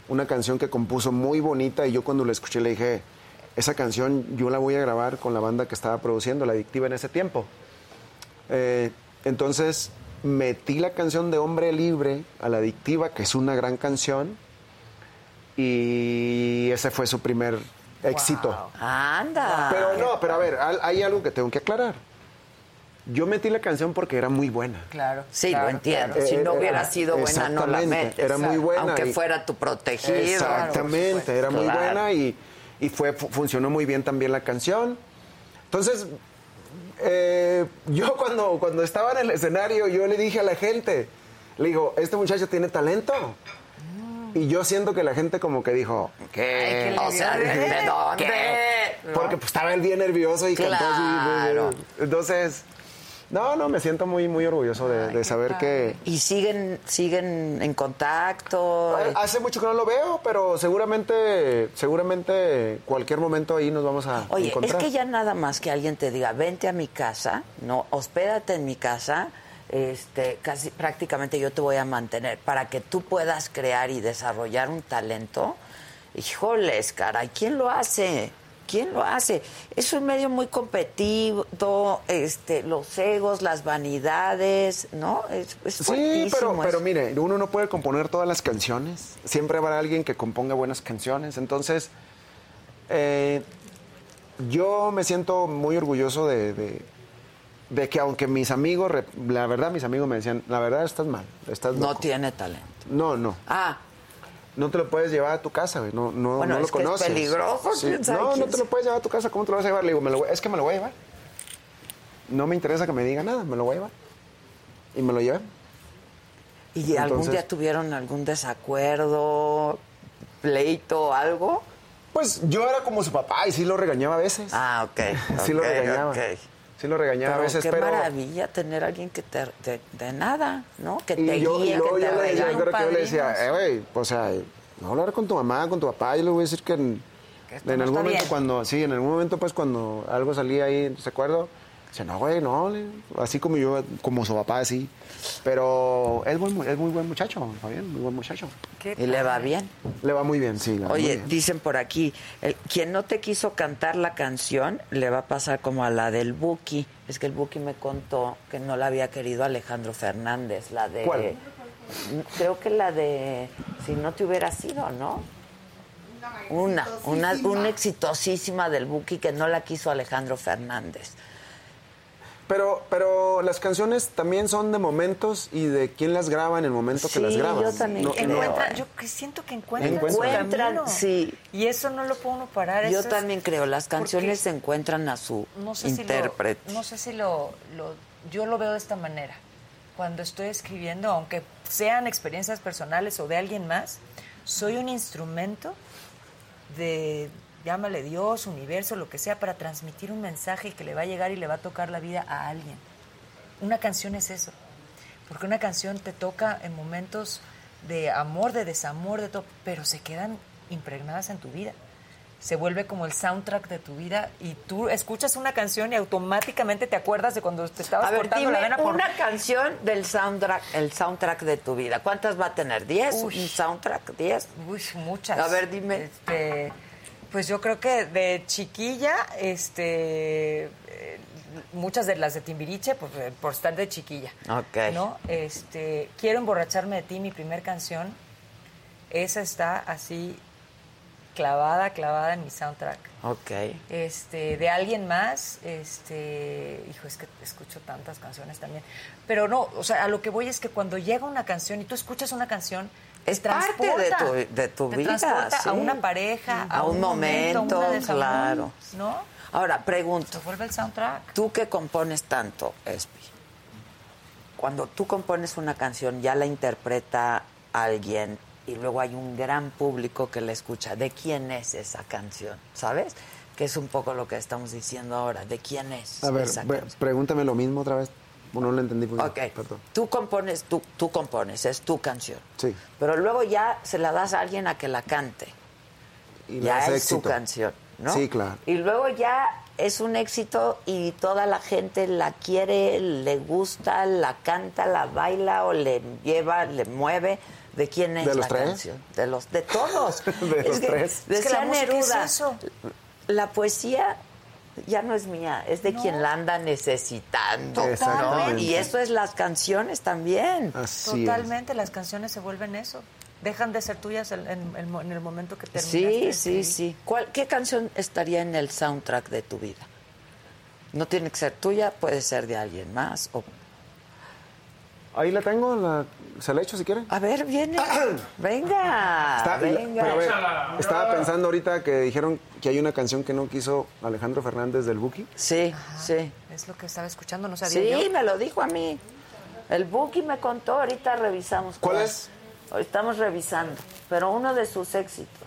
Una canción que compuso muy bonita y yo cuando la escuché le dije, esa canción yo la voy a grabar con la banda que estaba produciendo, La Adictiva en ese tiempo. Eh, entonces metí la canción de Hombre Libre a La Adictiva, que es una gran canción, y ese fue su primer éxito. Anda. Pero no, pero a ver, al- hay algo que tengo que aclarar. Yo metí la canción porque era muy buena. Claro. Sí, claro, lo entiendo. claro. Eh, Si no Era- hubiera sido buena, no la exactamente, metes. era muy buena Aunque y- fuera tu protegido. Exactamente, era muy Claro. buena y, y fue, fu- funcionó muy bien también la canción. Entonces, eh, yo cuando, cuando estaba en el escenario, yo le dije a la gente, le digo, este muchacho tiene talento. Ah. Y yo siento que la gente como que dijo, ¿Qué? Ay, que o le sea, dio- ¿de dónde? ¿Qué? Porque pues, estaba él bien nervioso y cantó Claro. así. Entonces, no, no, me siento muy, muy orgulloso de, de saber que... Y siguen, siguen en contacto. Hace mucho que no lo veo, pero seguramente, seguramente cualquier momento ahí nos vamos a Oye, es encontrar. que ya nada más que alguien te diga, vente a mi casa, no, hospédate en mi casa, este, casi prácticamente yo te voy a mantener para que tú puedas crear y desarrollar un talento. Híjoles, caray, ¿quién lo hace? ¿Quién lo hace? Es un medio muy competido, este, los egos, las vanidades, ¿no? Es, es Sí, fuertísimo pero, pero eso. mire, uno no puede componer todas las canciones. Siempre habrá alguien que componga buenas canciones. Entonces, eh, yo me siento muy orgulloso de, de- de que aunque mis amigos, re- la verdad, mis amigos me decían, la verdad estás mal, estás no loco". tiene talento. No, no. Ah, No te lo puedes llevar a tu casa, güey. No, no, Bueno, no lo es que es conoces. peligroso, quién sabe No, quién no te lo sabe. puedes llevar a tu casa. ¿Cómo te lo vas a llevar? Le digo, me lo voy- es que me lo voy a llevar. No me interesa que me diga nada, me lo voy a llevar. Y me lo llevé. ¿Y algún Entonces- día tuvieron algún desacuerdo, pleito o algo? Pues yo era como su papá y sí lo regañaba a veces. Ah, ok. sí lo ok, regañaba. ok. Sí lo regañaba Pero a veces, qué pero. maravilla tener a alguien que te, de, de nada, ¿no? Que te Y yo, y guíe, luego que yo, te le, decía, regañe. creo que yo le decía, eh, padrinos. güey, o sea, no hablar con tu mamá, con tu papá, yo le voy a decir que en, Que esto en no algún está momento bien. cuando, sí, en algún momento pues cuando algo salía ahí, ¿te acuerdo? Dice, no, güey, no, le- así como yo, como su papá, así. Pero es muy, es muy buen muchacho, Fabián, muy buen muchacho. Qué Y le va bien. Le va muy bien, sí. le va muy Oye, bien. dicen por aquí, el- quien no te quiso cantar la canción, le va a pasar como a la del Buki. Es que el Buki me contó que no la había querido Alejandro Fernández, la de... ¿Cuál? Creo que la de... Si no te hubiera sido, ¿no? Una, una, una exitosísima del Buki que no la quiso Alejandro Fernández. Pero, pero las canciones también son de momentos y de quién las graba en el momento Sí, que las graban. yo también creo. Encuentran, no. yo que siento que encuentran, Encuentran, su camino. sí. Y eso no lo puede uno parar. Yo eso es- también creo, las porque canciones se encuentran a su no sé intérprete. Si lo, no sé si lo, lo- Yo lo veo de esta manera. Cuando estoy escribiendo, aunque sean experiencias personales o de alguien más, soy un instrumento de, llámale Dios, universo, lo que sea, para transmitir un mensaje que le va a llegar y le va a tocar la vida a alguien. Una canción es eso. Porque una canción te toca en momentos de amor, de desamor, de todo, pero se quedan impregnadas en tu vida. se vuelve como el soundtrack de tu vida y tú escuchas una canción y automáticamente te acuerdas de cuando te estabas A ver, cortando dime la vena por una canción del soundtrack, el soundtrack de tu vida. ¿Cuántas va a tener? ¿Diez? ¿Un soundtrack? ¿Diez? Uy, muchas. A ver, dime. Este, pues yo creo que de chiquilla, este, eh, muchas de las de Timbiriche, por, eh, por estar de chiquilla. Ok. ¿No? Este, quiero emborracharme de ti, mi primer canción. Esa está así clavada, clavada en mi soundtrack. Ok. Este, de alguien más, este, hijo, es que escucho tantas canciones también. Pero no, o sea, a lo que voy es que cuando llega una canción y tú escuchas una canción, te Es parte de transporta, tu- de tu te vida, transporta sí. a una pareja, A un momento, una desamor, claro. ¿No? Ahora, pregunto, Se vuelve el soundtrack. tú que compones tanto, Espi, cuando tú compones una canción, ya la interpreta alguien y luego hay un gran público que la escucha. ¿De quién es esa canción? ¿Sabes? Que es un poco lo que estamos diciendo ahora. ¿De quién es A ver, esa ve- canción? pregúntame lo mismo otra vez. No lo entendí. muy bien, Ok, Perdón. tú compones, tú, tú compones, es tu canción. Sí. Pero luego ya se la das a alguien a que la cante. Y me ya hace es su éxito. canción, ¿no? Sí, claro. Y luego ya es un éxito y toda la gente la quiere, le gusta, la canta, la baila o le lleva, le mueve. ¿De quién es ¿De los la tres? canción? De los de todos. De es los que, tres. Decía Es que la música es Neruda, eso. la poesía ya no es mía, es de No. quien la anda necesitando. ¿no? Exactamente. Y eso es las canciones también. Así es. Totalmente, las canciones se vuelven eso. Dejan de ser tuyas en, en- en mo- en el momento que terminaste. de Sí, sí, escribir. sí. ¿Cuál, ¿Qué canción estaría en el soundtrack de tu vida? No tiene que ser tuya, puede ser de alguien más. O... Ahí la tengo, la- se la echo si quieren. A ver, viene. venga, Está- Ah, venga. pero a ver, Échala. estaba pensando ahorita que dijeron que hay una canción que no quiso Alejandro Fernández del Buki. Sí, sí. Es lo que estaba escuchando, no sabía Sí, yo. me lo dijo a mí. El Buki me contó, ahorita revisamos. ¿Cuál es? Estamos revisando, pero uno de sus éxitos.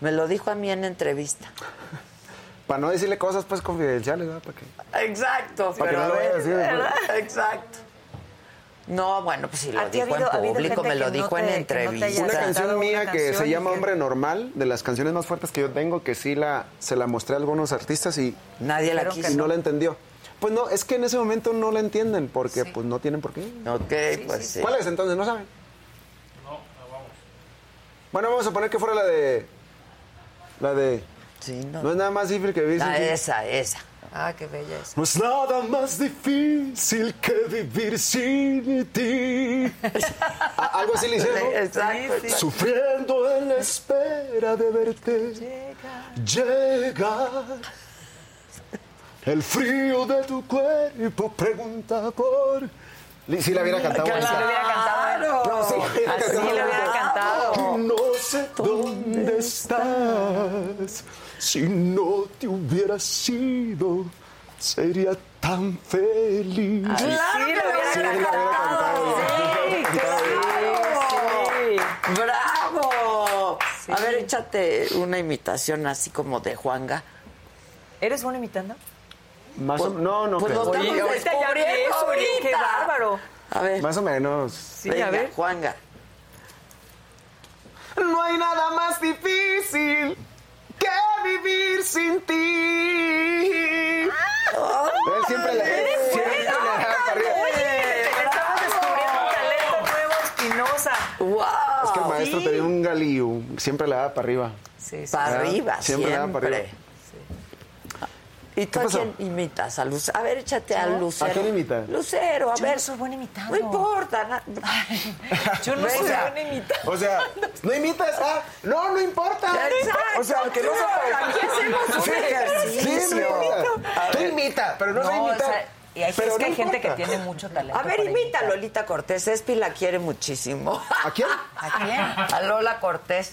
Me lo dijo a mí en entrevista. Para no decirle cosas pues confidenciales, ¿verdad? Para que- Exacto, Para que no lo vaya a decir después. ¿verdad? Exacto. No, bueno, pues si lo ¿A ti ha dijo en habido- ha habido público, gente me lo que no dijo en te- que no te haya entrevista. Una cantado canción una mía que canción se y llama que- Hombre Normal, de las canciones más fuertes que yo tengo, que sí la, se la mostré a algunos artistas y, Nadie la Pero que y quiso. no la entendió. Pues no, es que en ese momento no la entienden porque pues no tienen por qué. Ok, pues sí. ¿Cuál es entonces? ¿No saben? No, vamos. Bueno, vamos a poner que fuera la de... La de... Sí, no. No es nada más difícil que vivir sin Ah, ti. esa, esa. Ah, qué bella es. No es nada más difícil que vivir sin ti. A- Algo así le hicieron. ¿no? Exacto. exacto. Sufriendo en la espera de verte. Llega. El frío de tu cuerpo pregunta por. Li- Si la hubiera cantado. Claro, bonita. le hubiera cantado. No, sí, le hubiera Así cantado le hubiera bonita. cantado. No sé dónde estás. Si no te hubiera sido, sería tan feliz. Claro que lo hubiera cantado. Sí, claro. ¡Bravo! A ver, échate una imitación así como de Juanga. ¿Eres bueno imitando? Más o, no, no. Pues creo. lo estamos ahorita ya vi descubriendo eso, oye, ahorita. qué bárbaro. A ver, Más o menos. Sí, venga, a ver. Juanga. No hay nada más difícil que vivir sin ti. Él siempre le siempre le da para arriba. Estamos descubriendo un talento nuevo, Espinosa. ¡Wow! Es que el maestro Sí. te dio un galío, siempre le da para arriba. Sí, sí. Para ¿verdad? arriba, siempre. Siempre le daba para arriba. ¿Y tú a pasó? quién imitas? A, Luz- a ver, échate a Lucero. ¿A quién imitas? Lucero, a Yo ver. no soy buena imitando. No importa. na- Yo no soy Venga. buena imitando. O sea, no imitas, ah, no, no importa. Exacto. O sea, aunque no Claro, sepa. aquí hacemos un Sí, ejercicio. sí, no importa. Tú imita, pero no, sé o imitar. sea, y hay, pero es que no hay gente que importa. tiene mucho talento. A ver, para imita a imitar. Lolita Cortés. Espi la quiere muchísimo. ¿A quién? ¿A quién? A Lola Cortés.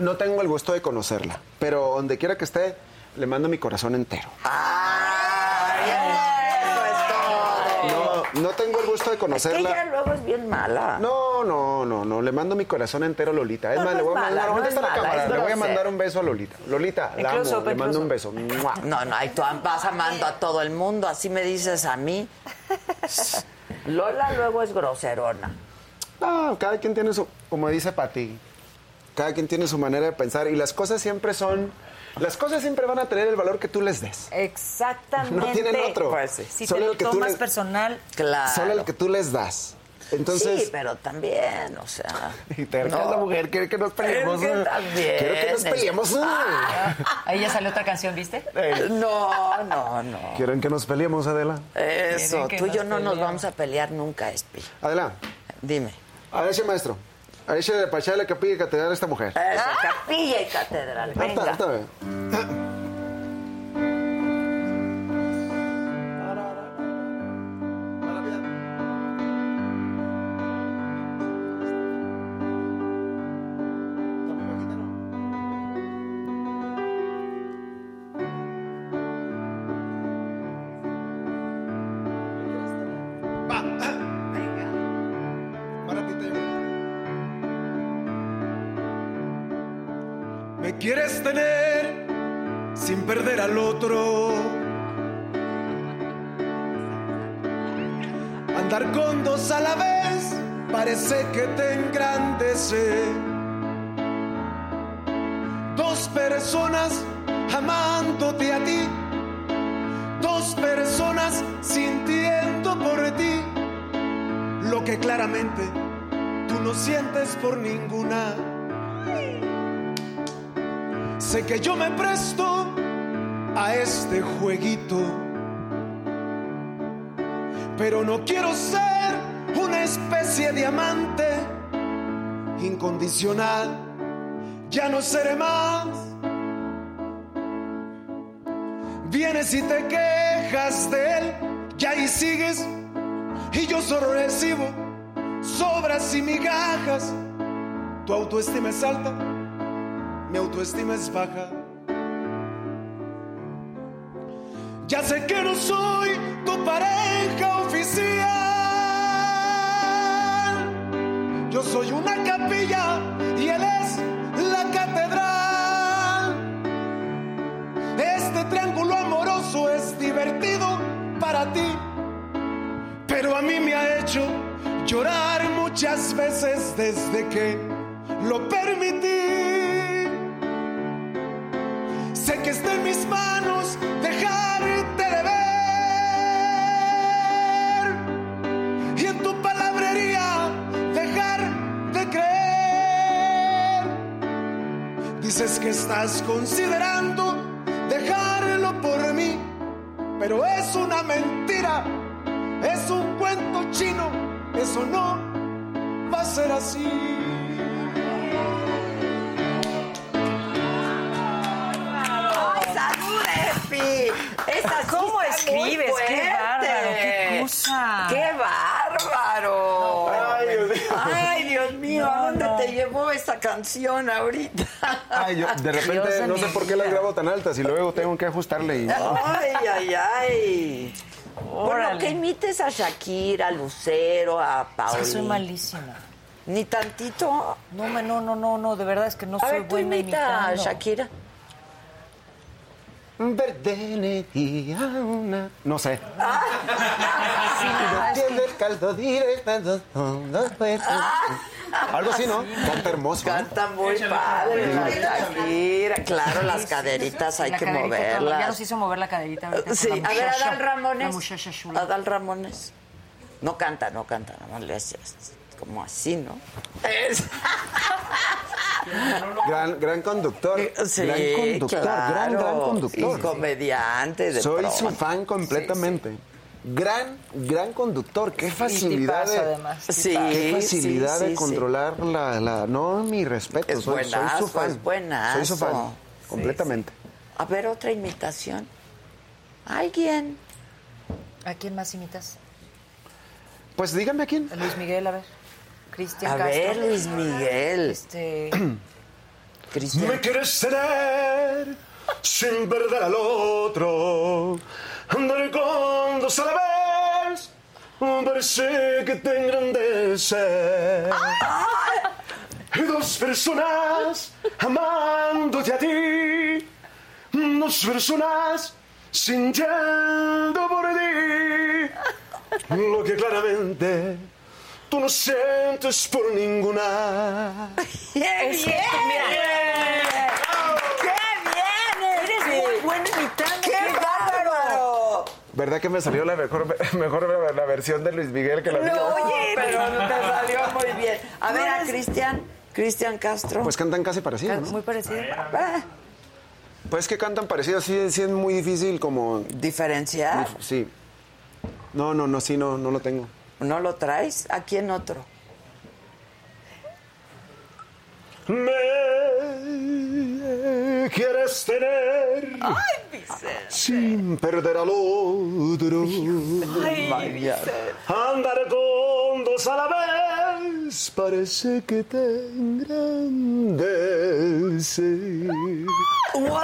No tengo el gusto de conocerla, pero donde quiera que esté, le mando mi corazón entero. ¡Ay, eso es todo! No, no tengo el gusto de Es que ella conocerla. luego es bien mala. No, no, no, no, le mando mi corazón entero a Lolita. Es No, más, no le voy a es mala, mandar, ahorita no está es la mala, es cámara, le voy a grosera. mandar un beso a Lolita. Lolita, la amo, Incluso, le mando un incluso. beso. ¡Mua! No, no, ahí tú vas amando a todo el mundo, así me dices a mí. Lola luego es groserona. No, cada quien tiene su, como dice Pati, cada quien tiene su manera de pensar y las cosas siempre son Las cosas siempre van a tener el valor que tú les des. Exactamente. No tienen otro. Pues sí. Si Solo te lo el que tú tomas le- personal, Claro. Solo el que tú les das. Entonces, sí, pero también, o sea. Y te no. la mujer, quiere que nos peleemos. Es que ¿no? también Quiero que nos es- Ah. peleemos. eh. ¿no? ahí ya sale otra canción, ¿viste? No, no, no. ¿Quieren que nos peleemos, Adela? Eso, Quieren que tú y yo nos no nos peleemos. vamos a pelear nunca, Espi. Adela, Dime. a ese maestro, a ese de Pachá de la Capilla y Catedral esta mujer. Eso, capilla y catedral. Ahorita, Eh, Venga. ahorita, ve. Me quieres tener sin perder al otro. Andar con dos a la vez parece que te engrandece. Dos personas amándote a ti. Dos personas sintiendo por ti lo que claramente tú no sientes por ninguna. Sé que yo me presto a este jueguito. Pero no quiero ser una especie de amante incondicional. Ya no seré más. Vienes y te quejas de él, ya y ahí sigues. Y yo solo recibo sobras y migajas. Tu autoestima es alta mi autoestima es baja. Ya sé que no soy tu pareja oficial. Yo soy una capilla y él es la catedral. Este triángulo amoroso es divertido para ti, pero a mí me ha hecho llorar muchas veces desde que lo permití. Sé que está en mis manos dejarte de ver y en tu palabrería dejar de creer. Dices que estás considerando dejarlo por mí, pero es una mentira, es un cuento chino, eso no va a ser así. ¡Ay, salud, Epi! Esa sí ¿Cómo está muy escribes? ¡Qué fuerte! bárbaro! ¡Qué cosa! ¡Qué bárbaro! Ay, Dios mío. Ay, Dios mío, ¿a No, dónde no. te llevó esa canción ahorita? Ay, yo de repente Dios de no mi sé por qué las grabo tan altas y luego tengo que ajustarle. Y... Ay, ay, ay. Bueno, Órale. que imites a Shakira, a Lucero, a Es que soy Paulina. malísima. Ni tantito. No, ma- no, no, no, no, de verdad es que no A soy ver, tú buena imita a imitando. Shakira. Pertenecía a una... No sé. Ah, es que- Tiende el caldo directo, no puede- Algo así, ¿no? Canta hermoso. ¿eh? ¿no? Canta muy padre la Shakira. Claro, las caderitas hay La que caderita, claro, Ya moverlas. nos hizo mover la caderita ahorita. Sí, con la a ver, muchacha, Adal Ramones. La muchacha chula. Adal Ramones. No canta, no canta, nada más le haces como así, ¿no? Es- Gran, gran conductor. Eh, Sí, gran conductor, gran, claro. gran Y conductor. comediante de Soy pronto. su fan completamente. Gran, gran conductor. Qué facilidad tipazo, de, además, Sí, qué facilidad sí, de sí, controlar la, la- No, mi respeto. Es soy, soy buenazo, su fan. es buenazo. Soy su fan. Sí, Completamente. sí. A ver, otra imitación. Alguien. ¿A quién más imitas? Pues díganme a quién. A Luis Miguel, a ver. Cristian A Castro. ver, Luis Miguel. Este, Cristian. quieres tener sin perder al otro. Andar con dos a la vez. Parece que te engrandece. Y dos personas amándote a ti. Dos personas sintiendo por ti. Lo que claramente tú no sientes por ninguna. ¡Qué bien! ¡Qué bien, ¿Verdad que me salió la mejor, mejor la versión de Luis Miguel que la mía? No, oye, pero no te salió muy bien. A ver, a Cristian, Cristian Castro. Pues cantan casi parecido, ¿no? Muy parecido. Ah, Pues que cantan parecido, sí, sí es muy difícil como... diferenciar. Sí. No, no, no, sí, no, no lo tengo. ¿No lo traes? ¿A quién otro? Me quieres tener sin perder al otro. Andar con dos a la vez parece que te engrandece. ¡Wow!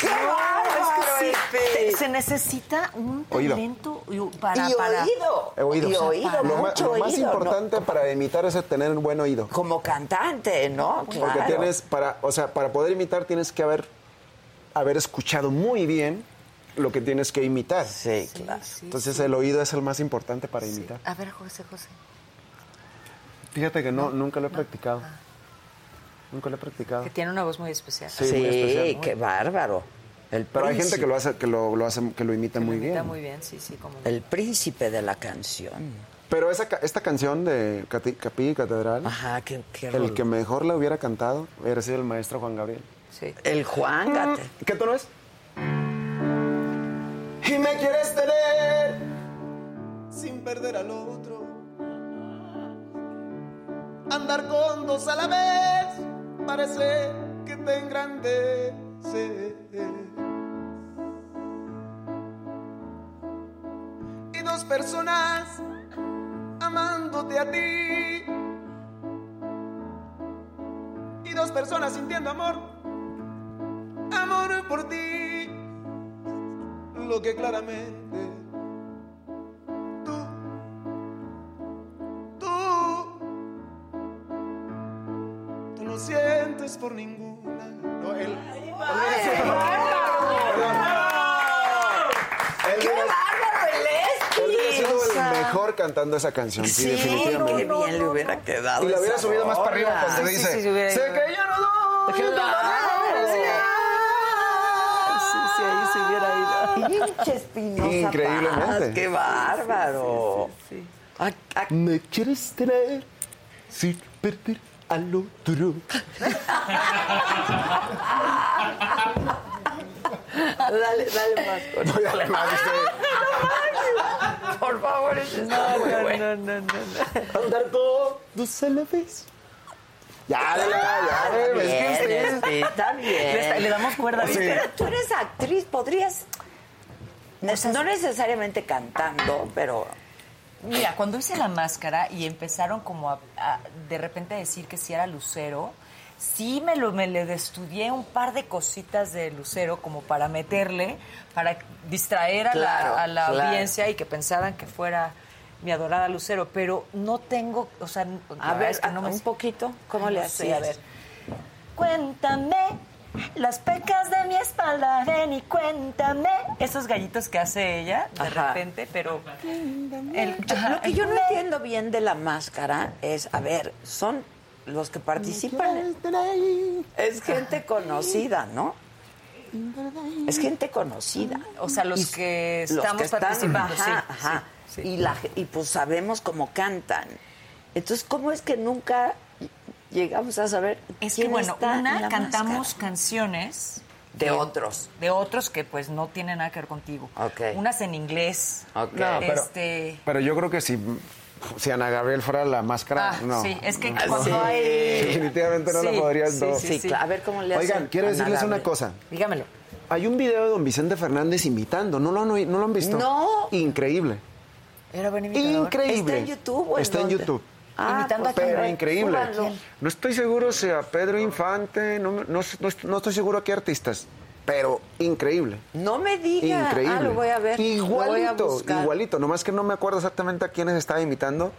¡Qué bárbaro, Pepe! Se necesita un Oído. talento este! y un- para, Y para- oído. He oído. Y oído, lo, ma- mucho lo más oído, ¿no? importante para imitar es tener buen oído. Como cantante, ¿no? Porque Claro. tienes para, o sea, para poder imitar tienes que haber haber escuchado muy bien lo que tienes que imitar. Sí, claro. Entonces el oído es el más importante para imitar. A ver, José, José. Fíjate que no, nunca lo he practicado. Nunca lo he practicado. Que tiene una voz muy especial. Sí, muy especial, ¿no? qué bárbaro. El Pero hay gente que príncipe. lo hace, que lo, lo hace, que lo imita muy Imita bien. muy bien, sí, sí, como El príncipe de la canción. Pero esa, ca- esta canción de Cati- Capilla y Catedral, Ajá, qué, qué el rolón. que mejor la hubiera cantado hubiera sido el maestro Juan Gabriel. sí. El Mm, Juan Gate. ¿Qué tono es? Y me quieres tener sin perder al otro. Andar con dos a la vez parece que te engrandece. Y dos personas amándote a ti. Y dos personas sintiendo amor, amor por ti. Lo que claramente tú, tú, tú no sientes por ninguna. No, él. Él ¡Qué hubiera- bárbaro él el hubiera Esti! sido O sea, el mejor cantando esa canción. Sí, Sí, definitivamente. qué bien le hubiera quedado. Y la hubiera esa subido más para arriba pues, rola. cuando Sí, sí, dice, sí, hubiera sé ido". que yo no doy, yo te Claro. lo doy". Sí, sí, ahí se hubiera ido. Pinche Espinosa Increíblemente. Paz, ¡Qué bárbaro! Ah, Ay, ay, Me quieres tener sin perder al otro. dale, dale más. No, dale más, dice, Por favor, ese está muy bueno. Andar con dos a la vez. Ya, dale, ya, ah, Está dale, es que bien, ustedes- Esti, Este, está bien. Le, le damos cuerda. Sí. ¿viste? Pero tú eres actriz, podrías. no necesariamente cantando, pero. Mira, cuando hice la máscara y empezaron como a, a de repente a decir que si era Lucero, sí me lo me le estudié un par de cositas de Lucero como para meterle, para distraer a Claro, la, a la claro. audiencia y que pensaran que fuera mi adorada Lucero, pero no tengo, o sea, A la ver, verdad es que no me un poquito, ¿cómo le No sé, hacías? a ver. Cuéntame las pecas de mi espalda, ven y cuéntame. Esos gallitos que hace ella de Ajá. repente, pero. el- Yo- ajá, lo que el- yo no entiendo bien de la máscara es, a ver, son los que participan. Es gente conocida, ¿no? Es gente conocida. O sea, los que Los estamos que están- participando, sí, ajá, sí, ajá. sí. Y, la, ge- y pues sabemos cómo cantan. Entonces, ¿cómo es que nunca llegamos a saber Es que quién bueno, está en una la cantamos máscara? canciones de otros? de otros que pues no tienen nada que ver contigo. Ok. Unas en inglés. Ok. No, pero, Este- pero yo creo que si, si Ana Gabriel fuera la máscara, Ah, no. sí, es que No, cuando no, hay- Definitivamente no Sí, la podrías. sí, no. Sí, claro. A ver cómo le Oigan, hacen quiero a decirles Ana una Gabriel. cosa. Dígamelo. Hay un video de don Vicente Fernández imitando, ¿no lo han, oí- no lo han visto? No. Increíble. Era buen imitador. Increíble. ¿Está en YouTube o en Está dónde? en YouTube. Ah, Imitando pues, a quién, Pero güey? increíble. Súbanlo. No estoy seguro si a Pedro Infante, no, me- no- no- no estoy seguro a qué artistas, pero increíble. No me diga. Increíble. Ah, lo voy a ver. Lo voy a Igualito, buscar. igualito. Nomás que no me acuerdo exactamente a quiénes estaba imitando,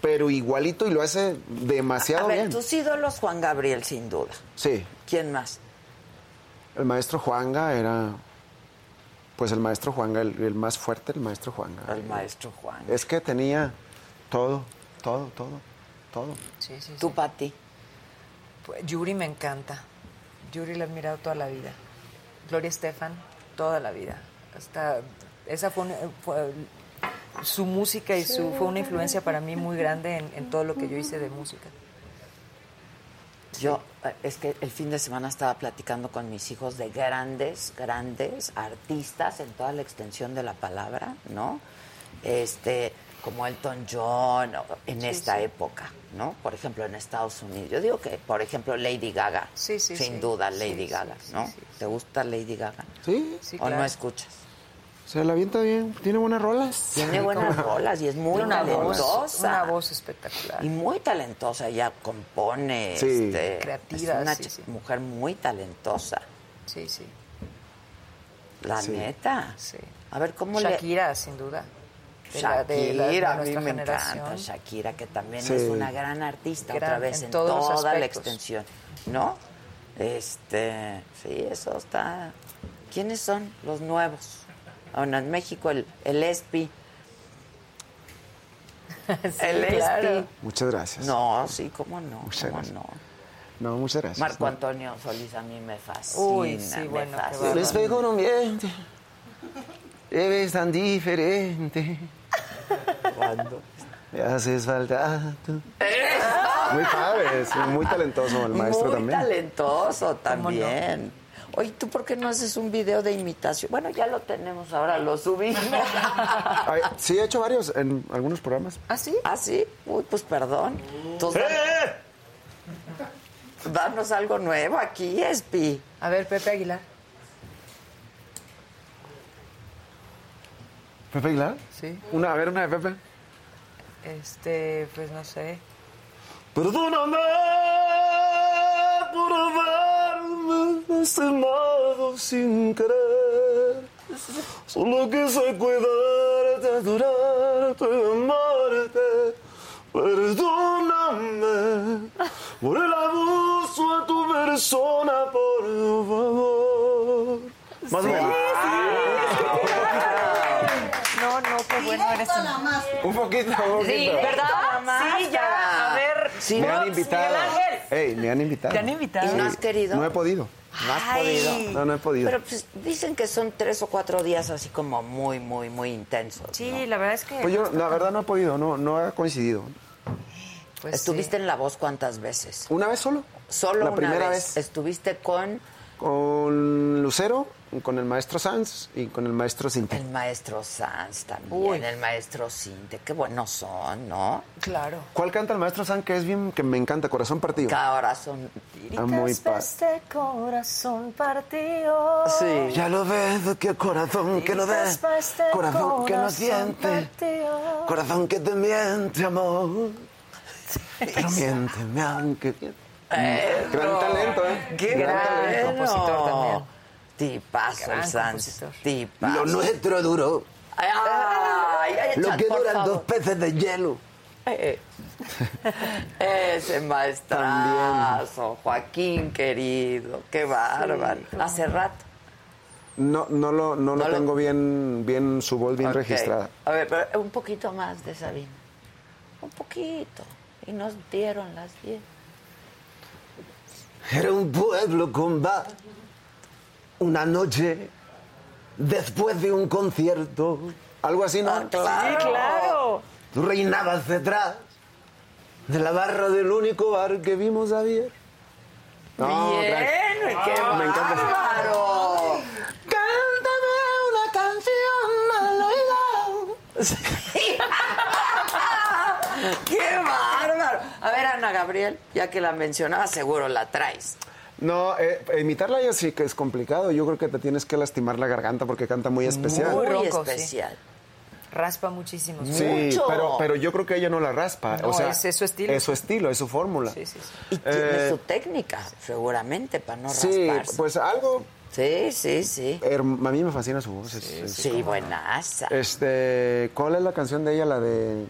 pero igualito y lo hace A demasiado ver, bien. tus ídolos, Juan Gabriel, sin duda. Sí, ¿Quién más? el maestro Juanga era. Pues el maestro Juanga, el, el más fuerte, el maestro Juanga. El maestro Juan. Es que tenía todo, todo, todo, todo. Sí, sí, Tú, Pati. Yuri me encanta. Yuri la he admirado toda la vida. Gloria Estefan, toda la vida. Hasta esa fue, una- fue- su música y su fue una influencia para mí muy grande en, en todo lo que yo hice de música. Yo, eh, es que el fin de semana estaba platicando con mis hijos de grandes, grandes artistas en toda la extensión de la palabra, ¿no? Este, como Elton John, o- en esta época, ¿no? Por ejemplo, en Estados Unidos. Yo digo que, por ejemplo, Lady Gaga. Sí, sí, Sin sí. duda, Sí, Lady sí, Gaga, sí, ¿no? sí, sí. ¿Te gusta Lady Gaga? Sí, Sí, ¿O claro. no escuchas? se la avienta bien. Tiene buenas rolas. Tiene buenas rolas y es muy Tiene una voz, talentosa. una voz espectacular. Y muy talentosa, ella compone, Sí. este, Creativa, es una sí, ch- sí. mujer muy talentosa, Sí, sí, la neta. sí. A ver, ¿cómo le...? Shakira, sin duda. De la- de la- de Shakira, a mí nuestra me generación. encanta Shakira, que también Sí. es una gran artista, otra Gran, vez, en, en todos los toda la aspectos. extensión, ¿no? Este, sí, eso está... ¿Quiénes son los nuevos? Ah, Bueno, en México el, el ESPI, Sí, el ESPI. claro. Muchas gracias. No, sí, cómo no, Muchas cómo gracias. no. No, muchas gracias. Marco Antonio Solís a mí me fascina. Uy, sí, me bueno, qué fascina. bárbaro. El espejo no miente. Eres tan diferente. Me haces falta tú. Muy padre, es muy talentoso el maestro Muy también. talentoso también. Oye, ¿tú por qué no haces un video de imitación? Bueno, ya lo tenemos ahora, lo subimos. Ay, sí, he hecho varios en algunos programas. ¿Ah, sí? ¿Ah, sí? Uy, pues perdón. Entonces, danos algo nuevo aquí, Espi. A ver, Pepe Aguilar. Pepe Aguilar. Sí. Una, a ver, una de Pepe. Este, pues no sé. Perdóname por haberme lastimado sin querer. Solo quise cuidarte, adorarte, amarte. Perdóname por el abuso a tu persona, por favor. Más o menos. No, no, qué bueno eres. Directo a la más. Un poquito, un poquito. ¿Verdad? Sí, ya, a ver. Sí, me no, han invitado. Miguel Ángel. Ey, me han invitado. ¿Te han ¿Y invitado? no has querido? No he podido. No has Ay. podido. No, no he podido. Pero pues, dicen que son tres o cuatro días así como muy, muy, muy intensos. ¿no? Sí, la verdad es que. Pues yo, la verdad, no he podido, no, no ha coincidido. pues ¿Estuviste sí. en La Voz cuántas veces? Una vez solo. Solo La una primera vez. vez. Estuviste con Con Lucero, con el maestro Sanz y con el maestro Cinti. el maestro Sanz también, Uy. el maestro Cinte. Qué buenos son, ¿no? Claro. ¿Cuál canta el maestro Sanz que es bien, que me encanta, Corazón Partido? Ahora son... Ah, muy padre. este corazón partido. Sí. Ya lo ves, que corazón que no ves, corazón que no siente, corazón que te miente, amor. Pero miénteme aunque... Gran talento, ¿eh? Qué gran compositor también. Tipazo Gran el Sanz. compositor. Tipazo. nuestro duro, Ay, ay, ay, Chan, por favor. peces de hielo. Eh. Ese maestrazo, Joaquín querido, qué bárbaro. Hace rato. No, no lo, no lo No lo- tengo bien, bien su voz bien Ok. registrada. A ver, pero un poquito más de Sabina. Un poquito. Y nos dieron las 10. Era un pueblo con bar. Una noche después de un concierto. Algo así, ¿no? claro. Claro. Tú reinabas detrás de la barra del único bar que vimos ayer. No, crack. Bien, qué Me encanta. bárbaro. Cántame una canción al oído. ¡Qué bárbaro! A ver, Ana Gabriel, ya que la mencionaba, seguro la traes. No, eh, imitarla ya sí que es complicado. Yo creo que te tienes que lastimar la garganta porque canta muy especial. Muy ronco, sí. Eh, especial. Raspa muchísimo. Sí, Mucho. pero, pero yo creo que ella no la raspa. No, o sea, es- es su estilo. Es su estilo, es su fórmula. Sí, sí, sí. Y tiene Eh, su técnica, seguramente, para no Sí, rasparse. pues algo. sí, sí, sí. herm- A mí me fascina su voz. es- es- Sí, buenaza. Este, ¿cuál es la canción de ella? La de.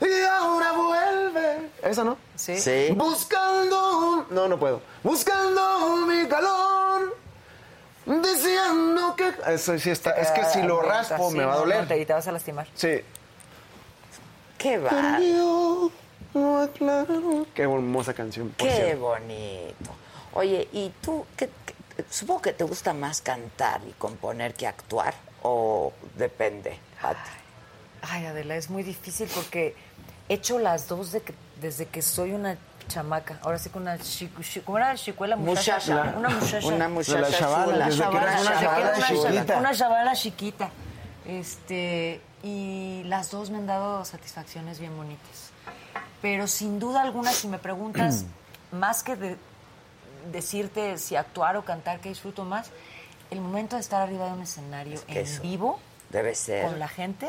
Y ahora vuelve. Esa no. Sí. Sí. Buscando un... No, no puedo. Buscando mi calor. Diciendo que. Eso sí está. Es que si lo Aguanta, raspo Ah, sí, me va a no, no, doler. te- y te vas a lastimar. Sí. Qué va. Perdió, no aclaro. Qué hermosa canción. por Qué cierto. bonito. Oye, ¿y tú qué, qué- Supongo que te gusta más cantar y componer que actuar, o depende, Pati. Ay, Adela, es muy difícil porque he hecho las dos de que- desde que soy una chamaca. Ahora sí que una chicu, chicu- ¿cómo era? chicuela muchacha. Muchacha. Una muchacha. Una muchacha La chavala, chula. desde que eras Una una chavala, chavala una chiquita. chavala, una chavala chiquita. Este, y las dos me han dado satisfacciones bien bonitas. Pero sin duda alguna, si me preguntas, más que de- decirte si actuar o cantar que disfruto más, el momento de estar arriba de un escenario Es que en eso. vivo Debe ser. con la gente,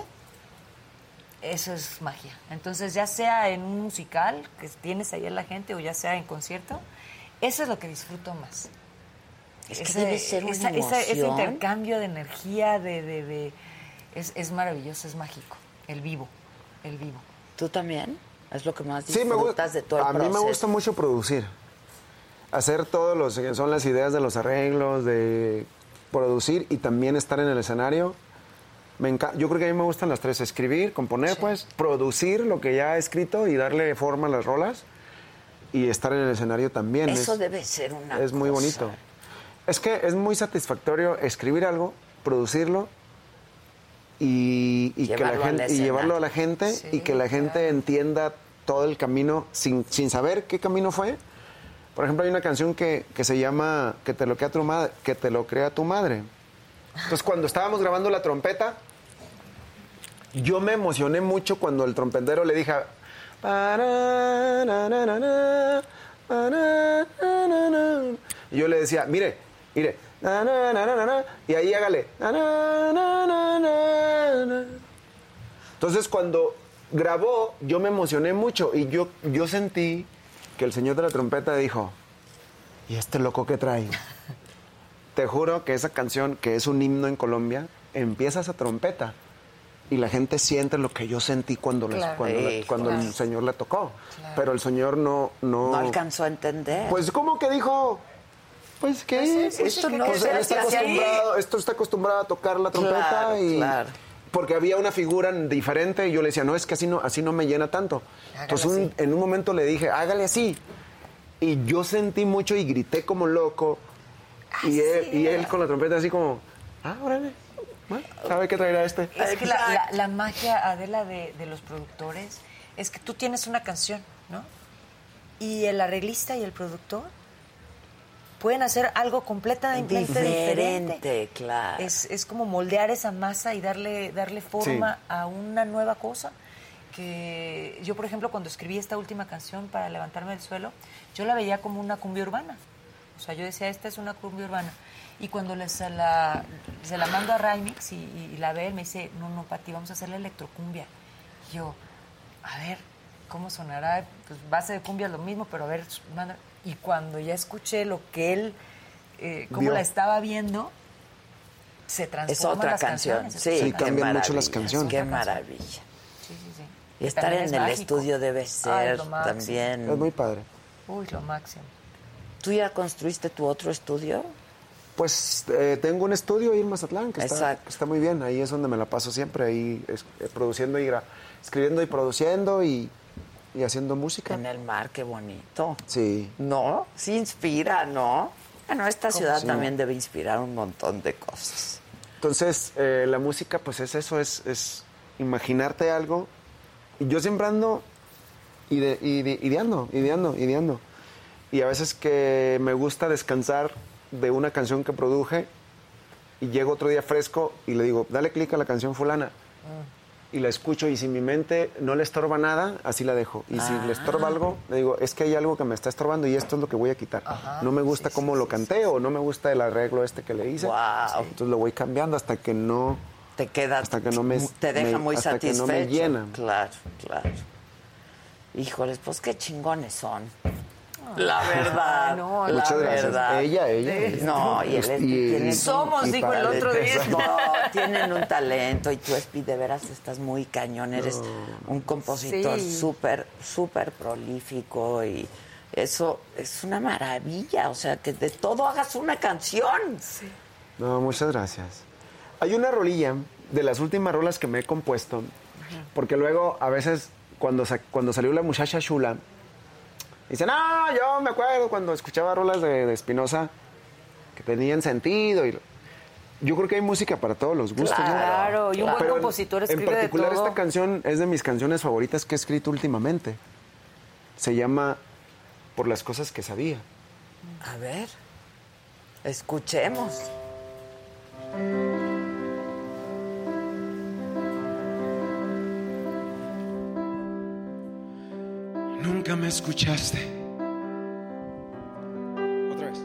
eso es magia. Entonces, ya sea en un musical que tienes ahí a la gente o ya sea en concierto, eso es lo que disfruto más. Es que debe ser una esa- esa- ese emoción. intercambio de energía, de, de- de- es, es maravilloso, es mágico. El vivo, el vivo. ¿Tú también? Es lo que más Sí, me gusta. disfrutas de todo el a mí me proceso. gusta mucho producir. Hacer todos los. Son las ideas de los arreglos, de producir y también estar en el escenario. Me enca- Yo creo que a mí me gustan las tres: escribir, componer, pues, producir lo que ya he escrito y darle forma a las rolas. Y estar en el escenario también. Eso es, debe ser una Es muy cosa. bonito. Es que es muy satisfactorio escribir algo, producirlo y, y que la Llevarlo al gente y llevarlo a la gente Sí, y que la gente entienda todo el camino sin, sin saber qué camino fue. Por ejemplo, hay una canción que, que se llama Que te lo crea tu madre, que te lo crea tu madre. Entonces, cuando estábamos grabando la trompeta, yo me emocioné mucho cuando el trompetero le dije. "Parananana, parananana". Y yo le decía, mire, mire. "Nananana", Y ahí hágale. "Nananana". Entonces cuando grabó, yo me emocioné mucho y yo, yo sentí que el señor de la trompeta dijo, ¿y este loco qué trae? Te juro que esa canción, que es un himno en Colombia, empieza esa trompeta y la gente siente lo que yo sentí cuando, la- Claro. cuando, la- Hijo. cuando el señor la tocó. Pero el señor no... No, No alcanzó a entender. Pues como que dijo... Pues que esto no pues, se él hace está así. acostumbrado, esto está acostumbrado a tocar la trompeta Claro, y claro. porque había una figura diferente y yo le decía, no, es que así no, así no me llena tanto. Entonces un- así. en un momento le dije, hágale así. Y yo sentí mucho y grité como loco. Y él, y él con la trompeta así como, ah, órale, bueno, ¿sabe qué traerá este? Es que la, la- la magia, Adela, de, de los productores es que tú tienes una canción, ¿no? Y el arreglista y el productor pueden hacer algo completamente diferente. Diferente, claro. Es, es como moldear esa masa y darle, darle forma a una nueva cosa. Que yo, por ejemplo, cuando escribí esta última canción para levantarme del suelo, yo la veía como una cumbia urbana. O sea, yo decía, esta es una cumbia urbana. Y cuando les- se la, se la mando a Rymix y, y- y la ve, él me dice, no, no, Pati, vamos a hacer la electrocumbia. Y yo, a ver, ¿cómo sonará? Pues base de cumbia es lo mismo, pero a ver, manda. Y cuando ya escuché lo que él, eh, cómo Vio. la estaba viendo, se Es transforma otra las canción. canciones, Sí, es Sí, otra qué cambian mucho las maravilla, canciones. Qué maravilla. canción. Sí, sí, sí. Y estar También en es el mágico. estudio debe Ay, ser lo máximo. también. Es muy padre. Uy, lo máximo. ¿Tú ya construiste tu otro estudio? Pues eh, tengo un estudio ahí en Mazatlán que está, Exacto. está muy bien, ahí es donde me la paso siempre, ahí es- eh, produciendo y gra- escribiendo y produciendo y, y haciendo música. En el mar, qué bonito. Sí. No, sí inspira, ¿no? Bueno, esta ciudad sí? también debe inspirar un montón de cosas. Entonces, eh, la música, pues es eso, es, es imaginarte algo. Y yo siempre ando ide- ide- ideando, ideando, ideando. Y a veces que me gusta descansar de una canción que produje y llego otro día fresco y le digo, dale clic a la canción fulana. Y la escucho y si mi mente no le estorba nada, así la dejo. Y si le estorba algo, le digo, es que hay algo que me está estorbando y esto es lo que voy a quitar. no me gusta cómo lo canté o no me gusta el arreglo este que le hice. Guau. Entonces lo voy cambiando hasta que no... Te queda. Hasta que no me- Te deja me- muy hasta que satisfecho. no me llena. Claro, claro. Híjoles, pues qué chingones son. La verdad. Ah, no, la Muchas gracias. verdad. Ella, ella, ella. No, y él es que Y- tiene- Somos, y dijo el para- otro día. Exacto. No, tienen un talento y tú, Espi, de veras estás muy cañón. Eres un compositor Sí. súper, súper prolífico y eso es una maravilla. O sea, que de todo hagas una canción. No, muchas gracias. Hay una rolilla de las últimas rolas que me he compuesto, porque luego a veces cuando, sa- cuando salió la muchacha Shula, dicen, ah, yo me acuerdo cuando escuchaba rolas de de Espinosa, que tenían sentido. Y... Yo creo que hay música para todos los gustos. ¿no? Claro, y un buen Pero en- compositor escribe En de particular, todo. esta canción es de mis canciones favoritas que he escrito últimamente. Se llama Por las cosas que sabía. A ver, escuchemos. Nunca me escuchaste. Otra vez.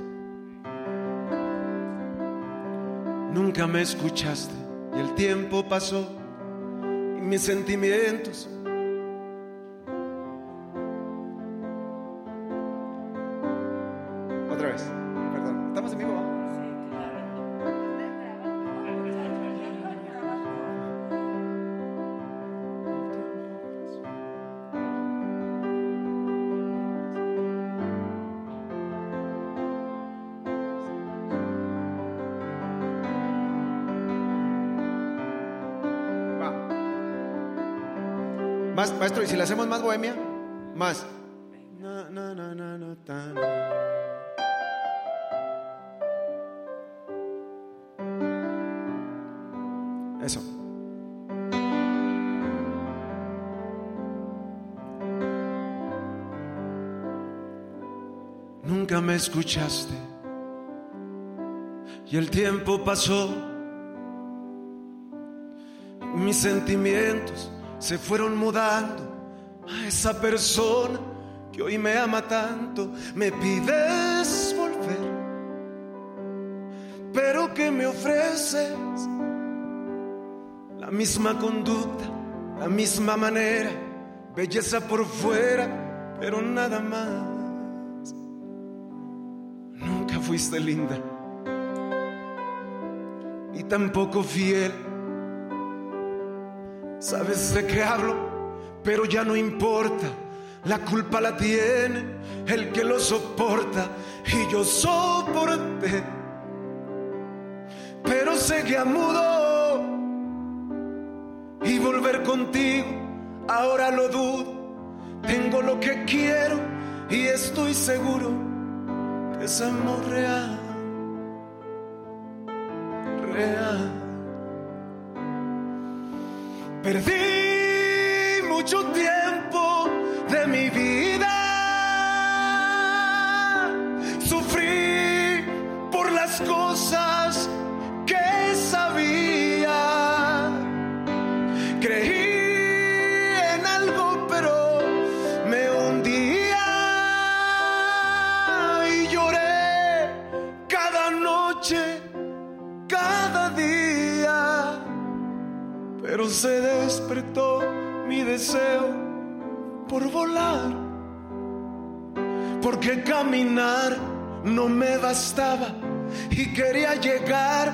Nunca me escuchaste y el tiempo pasó y mis sentimientos. Otra vez. Perdón. Estamos en vivo. Va. Más, maestro, ¿y si la hacemos más bohemia? Más. Na, na, na, na, na, ta, na. Eso. Nunca me escuchaste. Y el tiempo pasó. Mis sentimientos se fueron mudando a esa persona que hoy me ama tanto. Me pides volver, pero que me ofreces la misma conducta, la misma manera, belleza por fuera, pero nada más. Nunca fuiste linda y tampoco fiel. Sabes de qué hablo, pero ya no importa. La culpa la tiene el que lo soporta y yo soporté. Pero seguía mudo y volver contigo ahora lo dudo. Tengo lo que quiero y estoy seguro que es amor real. Real. Perdí mucho tiempo de mi vida. Sufrí por las cosas que sabía. Creí en algo, pero me hundía y lloré cada noche, cada día pero se despertó mi deseo por volar. Porque caminar no me bastaba y quería llegar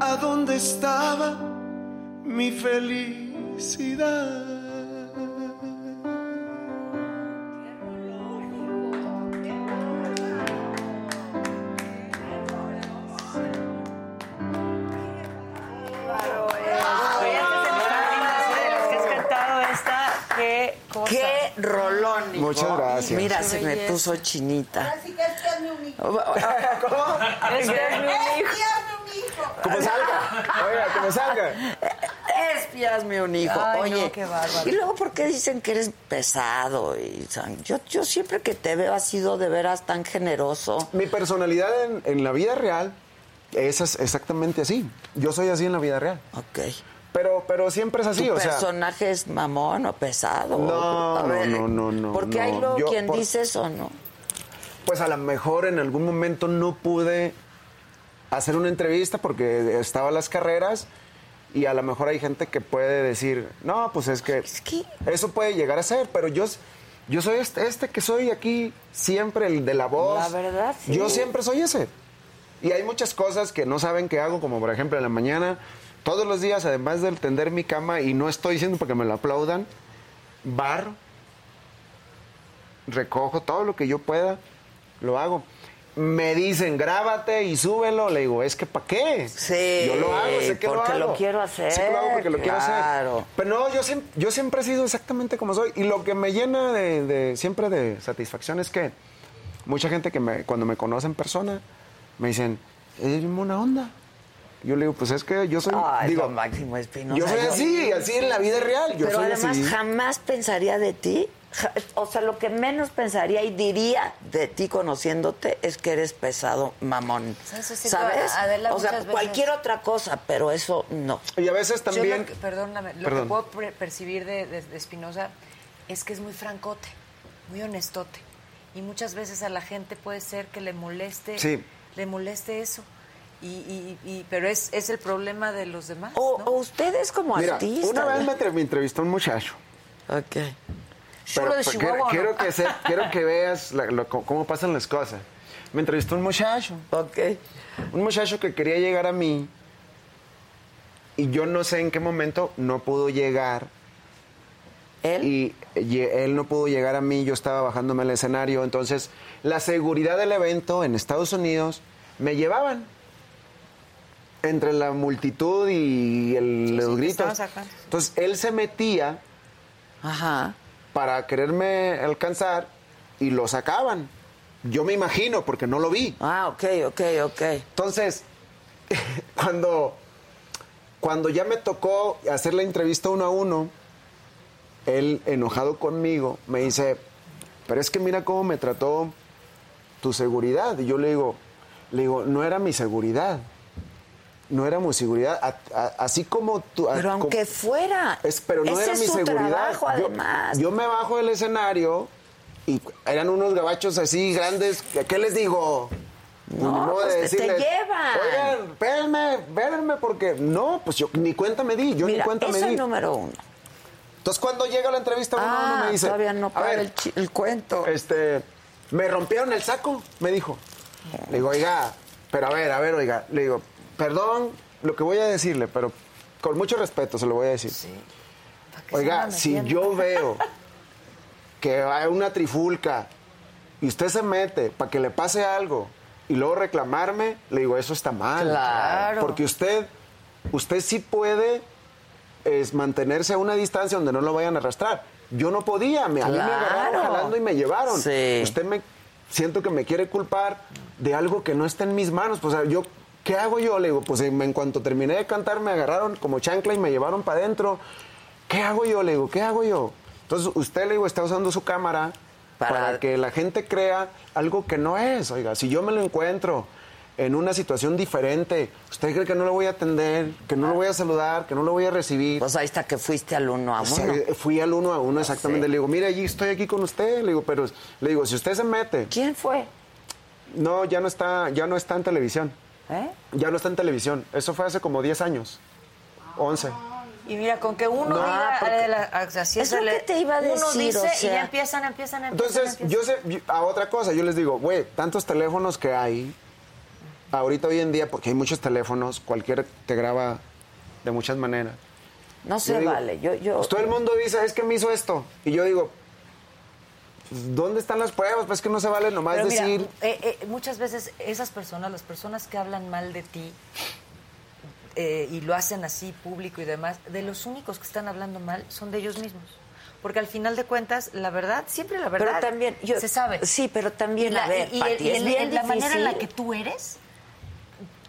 a donde estaba mi felicidad. que has cantado esta, qué cosa. ¡Qué rolón! hijo! Muchas gracias. Mira, se me puso chinita. Así que este es que es mi Oh. único. Este Es que es mi Es hijo. que es mi único. Como salga. Oiga, como salga. Espiasme un hijo. Ay, no, Oye, qué bárbaro. y luego, ¿por qué dicen que eres pesado? Y, san- yo, yo siempre que te veo has sido de veras tan generoso. Mi personalidad en, en la vida real es as- exactamente así. Yo soy así en la vida real. Ok. Pero, pero siempre es ¿Tu así, o sea. personaje es mamón o pesado? No, A no, no, no, no, Porque no. hay luego Yo, quien por- dice eso, ¿no? pues a lo mejor en algún momento no pude hacer una entrevista porque estaba en las carreras y a lo mejor hay gente que puede decir, no, pues es que, Es que- eso puede llegar a ser, pero yo, yo soy este, este que soy aquí siempre, el de la voz. La verdad, sí. Yo siempre soy ese. Y hay muchas cosas que no saben que hago, como por ejemplo en la mañana, todos los días, además de tender mi cama, y no estoy diciendo porque me lo aplaudan, barro, recojo todo lo que yo pueda, lo hago. Me dicen, grábate y súbelo. Le digo, es que ¿para qué? Sí, Yo lo hago, sé que porque lo hago. lo quiero hacer, Sé que lo hago porque lo quiero hacer. claro. Pero no, yo, siem- yo siempre he sido exactamente como soy. Y lo que me llena de, de- siempre de satisfacción es que mucha gente que me, cuando me conoce en persona me dicen, es bien buena onda. Yo le digo, pues es que yo soy. Ay, digo, don Máximo Espinosa. yo soy así, así en la vida real. Yo Pero soy además así. jamás pensaría de ti. ja- O sea, lo que menos pensaría y diría de ti conociéndote es que eres pesado, mamón. Eso sí, ¿Sabes? Adela, o sea, muchas veces- cualquier otra cosa, pero eso no. Y a veces Yo también. lo que- perdóname, lo Perdón. que puedo pre- percibir de de- de Espinosa es que es muy francote, muy honestote. Y muchas veces a la gente puede ser que le moleste, Sí. le moleste eso. Y, y- y- pero es, es el problema de los demás. O, ¿no? o ustedes como Mira, artistas. una vez me, entre- me entrevistó un muchacho. Ok. Pero, Solo de pero Chihuahua, ¿no? quiero, quiero que se- quiero que veas la- lo- cómo pasan las cosas. Me entrevistó un muchacho. Ok. Un muchacho que quería llegar a mí y yo no sé en qué momento no pudo llegar Él. y, y él no pudo llegar a mí, yo estaba bajándome al escenario, entonces la seguridad del evento en Estados Unidos me llevaban entre la multitud y el- sí, los te estaban gritos. sacando. Entonces él se metía Ajá. para quererme alcanzar y lo sacaban. Yo me imagino porque no lo vi. Ah, ok, ok, ok. Ah, Entonces, cuando, cuando ya me tocó hacer la entrevista uno a uno, él enojado conmigo me dice, pero es que mira cómo me trató tu seguridad. Y yo le digo, le digo, no era mi seguridad. No era mi seguridad. A- a- así como tú. a- Pero como- aunque fuera. es, pero no ese era es mi su seguridad. trabajo, Yo- además. Yo, me bajo del escenario y eran unos gabachos así grandes. ¿Qué les digo? Pues, No, ni modo pues, te- te llevan. Oigan, espérenme, espérenme, porque no, pues yo ni cuenta me di, yo Mira, ni cuenta eso me di. es número uno. Entonces cuando llega la entrevista uno, a ah, uno me dice, todavía no "A para ver, el, chi- el cuento. este, me rompieron el saco, me dijo. Le digo, oiga, pero a ver, a ver, oiga, le digo, perdón lo que voy a decirle, pero con mucho respeto se lo voy a decir. ¿Para qué se Oiga, anda si metiendo? yo veo que hay una trifulca y usted se mete para que le pase algo y luego reclamarme, le digo, eso está mal. Claro. Porque usted, usted sí puede es, mantenerse a una distancia donde no lo vayan a arrastrar. Yo no podía, me, a mí me Claro. agarraron jalando y me llevaron. Sí. Usted me siento que me quiere culpar de algo que no está en mis manos. Pues o sea, yo, ¿qué hago yo? Le digo, pues en, en cuanto terminé de cantar, me agarraron como chancla y me llevaron para adentro. ¿Qué hago yo? Le digo, ¿qué hago yo? Entonces, usted le digo, está usando su cámara Para- para, que la gente crea algo que no es. Oiga, si yo me lo encuentro en una situación diferente, ¿usted cree que no lo voy a atender, que no lo voy a saludar, que no lo voy a recibir? Ah. Pues ahí está que fuiste al uno a O sea, eh, uno. fui al uno a uno exactamente. sí. Le digo, mire, allí estoy aquí con usted. Le digo, pero le digo, si usted se mete, ¿Quién fue? no, ya no está, ya no está en televisión. ¿Eh? Ya no está en televisión. Eso fue hace como 10 años. 11. Ah, Y mira, con que uno No, diga, "Ah, porque- Adela, así Es lo Adela, que te iba a Uno decir, dice o y sea. ya empiezan, empiezan, empiezan. Entonces, empiezan. yo sé, yo- a otra cosa, yo les digo, güey, tantos teléfonos que hay, ahorita hoy en día, porque hay muchos teléfonos, cualquiera te graba de muchas maneras. No Yo se digo, vale. Yo, yo. Pues todo el mundo dice, es que me hizo esto. Y yo digo, pues, ¿dónde están las pruebas? Pues es que no se vale nomás Pero mira, decir. eh, eh, muchas veces esas personas, las personas que hablan mal de ti eh, y lo hacen así público y demás, de los únicos que están hablando mal son de ellos mismos. Porque al final de cuentas, la verdad, siempre la verdad Pero también. yo- se sabe. Sí, pero también, Y la- a ver, y- y Pati, el- y es el- bien el- la manera en la que difícil. tú eres,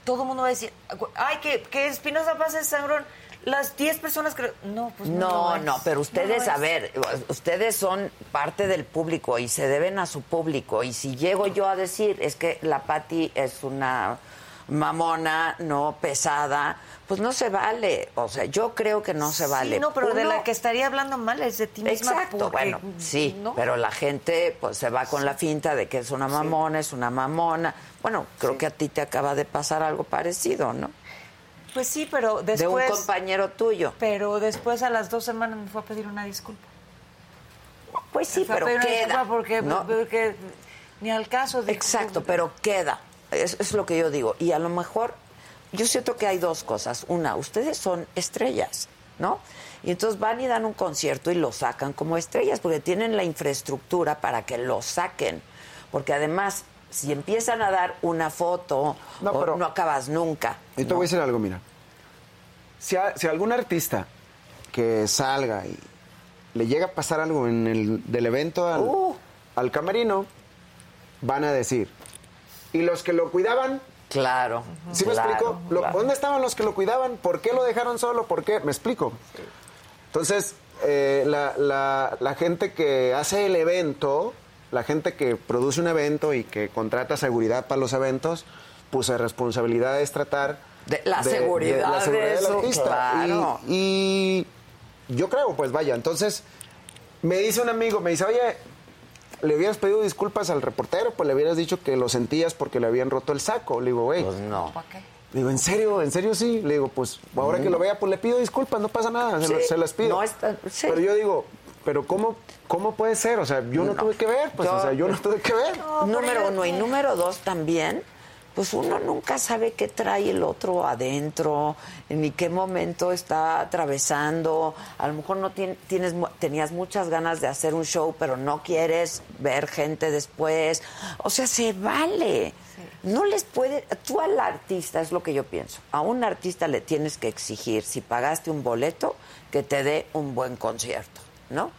todo el mundo va a decir, ay, que, que Espinosa Paz es sangrón. Las 10 personas que... No, pues no. No, lo es. no, pero ustedes, No lo a es. ver, ustedes son parte del público y se deben a su público. Y si llego yo a decir, es que la Patti es una mamona, no pesada, pues no se vale. O sea, yo creo que no se Sí, vale. no, pero de Uno- la que estaría hablando mal es de ti misma. Exacto, porque- mm, bueno, sí, ¿no? pero la gente pues se va con la finta de que es una mamona, es una mamona. Bueno, creo que a ti te acaba de pasar algo parecido, ¿no? Pues sí, pero después... de un compañero tuyo. Pero después a las dos semanas me fue a pedir una disculpa. Pues sí, Me fue a pero pedir una queda. disculpa porque, pues, ¿no? porque ni al caso de... Exacto, pero queda. Es, es lo que yo digo. Y a lo mejor, yo siento que hay dos cosas. Una, ustedes son estrellas, ¿no? Y entonces van y dan un concierto y lo sacan como estrellas, porque tienen la infraestructura para que lo saquen. Porque además, si empiezan a dar una foto, No, o- pero- no acabas nunca. Yo te ¿no? voy a decir algo, mira. Si, a- si a algún artista que salga y le llega a pasar algo en el, del evento al, Uh. al camerino, van a decir. Y los que lo cuidaban, Claro. ¿Sí me claro, explico? Lo- claro. ¿Dónde estaban los que lo cuidaban? ¿Por qué lo dejaron solo? ¿Por qué? ¿Me explico? Entonces, eh, la, la- la gente que hace el evento, la gente que produce un evento y que contrata seguridad para los eventos, pues la responsabilidad es tratar... De la seguridad de eso, claro. Y, y yo creo, pues vaya, entonces me dice un amigo, me dice, oye, le hubieras pedido disculpas al reportero, pues le hubieras dicho que lo sentías porque le habían roto el saco. Le digo, güey, Pues no. ¿Para qué? le digo, ¿en serio? ¿En serio sí? Le digo, pues ahora que lo vea, pues le pido disculpas, no pasa nada, se, Sí, lo- se las pido. no está- sí. Pero yo digo, ¿pero cómo, cómo puede ser? O sea, yo no, No. tuve que ver, pues, Yo- o sea, yo no tuve que ver. número uno. Y número dos también, pues uno nunca sabe qué trae el otro adentro, ni qué momento está atravesando. A lo mejor no tien- tienes, mu- tenías muchas ganas de hacer un show, pero no quieres ver gente después. O sea, se vale. No les puede, tú al artista, es lo que yo pienso, a un artista le tienes que exigir, si pagaste un boleto, que te dé un buen concierto, ¿no?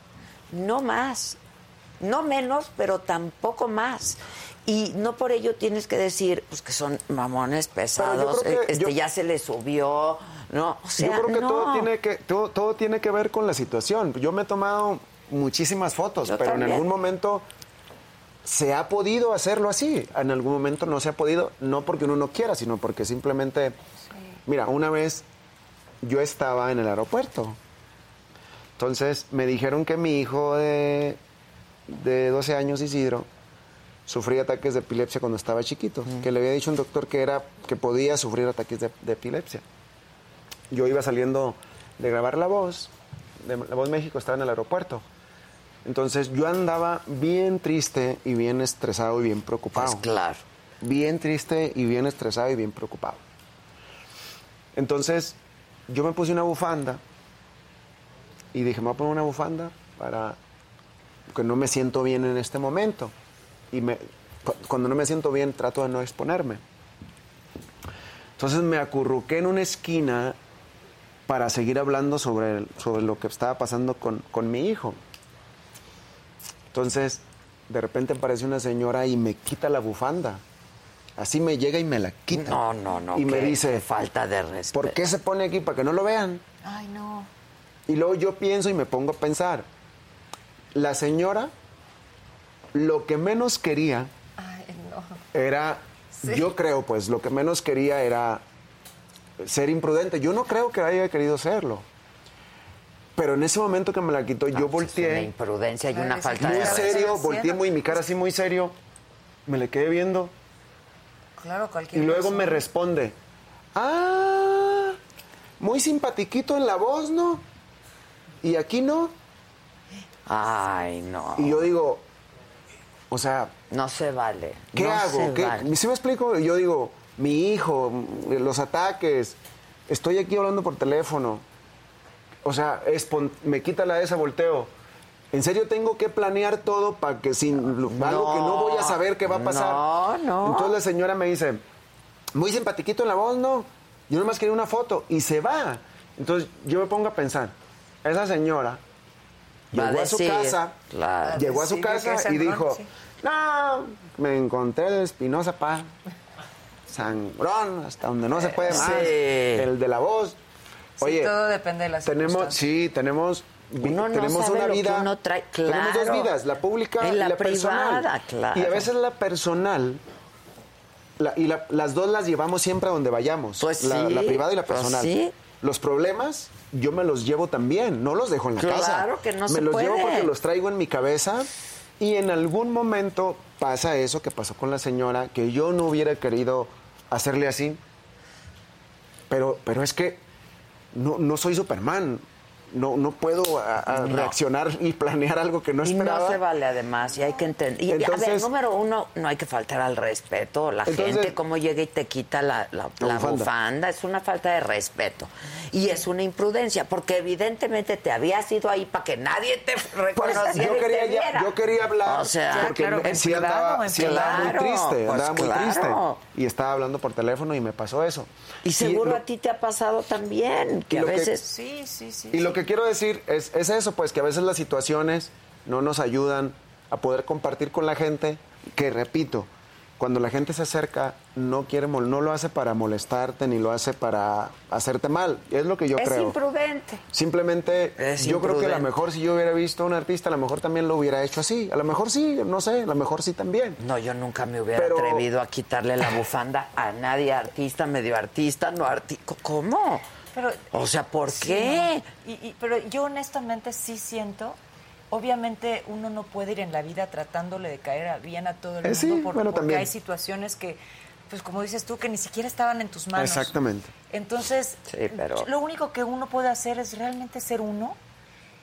No más, no menos, pero tampoco más. Y no por ello tienes que decir pues que son mamones pesados, creo eh, que este yo- ya se le subió, no, o sea, yo creo que no. todo tiene que todo, todo tiene que ver con la situación. Yo me he tomado muchísimas fotos, Yo pero también. en algún momento se ha podido hacerlo así. En algún momento no se ha podido, no porque uno no quiera, sino porque simplemente Mira, una vez yo estaba en el aeropuerto. Entonces me dijeron que mi hijo de de 12 años Isidro sufría ataques de epilepsia cuando estaba chiquito, que le había dicho un doctor que era que podía sufrir ataques de- de epilepsia yo iba saliendo de grabar La Voz, de La Voz México, estaba en el aeropuerto. Entonces yo andaba bien triste y bien estresado y bien preocupado. Pues claro. Bien triste y bien estresado y bien preocupado. Entonces yo me puse una bufanda y dije, me voy a poner una bufanda para que no me siento bien en este momento. Y me, cu- cuando no me siento bien trato de no exponerme. Entonces me acurruqué en una esquina para seguir hablando sobre, el- sobre lo que estaba pasando con, con mi hijo. Entonces, de repente aparece una señora y me quita la bufanda. Asene me llega y me la quita. No, no, no. Y me qué dice, falta de respeto. ¿por qué se pone aquí? Para que no lo vean. Ay, no. Y luego yo pienso y me pongo a pensar. La señora lo que menos quería Ay, no. era, yo creo, pues, lo que menos quería era ser imprudente. Yo no creo que haya querido serlo. Pero en ese momento que me la quitó, No, yo pues es Una volteé, imprudencia y Claro, una es falta muy de imprudencia. respeto. serio, Haciendo. volteé muy mi cara así muy serio, me le quedé viendo Claro, y cualquier luego persona. me responde, ah, muy simpatiquito en la voz, ¿no? Y aquí no. Ay, no. Y yo digo, o sea, No se vale. ¿Qué no hago? Se ¿Qué? vale. ¿Sí me explico? Yo digo, mi hijo, m- los ataques, estoy aquí hablando por teléfono. O sea, espon- me quita la esa, volteo. ¿En serio tengo que planear todo para que sin lo- algo que no voy a saber qué va a pasar? no, no. Entonces la señora me dice, muy simpatiquito en la voz, ¿no? Yo nomás quería una foto y se va. Entonces yo me pongo a pensar, esa señora Va a llegó a su decir, casa, claro. llegó a su Decidió que es casa el y ron, dijo, sí. no, me encontré el Espinosa Pa, sangrón, hasta donde no se puede más, Eh, sí. el de la voz. Sí, Oye, todo depende de las tenemos, sí, tenemos, vi- Uno no tenemos sabe una lo que vida, uno trae, tenemos claro. dos vidas, la pública Y y la la, personal. privada, claro. Y a veces la personal, la- y la- las dos las llevamos siempre a donde vayamos, Pues la, sí, la privada y la pues personal. sí. Los problemas yo me los llevo también, no los dejo en la Claro casa. que no me se los llevo puede. porque los traigo en mi cabeza y en algún momento pasa eso que pasó con la señora, que yo no hubiera querido hacerle así. Pero, pero es que no, no soy Superman. No, no puedo a- a reaccionar y planear algo que no Y esperaba. no se vale además, y hay que entender. Y, y, a ver, Entonces- número uno, no hay que faltar al respeto. La Entonces- gente como llega y te quita la, la- La la bufanda. bufanda, es una falta de respeto. Y es una imprudencia, porque evidentemente te habías ido ahí para que nadie te Pues, reconociera yo, y quería, te viera. ya- yo quería hablar O sea, porque claro, no- en sí privado, andaba, en sí andaba muy claro, triste, pues andaba muy claro. triste y estaba hablando por teléfono y me pasó eso. Y seguro lo- a ti te ha pasado también, que y a lo que- veces... Sí, sí, sí. Y lo sí. que quiero decir es, es eso, pues que a veces las situaciones no nos ayudan a poder compartir con la gente, que repito, cuando la gente se acerca, no quiere mol- no lo hace para molestarte ni lo hace para hacerte mal. Es lo que yo es creo. imprudente. Simplemente, Es yo creo que a lo imprudente. mejor si yo hubiera visto a un artista, a lo mejor también lo hubiera hecho así. A lo mejor sí, no sé, a lo mejor sí también. No, yo nunca me hubiera Pero- atrevido a quitarle la bufanda a nadie, artista, medio artista, no artista. ¿Cómo? Pero, O sea, ¿por Sí, qué? no. Y- y- pero yo honestamente sí siento, obviamente uno no puede ir en la vida tratándole de caer a- bien a todo el Eh, mundo sí, por- bueno, porque también. hay situaciones que, pues como dices tú, que ni siquiera estaban en tus manos. Exactamente. Entonces, Sí, pero- lo único que uno puede hacer es realmente ser uno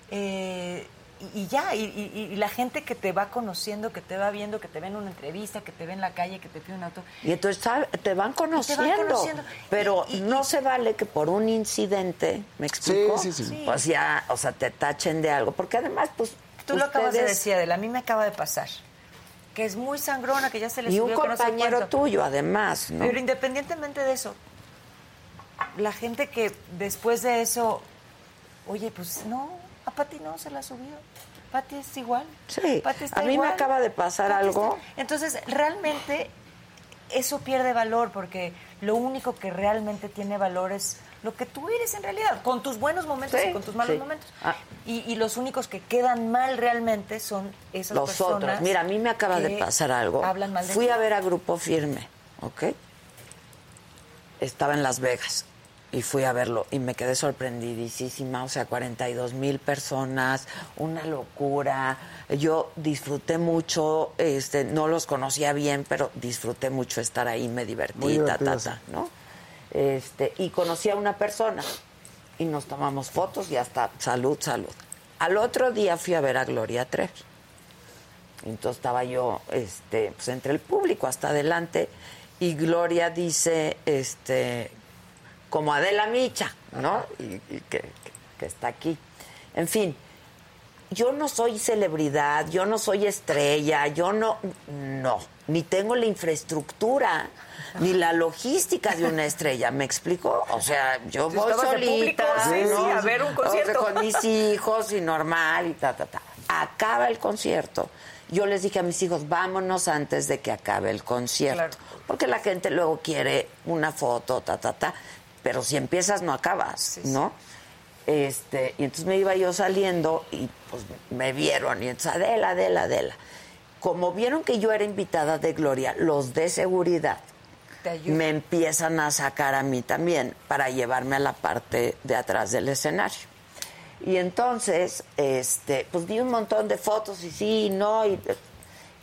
eh, y, y ya, y, y- y la gente que te va conociendo, que te va viendo, que te ve en una entrevista, que te ve en la calle, que te pide un auto. Y entonces ¿sabe? te van conociendo. conociendo. Pero Y- y- no se vale que por un incidente, ¿me explico? sí, sí. Sí. Pues ya, o sea, te tachen de algo. Porque además, pues. Tú lo acabas de ustedes- decir, Adela, a mí me acaba de pasar. Que es muy sangrona, que ya se le Y subió un que no sé compañero cuánto. tuyo, además, ¿no? Pero independientemente de eso, la gente que después de eso, oye, pues no, a Pati no se la subió. Pati es igual. Sí, Pati está a mí me igual. acaba de pasar Pati algo. está- Entonces, realmente eso pierde valor porque lo único que realmente tiene valor es lo que tú eres en realidad, con tus buenos momentos Sí, y con tus malos sí. momentos. Ah. Y, y los únicos que quedan mal realmente son esas los personas. otros. Mira, a mí me acaba de que pasar algo. Hablan mal de Fui ti. a ver a Grupo Firme, ¿ok? Estaba en Las Vegas y fui a verlo y me quedé sorprendidísima, o sea, 42 mil personas, una locura. Yo disfruté mucho, este, no los conocía bien, pero disfruté mucho estar ahí, me Muy divertí, ta, divertido, ta, sí. ta, ¿no? Este, y conocí a una persona y nos tomamos fotos y hasta salud, salud. Al otro día fui a ver a Gloria Trevi. Entonces estaba yo este, pues entre el público hasta adelante y Gloria dice, este, como Adela Micha, ¿no? Y, y que, que- que está aquí. En fin, yo no soy celebridad, yo no soy estrella, yo no, no, ni tengo la infraestructura, ni la logística de una estrella, ¿me explico? O sea, yo Si voy estabas de público, solita, sí, ¿no? sí, a ver un O sea, concierto. con mis hijos y normal y ta, ta, ta. Acaba el concierto. Yo les dije a mis hijos, vámonos antes de que acabe el concierto. Claro. Porque la gente luego quiere una foto, ta, ta, ta. Pero si empiezas, no acabas, Sí, sí. ¿no? Este, y entonces me iba yo saliendo y pues me vieron. Y entonces, Adela, Adela, Adela. Como vieron que yo era invitada de Gloria, los de seguridad Te ayudo. me empiezan a sacar a mí también para llevarme a la parte de atrás del escenario. Y entonces, este, pues vi un montón de fotos y sí, y no, y,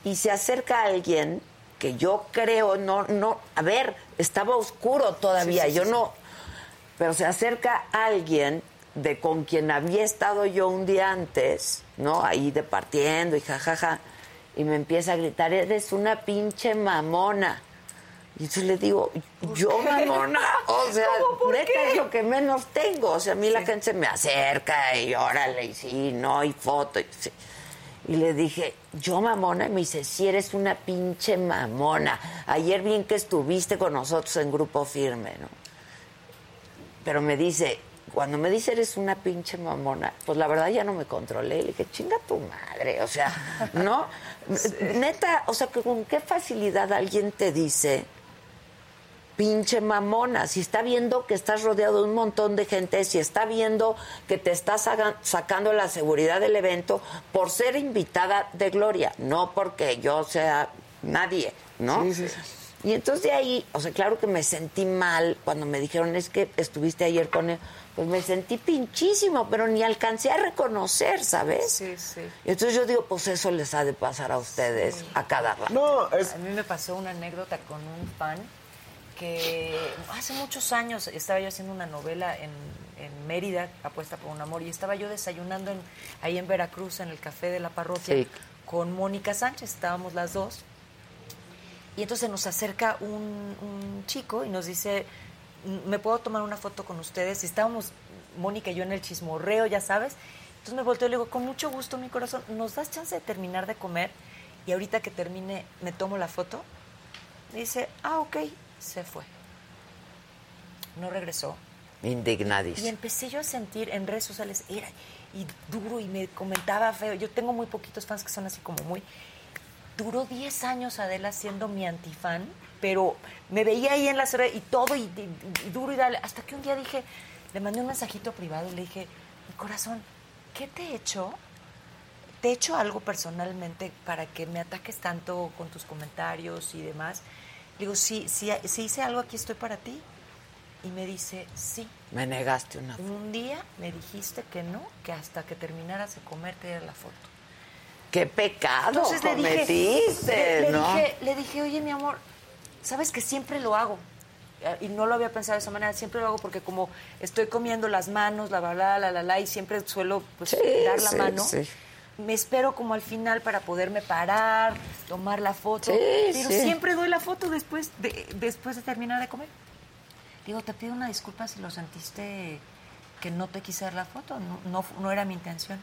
y se acerca alguien que yo creo, no, no, a ver, estaba oscuro todavía, yo no, pero se acerca alguien de con quien había estado yo un día antes, ¿no? Ahí departiendo y jajaja, y me empieza a gritar, eres una pinche mamona. Y entonces le digo, yo mamona, o sea, neta es lo que menos tengo. O sea, a mí la gente se me acerca y órale, y sí, no, y foto. Y, sí. Y le dije, yo mamona, y me dice, si eres una pinche mamona. Ayer bien que estuviste con nosotros en grupo firme, ¿no? Pero me dice, cuando me dice eres una pinche mamona, pues la verdad ya no me controlé. Le dije, chinga tu madre, o sea, ¿no? Neta, o sea, que con qué facilidad alguien te dice, pinche mamona, si está viendo que estás rodeado de un montón de gente, si está viendo que te estás saga- sacando la seguridad del evento por ser invitada de Gloria, no porque yo sea nadie, ¿no? Sí, sí, sí. Y entonces de ahí, o sea, claro que me sentí mal cuando me dijeron, es que estuviste ayer con él, pues me sentí pinchísimo, pero ni alcancé a reconocer, ¿sabes? Sí, sí. Entonces yo digo, pues eso les ha de pasar a ustedes a cada rato. No, es, A mí me pasó una anécdota con un fan que hace muchos años estaba yo haciendo una novela en, en Mérida, Apuesta por un Amor, y estaba yo desayunando en- ahí en Veracruz, en el café de la parroquia, Sí. con Mónica Sánchez, estábamos las dos. Y entonces nos acerca un, un chico y nos dice, ¿me puedo tomar una foto con ustedes? Y estábamos, Mónica y yo, en el chismorreo, ya sabes. Entonces me volteo y le digo, con mucho gusto, mi corazón, ¿nos das chance de terminar de comer? Y ahorita que termine, ¿me tomo la foto? Me dice, ah, ok, se fue. No regresó. Y Indignadísimo. empecé yo a sentir en redes sociales, era y duro y me comentaba feo. Yo tengo muy poquitos fans que son así como muy. Duró 10 años Adela siendo mi antifan, pero me veía ahí en la cerveza y todo, y, y- y duro y dale. Hasta que un día dije, le mandé un mensajito privado y le dije, mi corazón, ¿qué te he hecho? ¿Te he hecho algo personalmente para que me ataques tanto con tus comentarios y demás? Le digo, sí, sí, si hice algo aquí estoy para ti. Y me dice, sí. Me negaste una. Un día me dijiste que no, que hasta que terminaras de comer te diera la foto. ¡Qué pecado Entonces le dije, cometiste! le, le pues ¿no? dije, le dije, oye, mi amor, sabes que siempre lo hago. Eh, Y no lo había pensado de esa manera, siempre lo hago porque como estoy comiendo las manos, la bla, bla, la, la, la, y siempre suelo pues, Sí, dar la sí, mano. sí. Me espero como al final para poderme parar, tomar la foto. Sí, pero sí. siempre doy la foto después de, después de terminar de comer. Digo, te pido una disculpa si lo sentiste que no te quise dar la foto, no, no, fu- no era mi intención.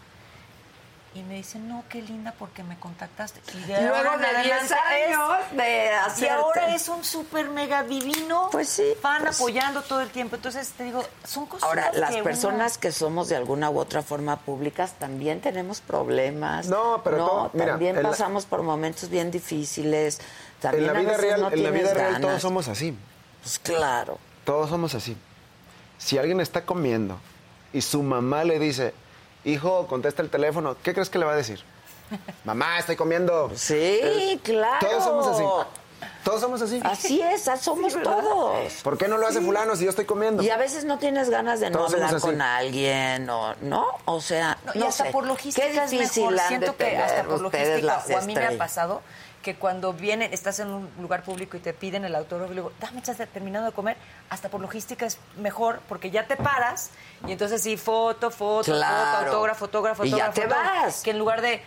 Y me dice, no, qué linda porque me contactaste. Y de ahora Luego en de 10 adelante es- años de y hacer. ahora es un súper mega divino. Pues sí, Fan pues sí. apoyando todo el tiempo. Entonces te digo, son cosas Ahora, las que personas uno- que somos de alguna u otra forma públicas también tenemos problemas. No, pero todo- mira, también en la- pasamos por momentos bien difíciles. También En la a vida veces real, no en la vida tienes real todos ganas. somos así. Pues claro. Todos somos así. Si alguien está comiendo y su mamá le dice, hijo, contesta el teléfono, ¿qué crees que le va a decir? Mamá, estoy comiendo. Sí, Eh, claro. Todos somos así. Todos somos así. Así es, ah, somos todos. ¿Por qué no lo hace fulano si yo estoy comiendo? Y a veces no tienes ganas de Todos no hablar somos así. con alguien, o, ¿no? O sea, No, no, y hasta sé. por logística Qué es difícil mejor. han de Siento que tener hasta por ustedes logística, las o a mí me ha estrellas. pasado que cuando vienen, estás en un lugar público y te piden el autógrafo, y luego, dame chance terminando de comer, hasta por logística es mejor porque ya te paras y entonces sí, foto, foto, Claro. foto, autógrafo, autógrafo, Y ya autógrafo, te autógrafo, vas. Que en lugar de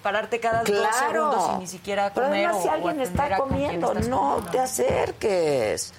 pararte cada dos segundos y ni siquiera Pero comer además, o- si o alguien atender está a con quién comiendo, estás no comiendo. te acerques.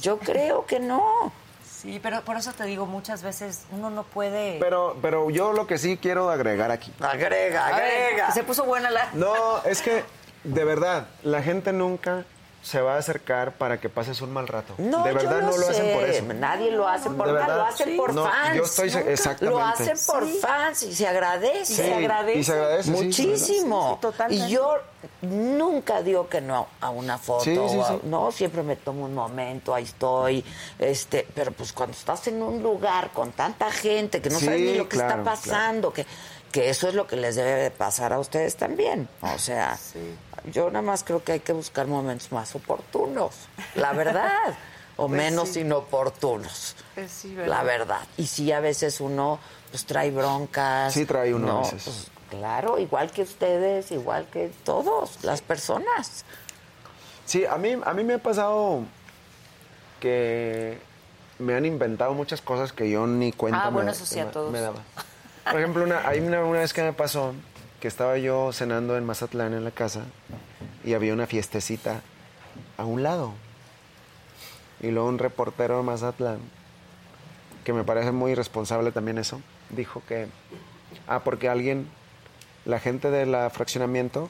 Yo creo que no. Sí, pero por eso te digo, muchas veces uno no puede... Pero, pero yo lo que sí quiero agregar aquí. Agrega, A ver, agrega. se puso buena la... No, es que, de verdad, la gente nunca se va a acercar para que pases un mal rato. No, de yo verdad no lo hacen sé. por eso. Nadie lo hace por nada, De lo verdad, hacen sí. por No, fans. yo estoy se- Nunca. Lo exactamente. hacen por Sí. fans y se agradece. Y se Sí, agradece. y se agradece, sí, Muchísimo. sí, totalmente. Y yo nunca digo que no a una foto. Sí, sí, o a- sí. No, siempre me tomo un momento, ahí estoy. Este, pero pues cuando estás en un lugar con tanta gente que no Sí, sabes ni lo que claro, está pasando, que, que eso es lo que les debe de pasar a ustedes también. O sea, yo nada más creo que hay que buscar momentos más oportunos, la verdad, o Pues menos inoportunos. Pues La verdad. Y sí, a veces uno pues trae broncas. Sí, trae uno a ¿no? veces. Pues, claro, igual que ustedes, igual que todos, las personas. Sí, a mí, a mí me ha pasado que me han inventado muchas cosas que yo ni cuenta Ah, me- bueno, eso sí, a me- todos. me daba. Por ejemplo, una, hay una, una vez que me pasó que estaba yo cenando en Mazatlán en la casa y había una fiestecita a un lado. Y luego un reportero de Mazatlán, que me parece muy irresponsable también eso, dijo que, ah, porque alguien, la gente del fraccionamiento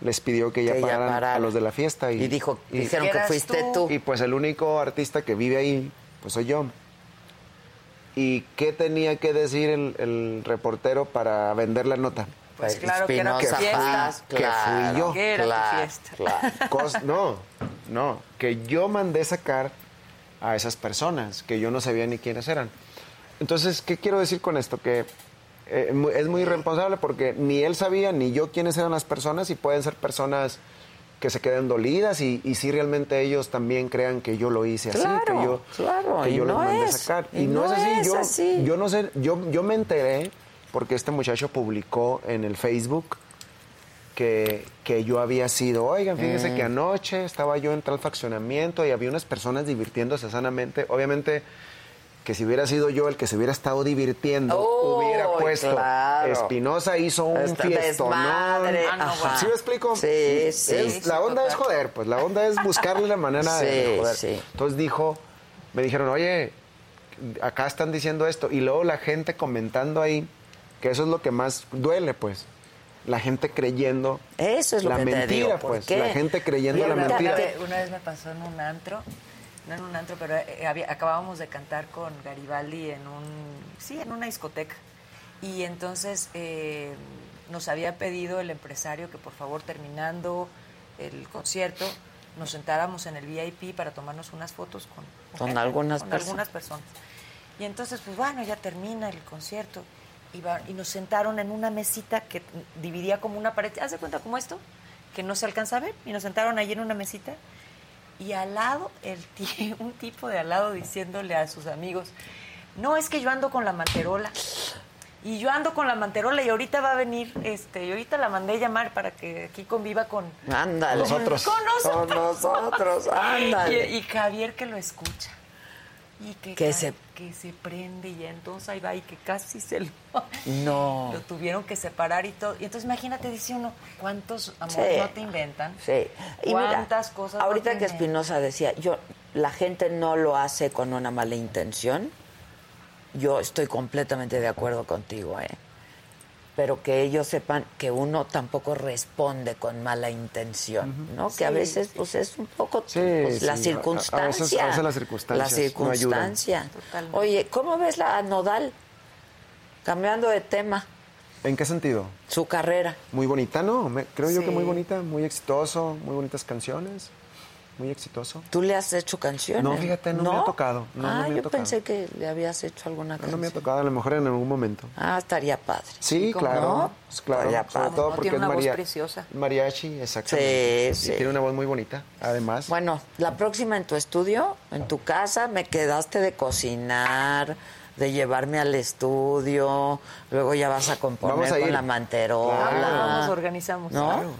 les pidió que ya, Que ya pararan a pararan. los de la fiesta. Y, Y dijo, y- dijeron que Eras fuiste tú. tú. y pues el único artista que vive ahí, pues soy yo. ¿Y qué tenía que decir el, el reportero para vender la nota? Pues claro que era tu Espinosa fiesta. Paz, Que fui claro, yo. Que era tu claro, fiesta. claro. Cos- no, no, que yo mandé sacar a esas personas, que yo no sabía ni quiénes eran. Entonces, ¿qué quiero decir con esto? Que eh, mu- es muy irresponsable porque ni él sabía ni yo quiénes eran las personas y pueden ser personas que se queden dolidas y, y si realmente ellos también crean que yo lo hice así, Claro, que yo, claro, que y yo los no mandé es, sacar. y no es yo, así. yo no sé, yo, yo me enteré porque este muchacho publicó en el Facebook que, que yo había sido, oigan, fíjense Mm. que anoche estaba yo en tal faccionamiento y había unas personas divirtiéndose sanamente. Obviamente que si hubiera sido yo el que se hubiera estado divirtiendo, Oh, hubiera puesto. claro. Espinosa hizo un Este fiestonón. desmadre, Ah, no, ajá. bueno. ¿Sí me explico? Sí, Es- sí. la onda es total. joder, pues la onda es buscarle la manera de Sí, joder. sí. Entonces dijo, me dijeron, oye, acá están diciendo esto. Y luego la gente comentando ahí, que eso es lo que más duele, pues. La gente creyendo. Eso es lo la que te mentira, digo, ¿por pues. qué? La gente creyendo la Una- Fíjate mentira. Una que- vez, una vez me pasó en un antro, no en un antro, pero eh, había- acabábamos de cantar con Garibaldi en un, sí, en una discoteca. Y entonces eh, nos había pedido el empresario que por favor terminando el concierto nos sentáramos en el VIP para tomarnos unas fotos con, Con algunas con personas. algunas personas. Y entonces, pues bueno, ya termina el concierto y, va- y nos sentaron en una mesita que dividía como una pared. ¿Haz de cuenta como esto? Que no se alcanza a ver. Y nos sentaron ahí en una mesita y al lado, el ti- un tipo de al lado diciéndole a sus amigos, no, es que yo ando con la manterola. Y yo ando con la manterola y ahorita va a venir, este, y ahorita la mandé llamar para que aquí conviva con... Ándale. Nosotros. Con nosotros. Con nosotros, ándale. Y, y Javier que lo escucha. Y que, Que ca- se- que se prende y entonces ahí va y que casi se lo... No. Lo tuvieron que separar y todo. Y entonces imagínate, dice uno, ¿cuántos amor Sí. no te inventan? Sí. Y mira, ¿Cuántas cosas no Ahorita te que inventan? Espinosa decía, yo la gente no lo hace con una mala intención. Yo estoy completamente de acuerdo contigo, ¿eh? Pero que ellos sepan que uno tampoco responde con mala intención, ¿no? que a veces, pues, es un poco Sí, pues, sí, a- a la veces- circunstancia. a veces las circunstancias La no ayudan. circunstancia. Totalmente. Oye, ¿cómo ves la nodal? Cambiando de tema, ¿En qué sentido? su carrera. Muy bonita, ¿no? Me- creo yo Sí. que muy bonita, muy exitoso, muy bonitas canciones, muy exitoso. ¿Tú le has hecho canciones? No, fíjate, no me ha tocado, no, no ah, me ha yo tocado. pensé que le habías hecho alguna No, canción. no me ha tocado, a lo mejor en algún momento. Ah, estaría padre. Sí, ¿Cómo claro. no? pues claro. Estaría Sobre padre. No, todo porque tiene es una voz maria- preciosa. Mariachi, exactamente. Sí, sí. Y tiene una voz muy bonita, además. Bueno, la próxima en tu estudio, en tu casa, me quedaste de cocinar, de llevarme al estudio, luego ya vas a componer Vamos a con ir. la manterola. Claro. Ah, nos organizamos. ¿No? Claro.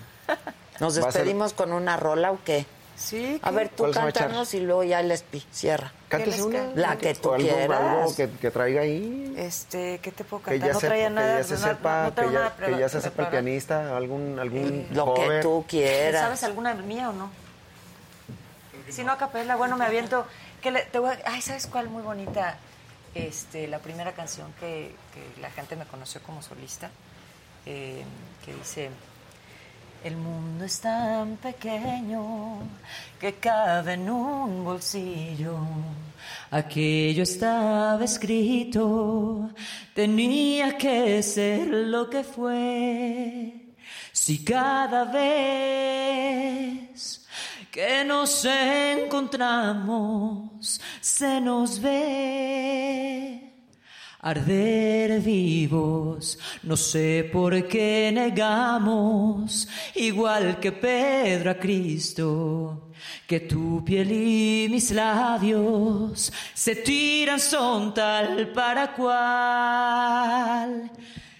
¿Nos Va a ser- despedimos con una rola o qué? Sí. A ver, tú ¿Cuál se va a echar? cántanos y luego ya les pi, cierra. Cántese les una. cante? La que tú o algo, quieras. Algo que, que traiga ahí. Este, ¿qué te puedo Que cantar? ya, no se, traía que nada. ya no- se no- sepa, no que, traigo ya, nada que ya se sepa el preparado. pianista, algún, algún Eh, Lo que cover. tú quieras. ¿Sabes alguna mía o no? Si no, a capela, bueno, me aviento. Que le- te voy a- ay, ¿sabes cuál muy bonita? Este, la primera canción que, que la gente me conoció como solista, eh, que dice, el mundo es tan pequeño que cabe en un bolsillo. Aquello estaba escrito, tenía que ser lo que fue. Si cada vez que nos encontramos se nos ve arder vivos. No sé por qué negamos, igual que Pedro a Cristo, que tu piel y mis labios se tiran son tal para cual.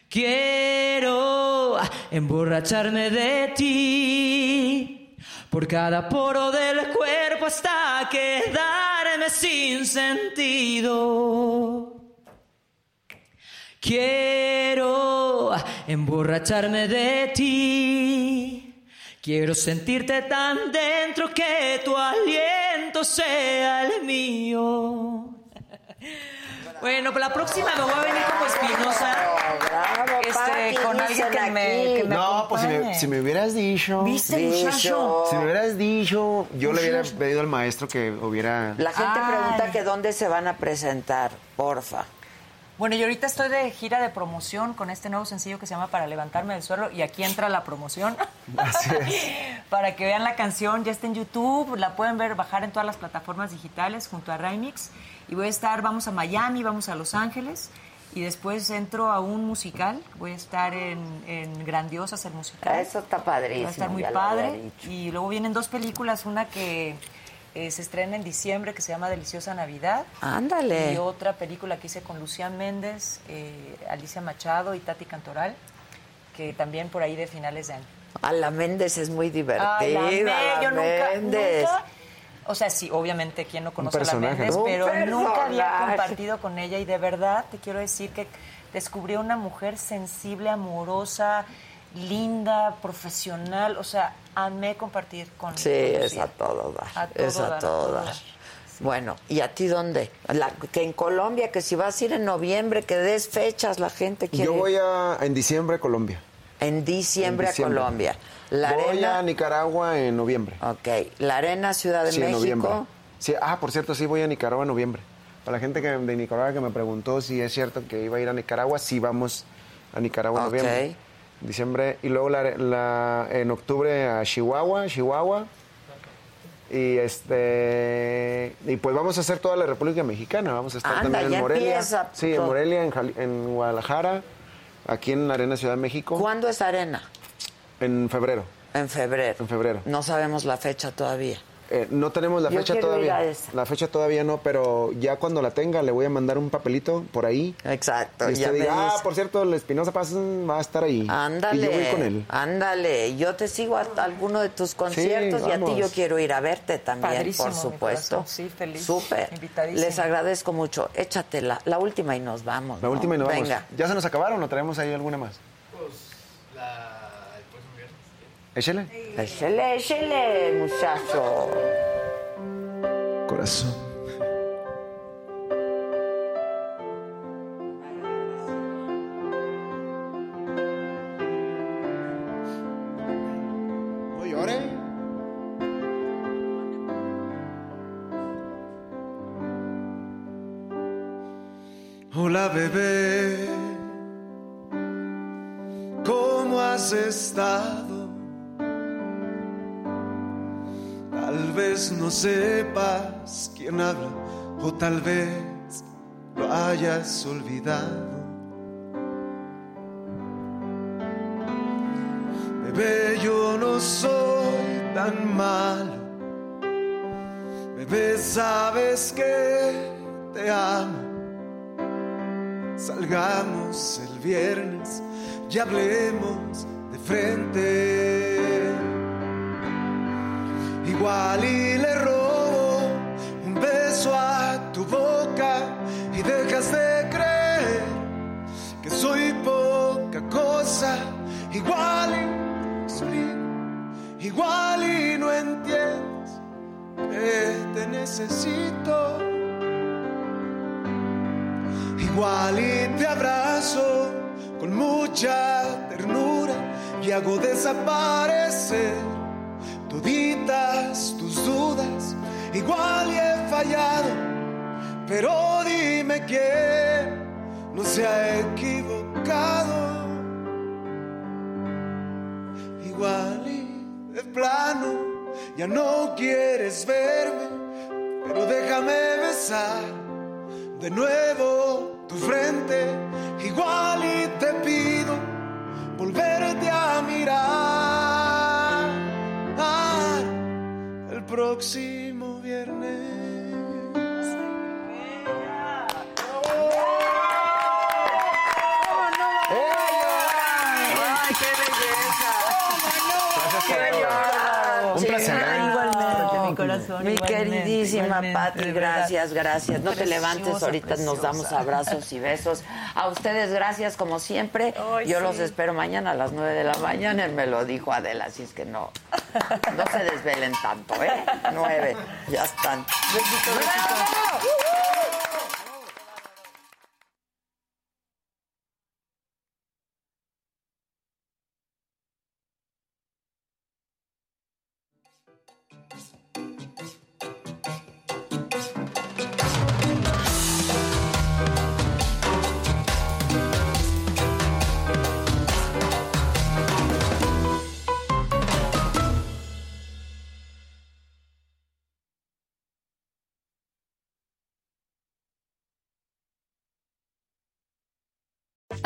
Quiero emborracharme de ti por cada poro del cuerpo hasta quedarme sin sentido. Quiero emborracharme de ti. Quiero sentirte tan dentro que tu aliento sea el mío. Bueno, para la próxima me voy a venir como espinosa. Bravo, Este, Pati, con alguien dicen que me- aquí. que me- No, pues si me, acompañe. si me hubieras dicho. ¿Viste, Dicho. muchacho? Si me hubieras dicho, yo le hubiera pedido al maestro que hubiera. La gente Ay. pregunta que dónde se van a presentar, porfa. Bueno, y ahorita estoy de gira de promoción con este nuevo sencillo que se llama Para levantarme del suelo y aquí entra la promoción. Así es. Para que vean la canción, ya está en YouTube, la pueden ver, bajar en todas las plataformas digitales junto a Remix. Y voy a estar, vamos a Miami, vamos a Los Ángeles y después entro a un musical. Voy a estar en, en Grandiosas, el musical. Ah, Eso está padrísimo. ¿Eh? Va a estar muy ya lo había padre. dicho. Y luego vienen dos películas, una que eh, se estrena en diciembre que se llama Deliciosa Navidad. Ándale. Y otra película que hice con Lucía Méndez, eh, Alicia Machado y Tati Cantoral, que también por ahí de finales de año. A la Méndez es muy divertida. Ay, la Mé, la yo nunca, Méndez. nunca- o sea, sí, obviamente, quien no conoce a la personaje, Méndez, ¿no? pero Un nunca había personaje. compartido con ella y de verdad te quiero decir que descubrí a una mujer sensible, amorosa, linda, profesional, o sea, amé compartir con Sí, con es Lucía. a todo dar. Pues A todo es a dar, a todo todo dar. dar. Bueno, ¿y a ti dónde? La- que en Colombia, que si vas a ir en noviembre, que des fechas, la gente quiere Yo voy ir. a, en diciembre a Colombia. en, diciembre en diciembre. a Colombia. La voy arena. a Nicaragua en noviembre. Ok, la arena Ciudad de sí, en México. noviembre. Sí, ah, por cierto, sí voy a Nicaragua en noviembre. Para la gente que, de Nicaragua que me preguntó si es cierto que iba a ir a Nicaragua, sí vamos a Nicaragua en Ok. noviembre. diciembre. Y luego la- la- en octubre a Chihuahua, Chihuahua. Y este y pues vamos a hacer toda la República Mexicana, vamos a estar Anda, también ya en Morelia. empieza sí, en todo. Morelia, en, Jali- en Guadalajara, aquí en la Arena Ciudad de México, ¿Cuándo es arena? en febrero. En febrero. En febrero. No sabemos la fecha todavía. Eh, no tenemos la Yo fecha quiero ir a todavía. esa. La fecha todavía no, pero ya cuando la tenga le voy a mandar un papelito por ahí. Exacto. y ya usted diga, me ah, dice. por cierto, el Espinosa Paz mm, va a estar ahí. Ándale. Y yo voy con él. Ándale. Yo te sigo a alguno de tus conciertos y a ti vamos. yo quiero ir a verte también, Padrísimo, por mi supuesto. corazón. Sí, feliz. Súper. Invitadísima. Les agradezco mucho. Échatela. La última y nos vamos. La última y nos Venga. vamos. ¿Ya se nos acabaron o traemos ahí alguna más? Pues la... el próximo viernes. Échele. Échele, échele, muchacho. Corazón. No llore. Hola bebé, ¿cómo has estado? Tal vez no sepas quién habla o tal vez lo hayas olvidado. Bebé, yo no soy tan malo. Bebé, sabes que te amo. Salgamos el viernes y hablemos de frente. Igual y le robo un beso a tu boca y dejas de creer que soy poca cosa. Igual y soy- igual y no entiendes que te necesito. Igual y te abrazo con mucha ternura y hago desaparecer toditas tus dudas. Igual y he fallado, pero dime que no se ha equivocado. Igual y de plano ya no quieres verme, pero déjame besar de nuevo tu frente, igual y te pido volverte a mirar el próximo viernes. ¡Ay, qué belleza! ¡Qué bárbaro! Un Sí, placer, ¿eh? claro. Ah, mi corazón, Mi igualmente, queridísima igualmente, Pati, de verdad. gracias, gracias. No te Preciosa, levantes, ahorita nos preciosa. damos abrazos y besos. A ustedes, gracias como siempre. Ay, Yo sí. los espero mañana a las 9 de la mañana. Él me lo dijo Adela, así es que no, no se desvelen tanto, ¿eh? 9, ya están. ¡Bravo!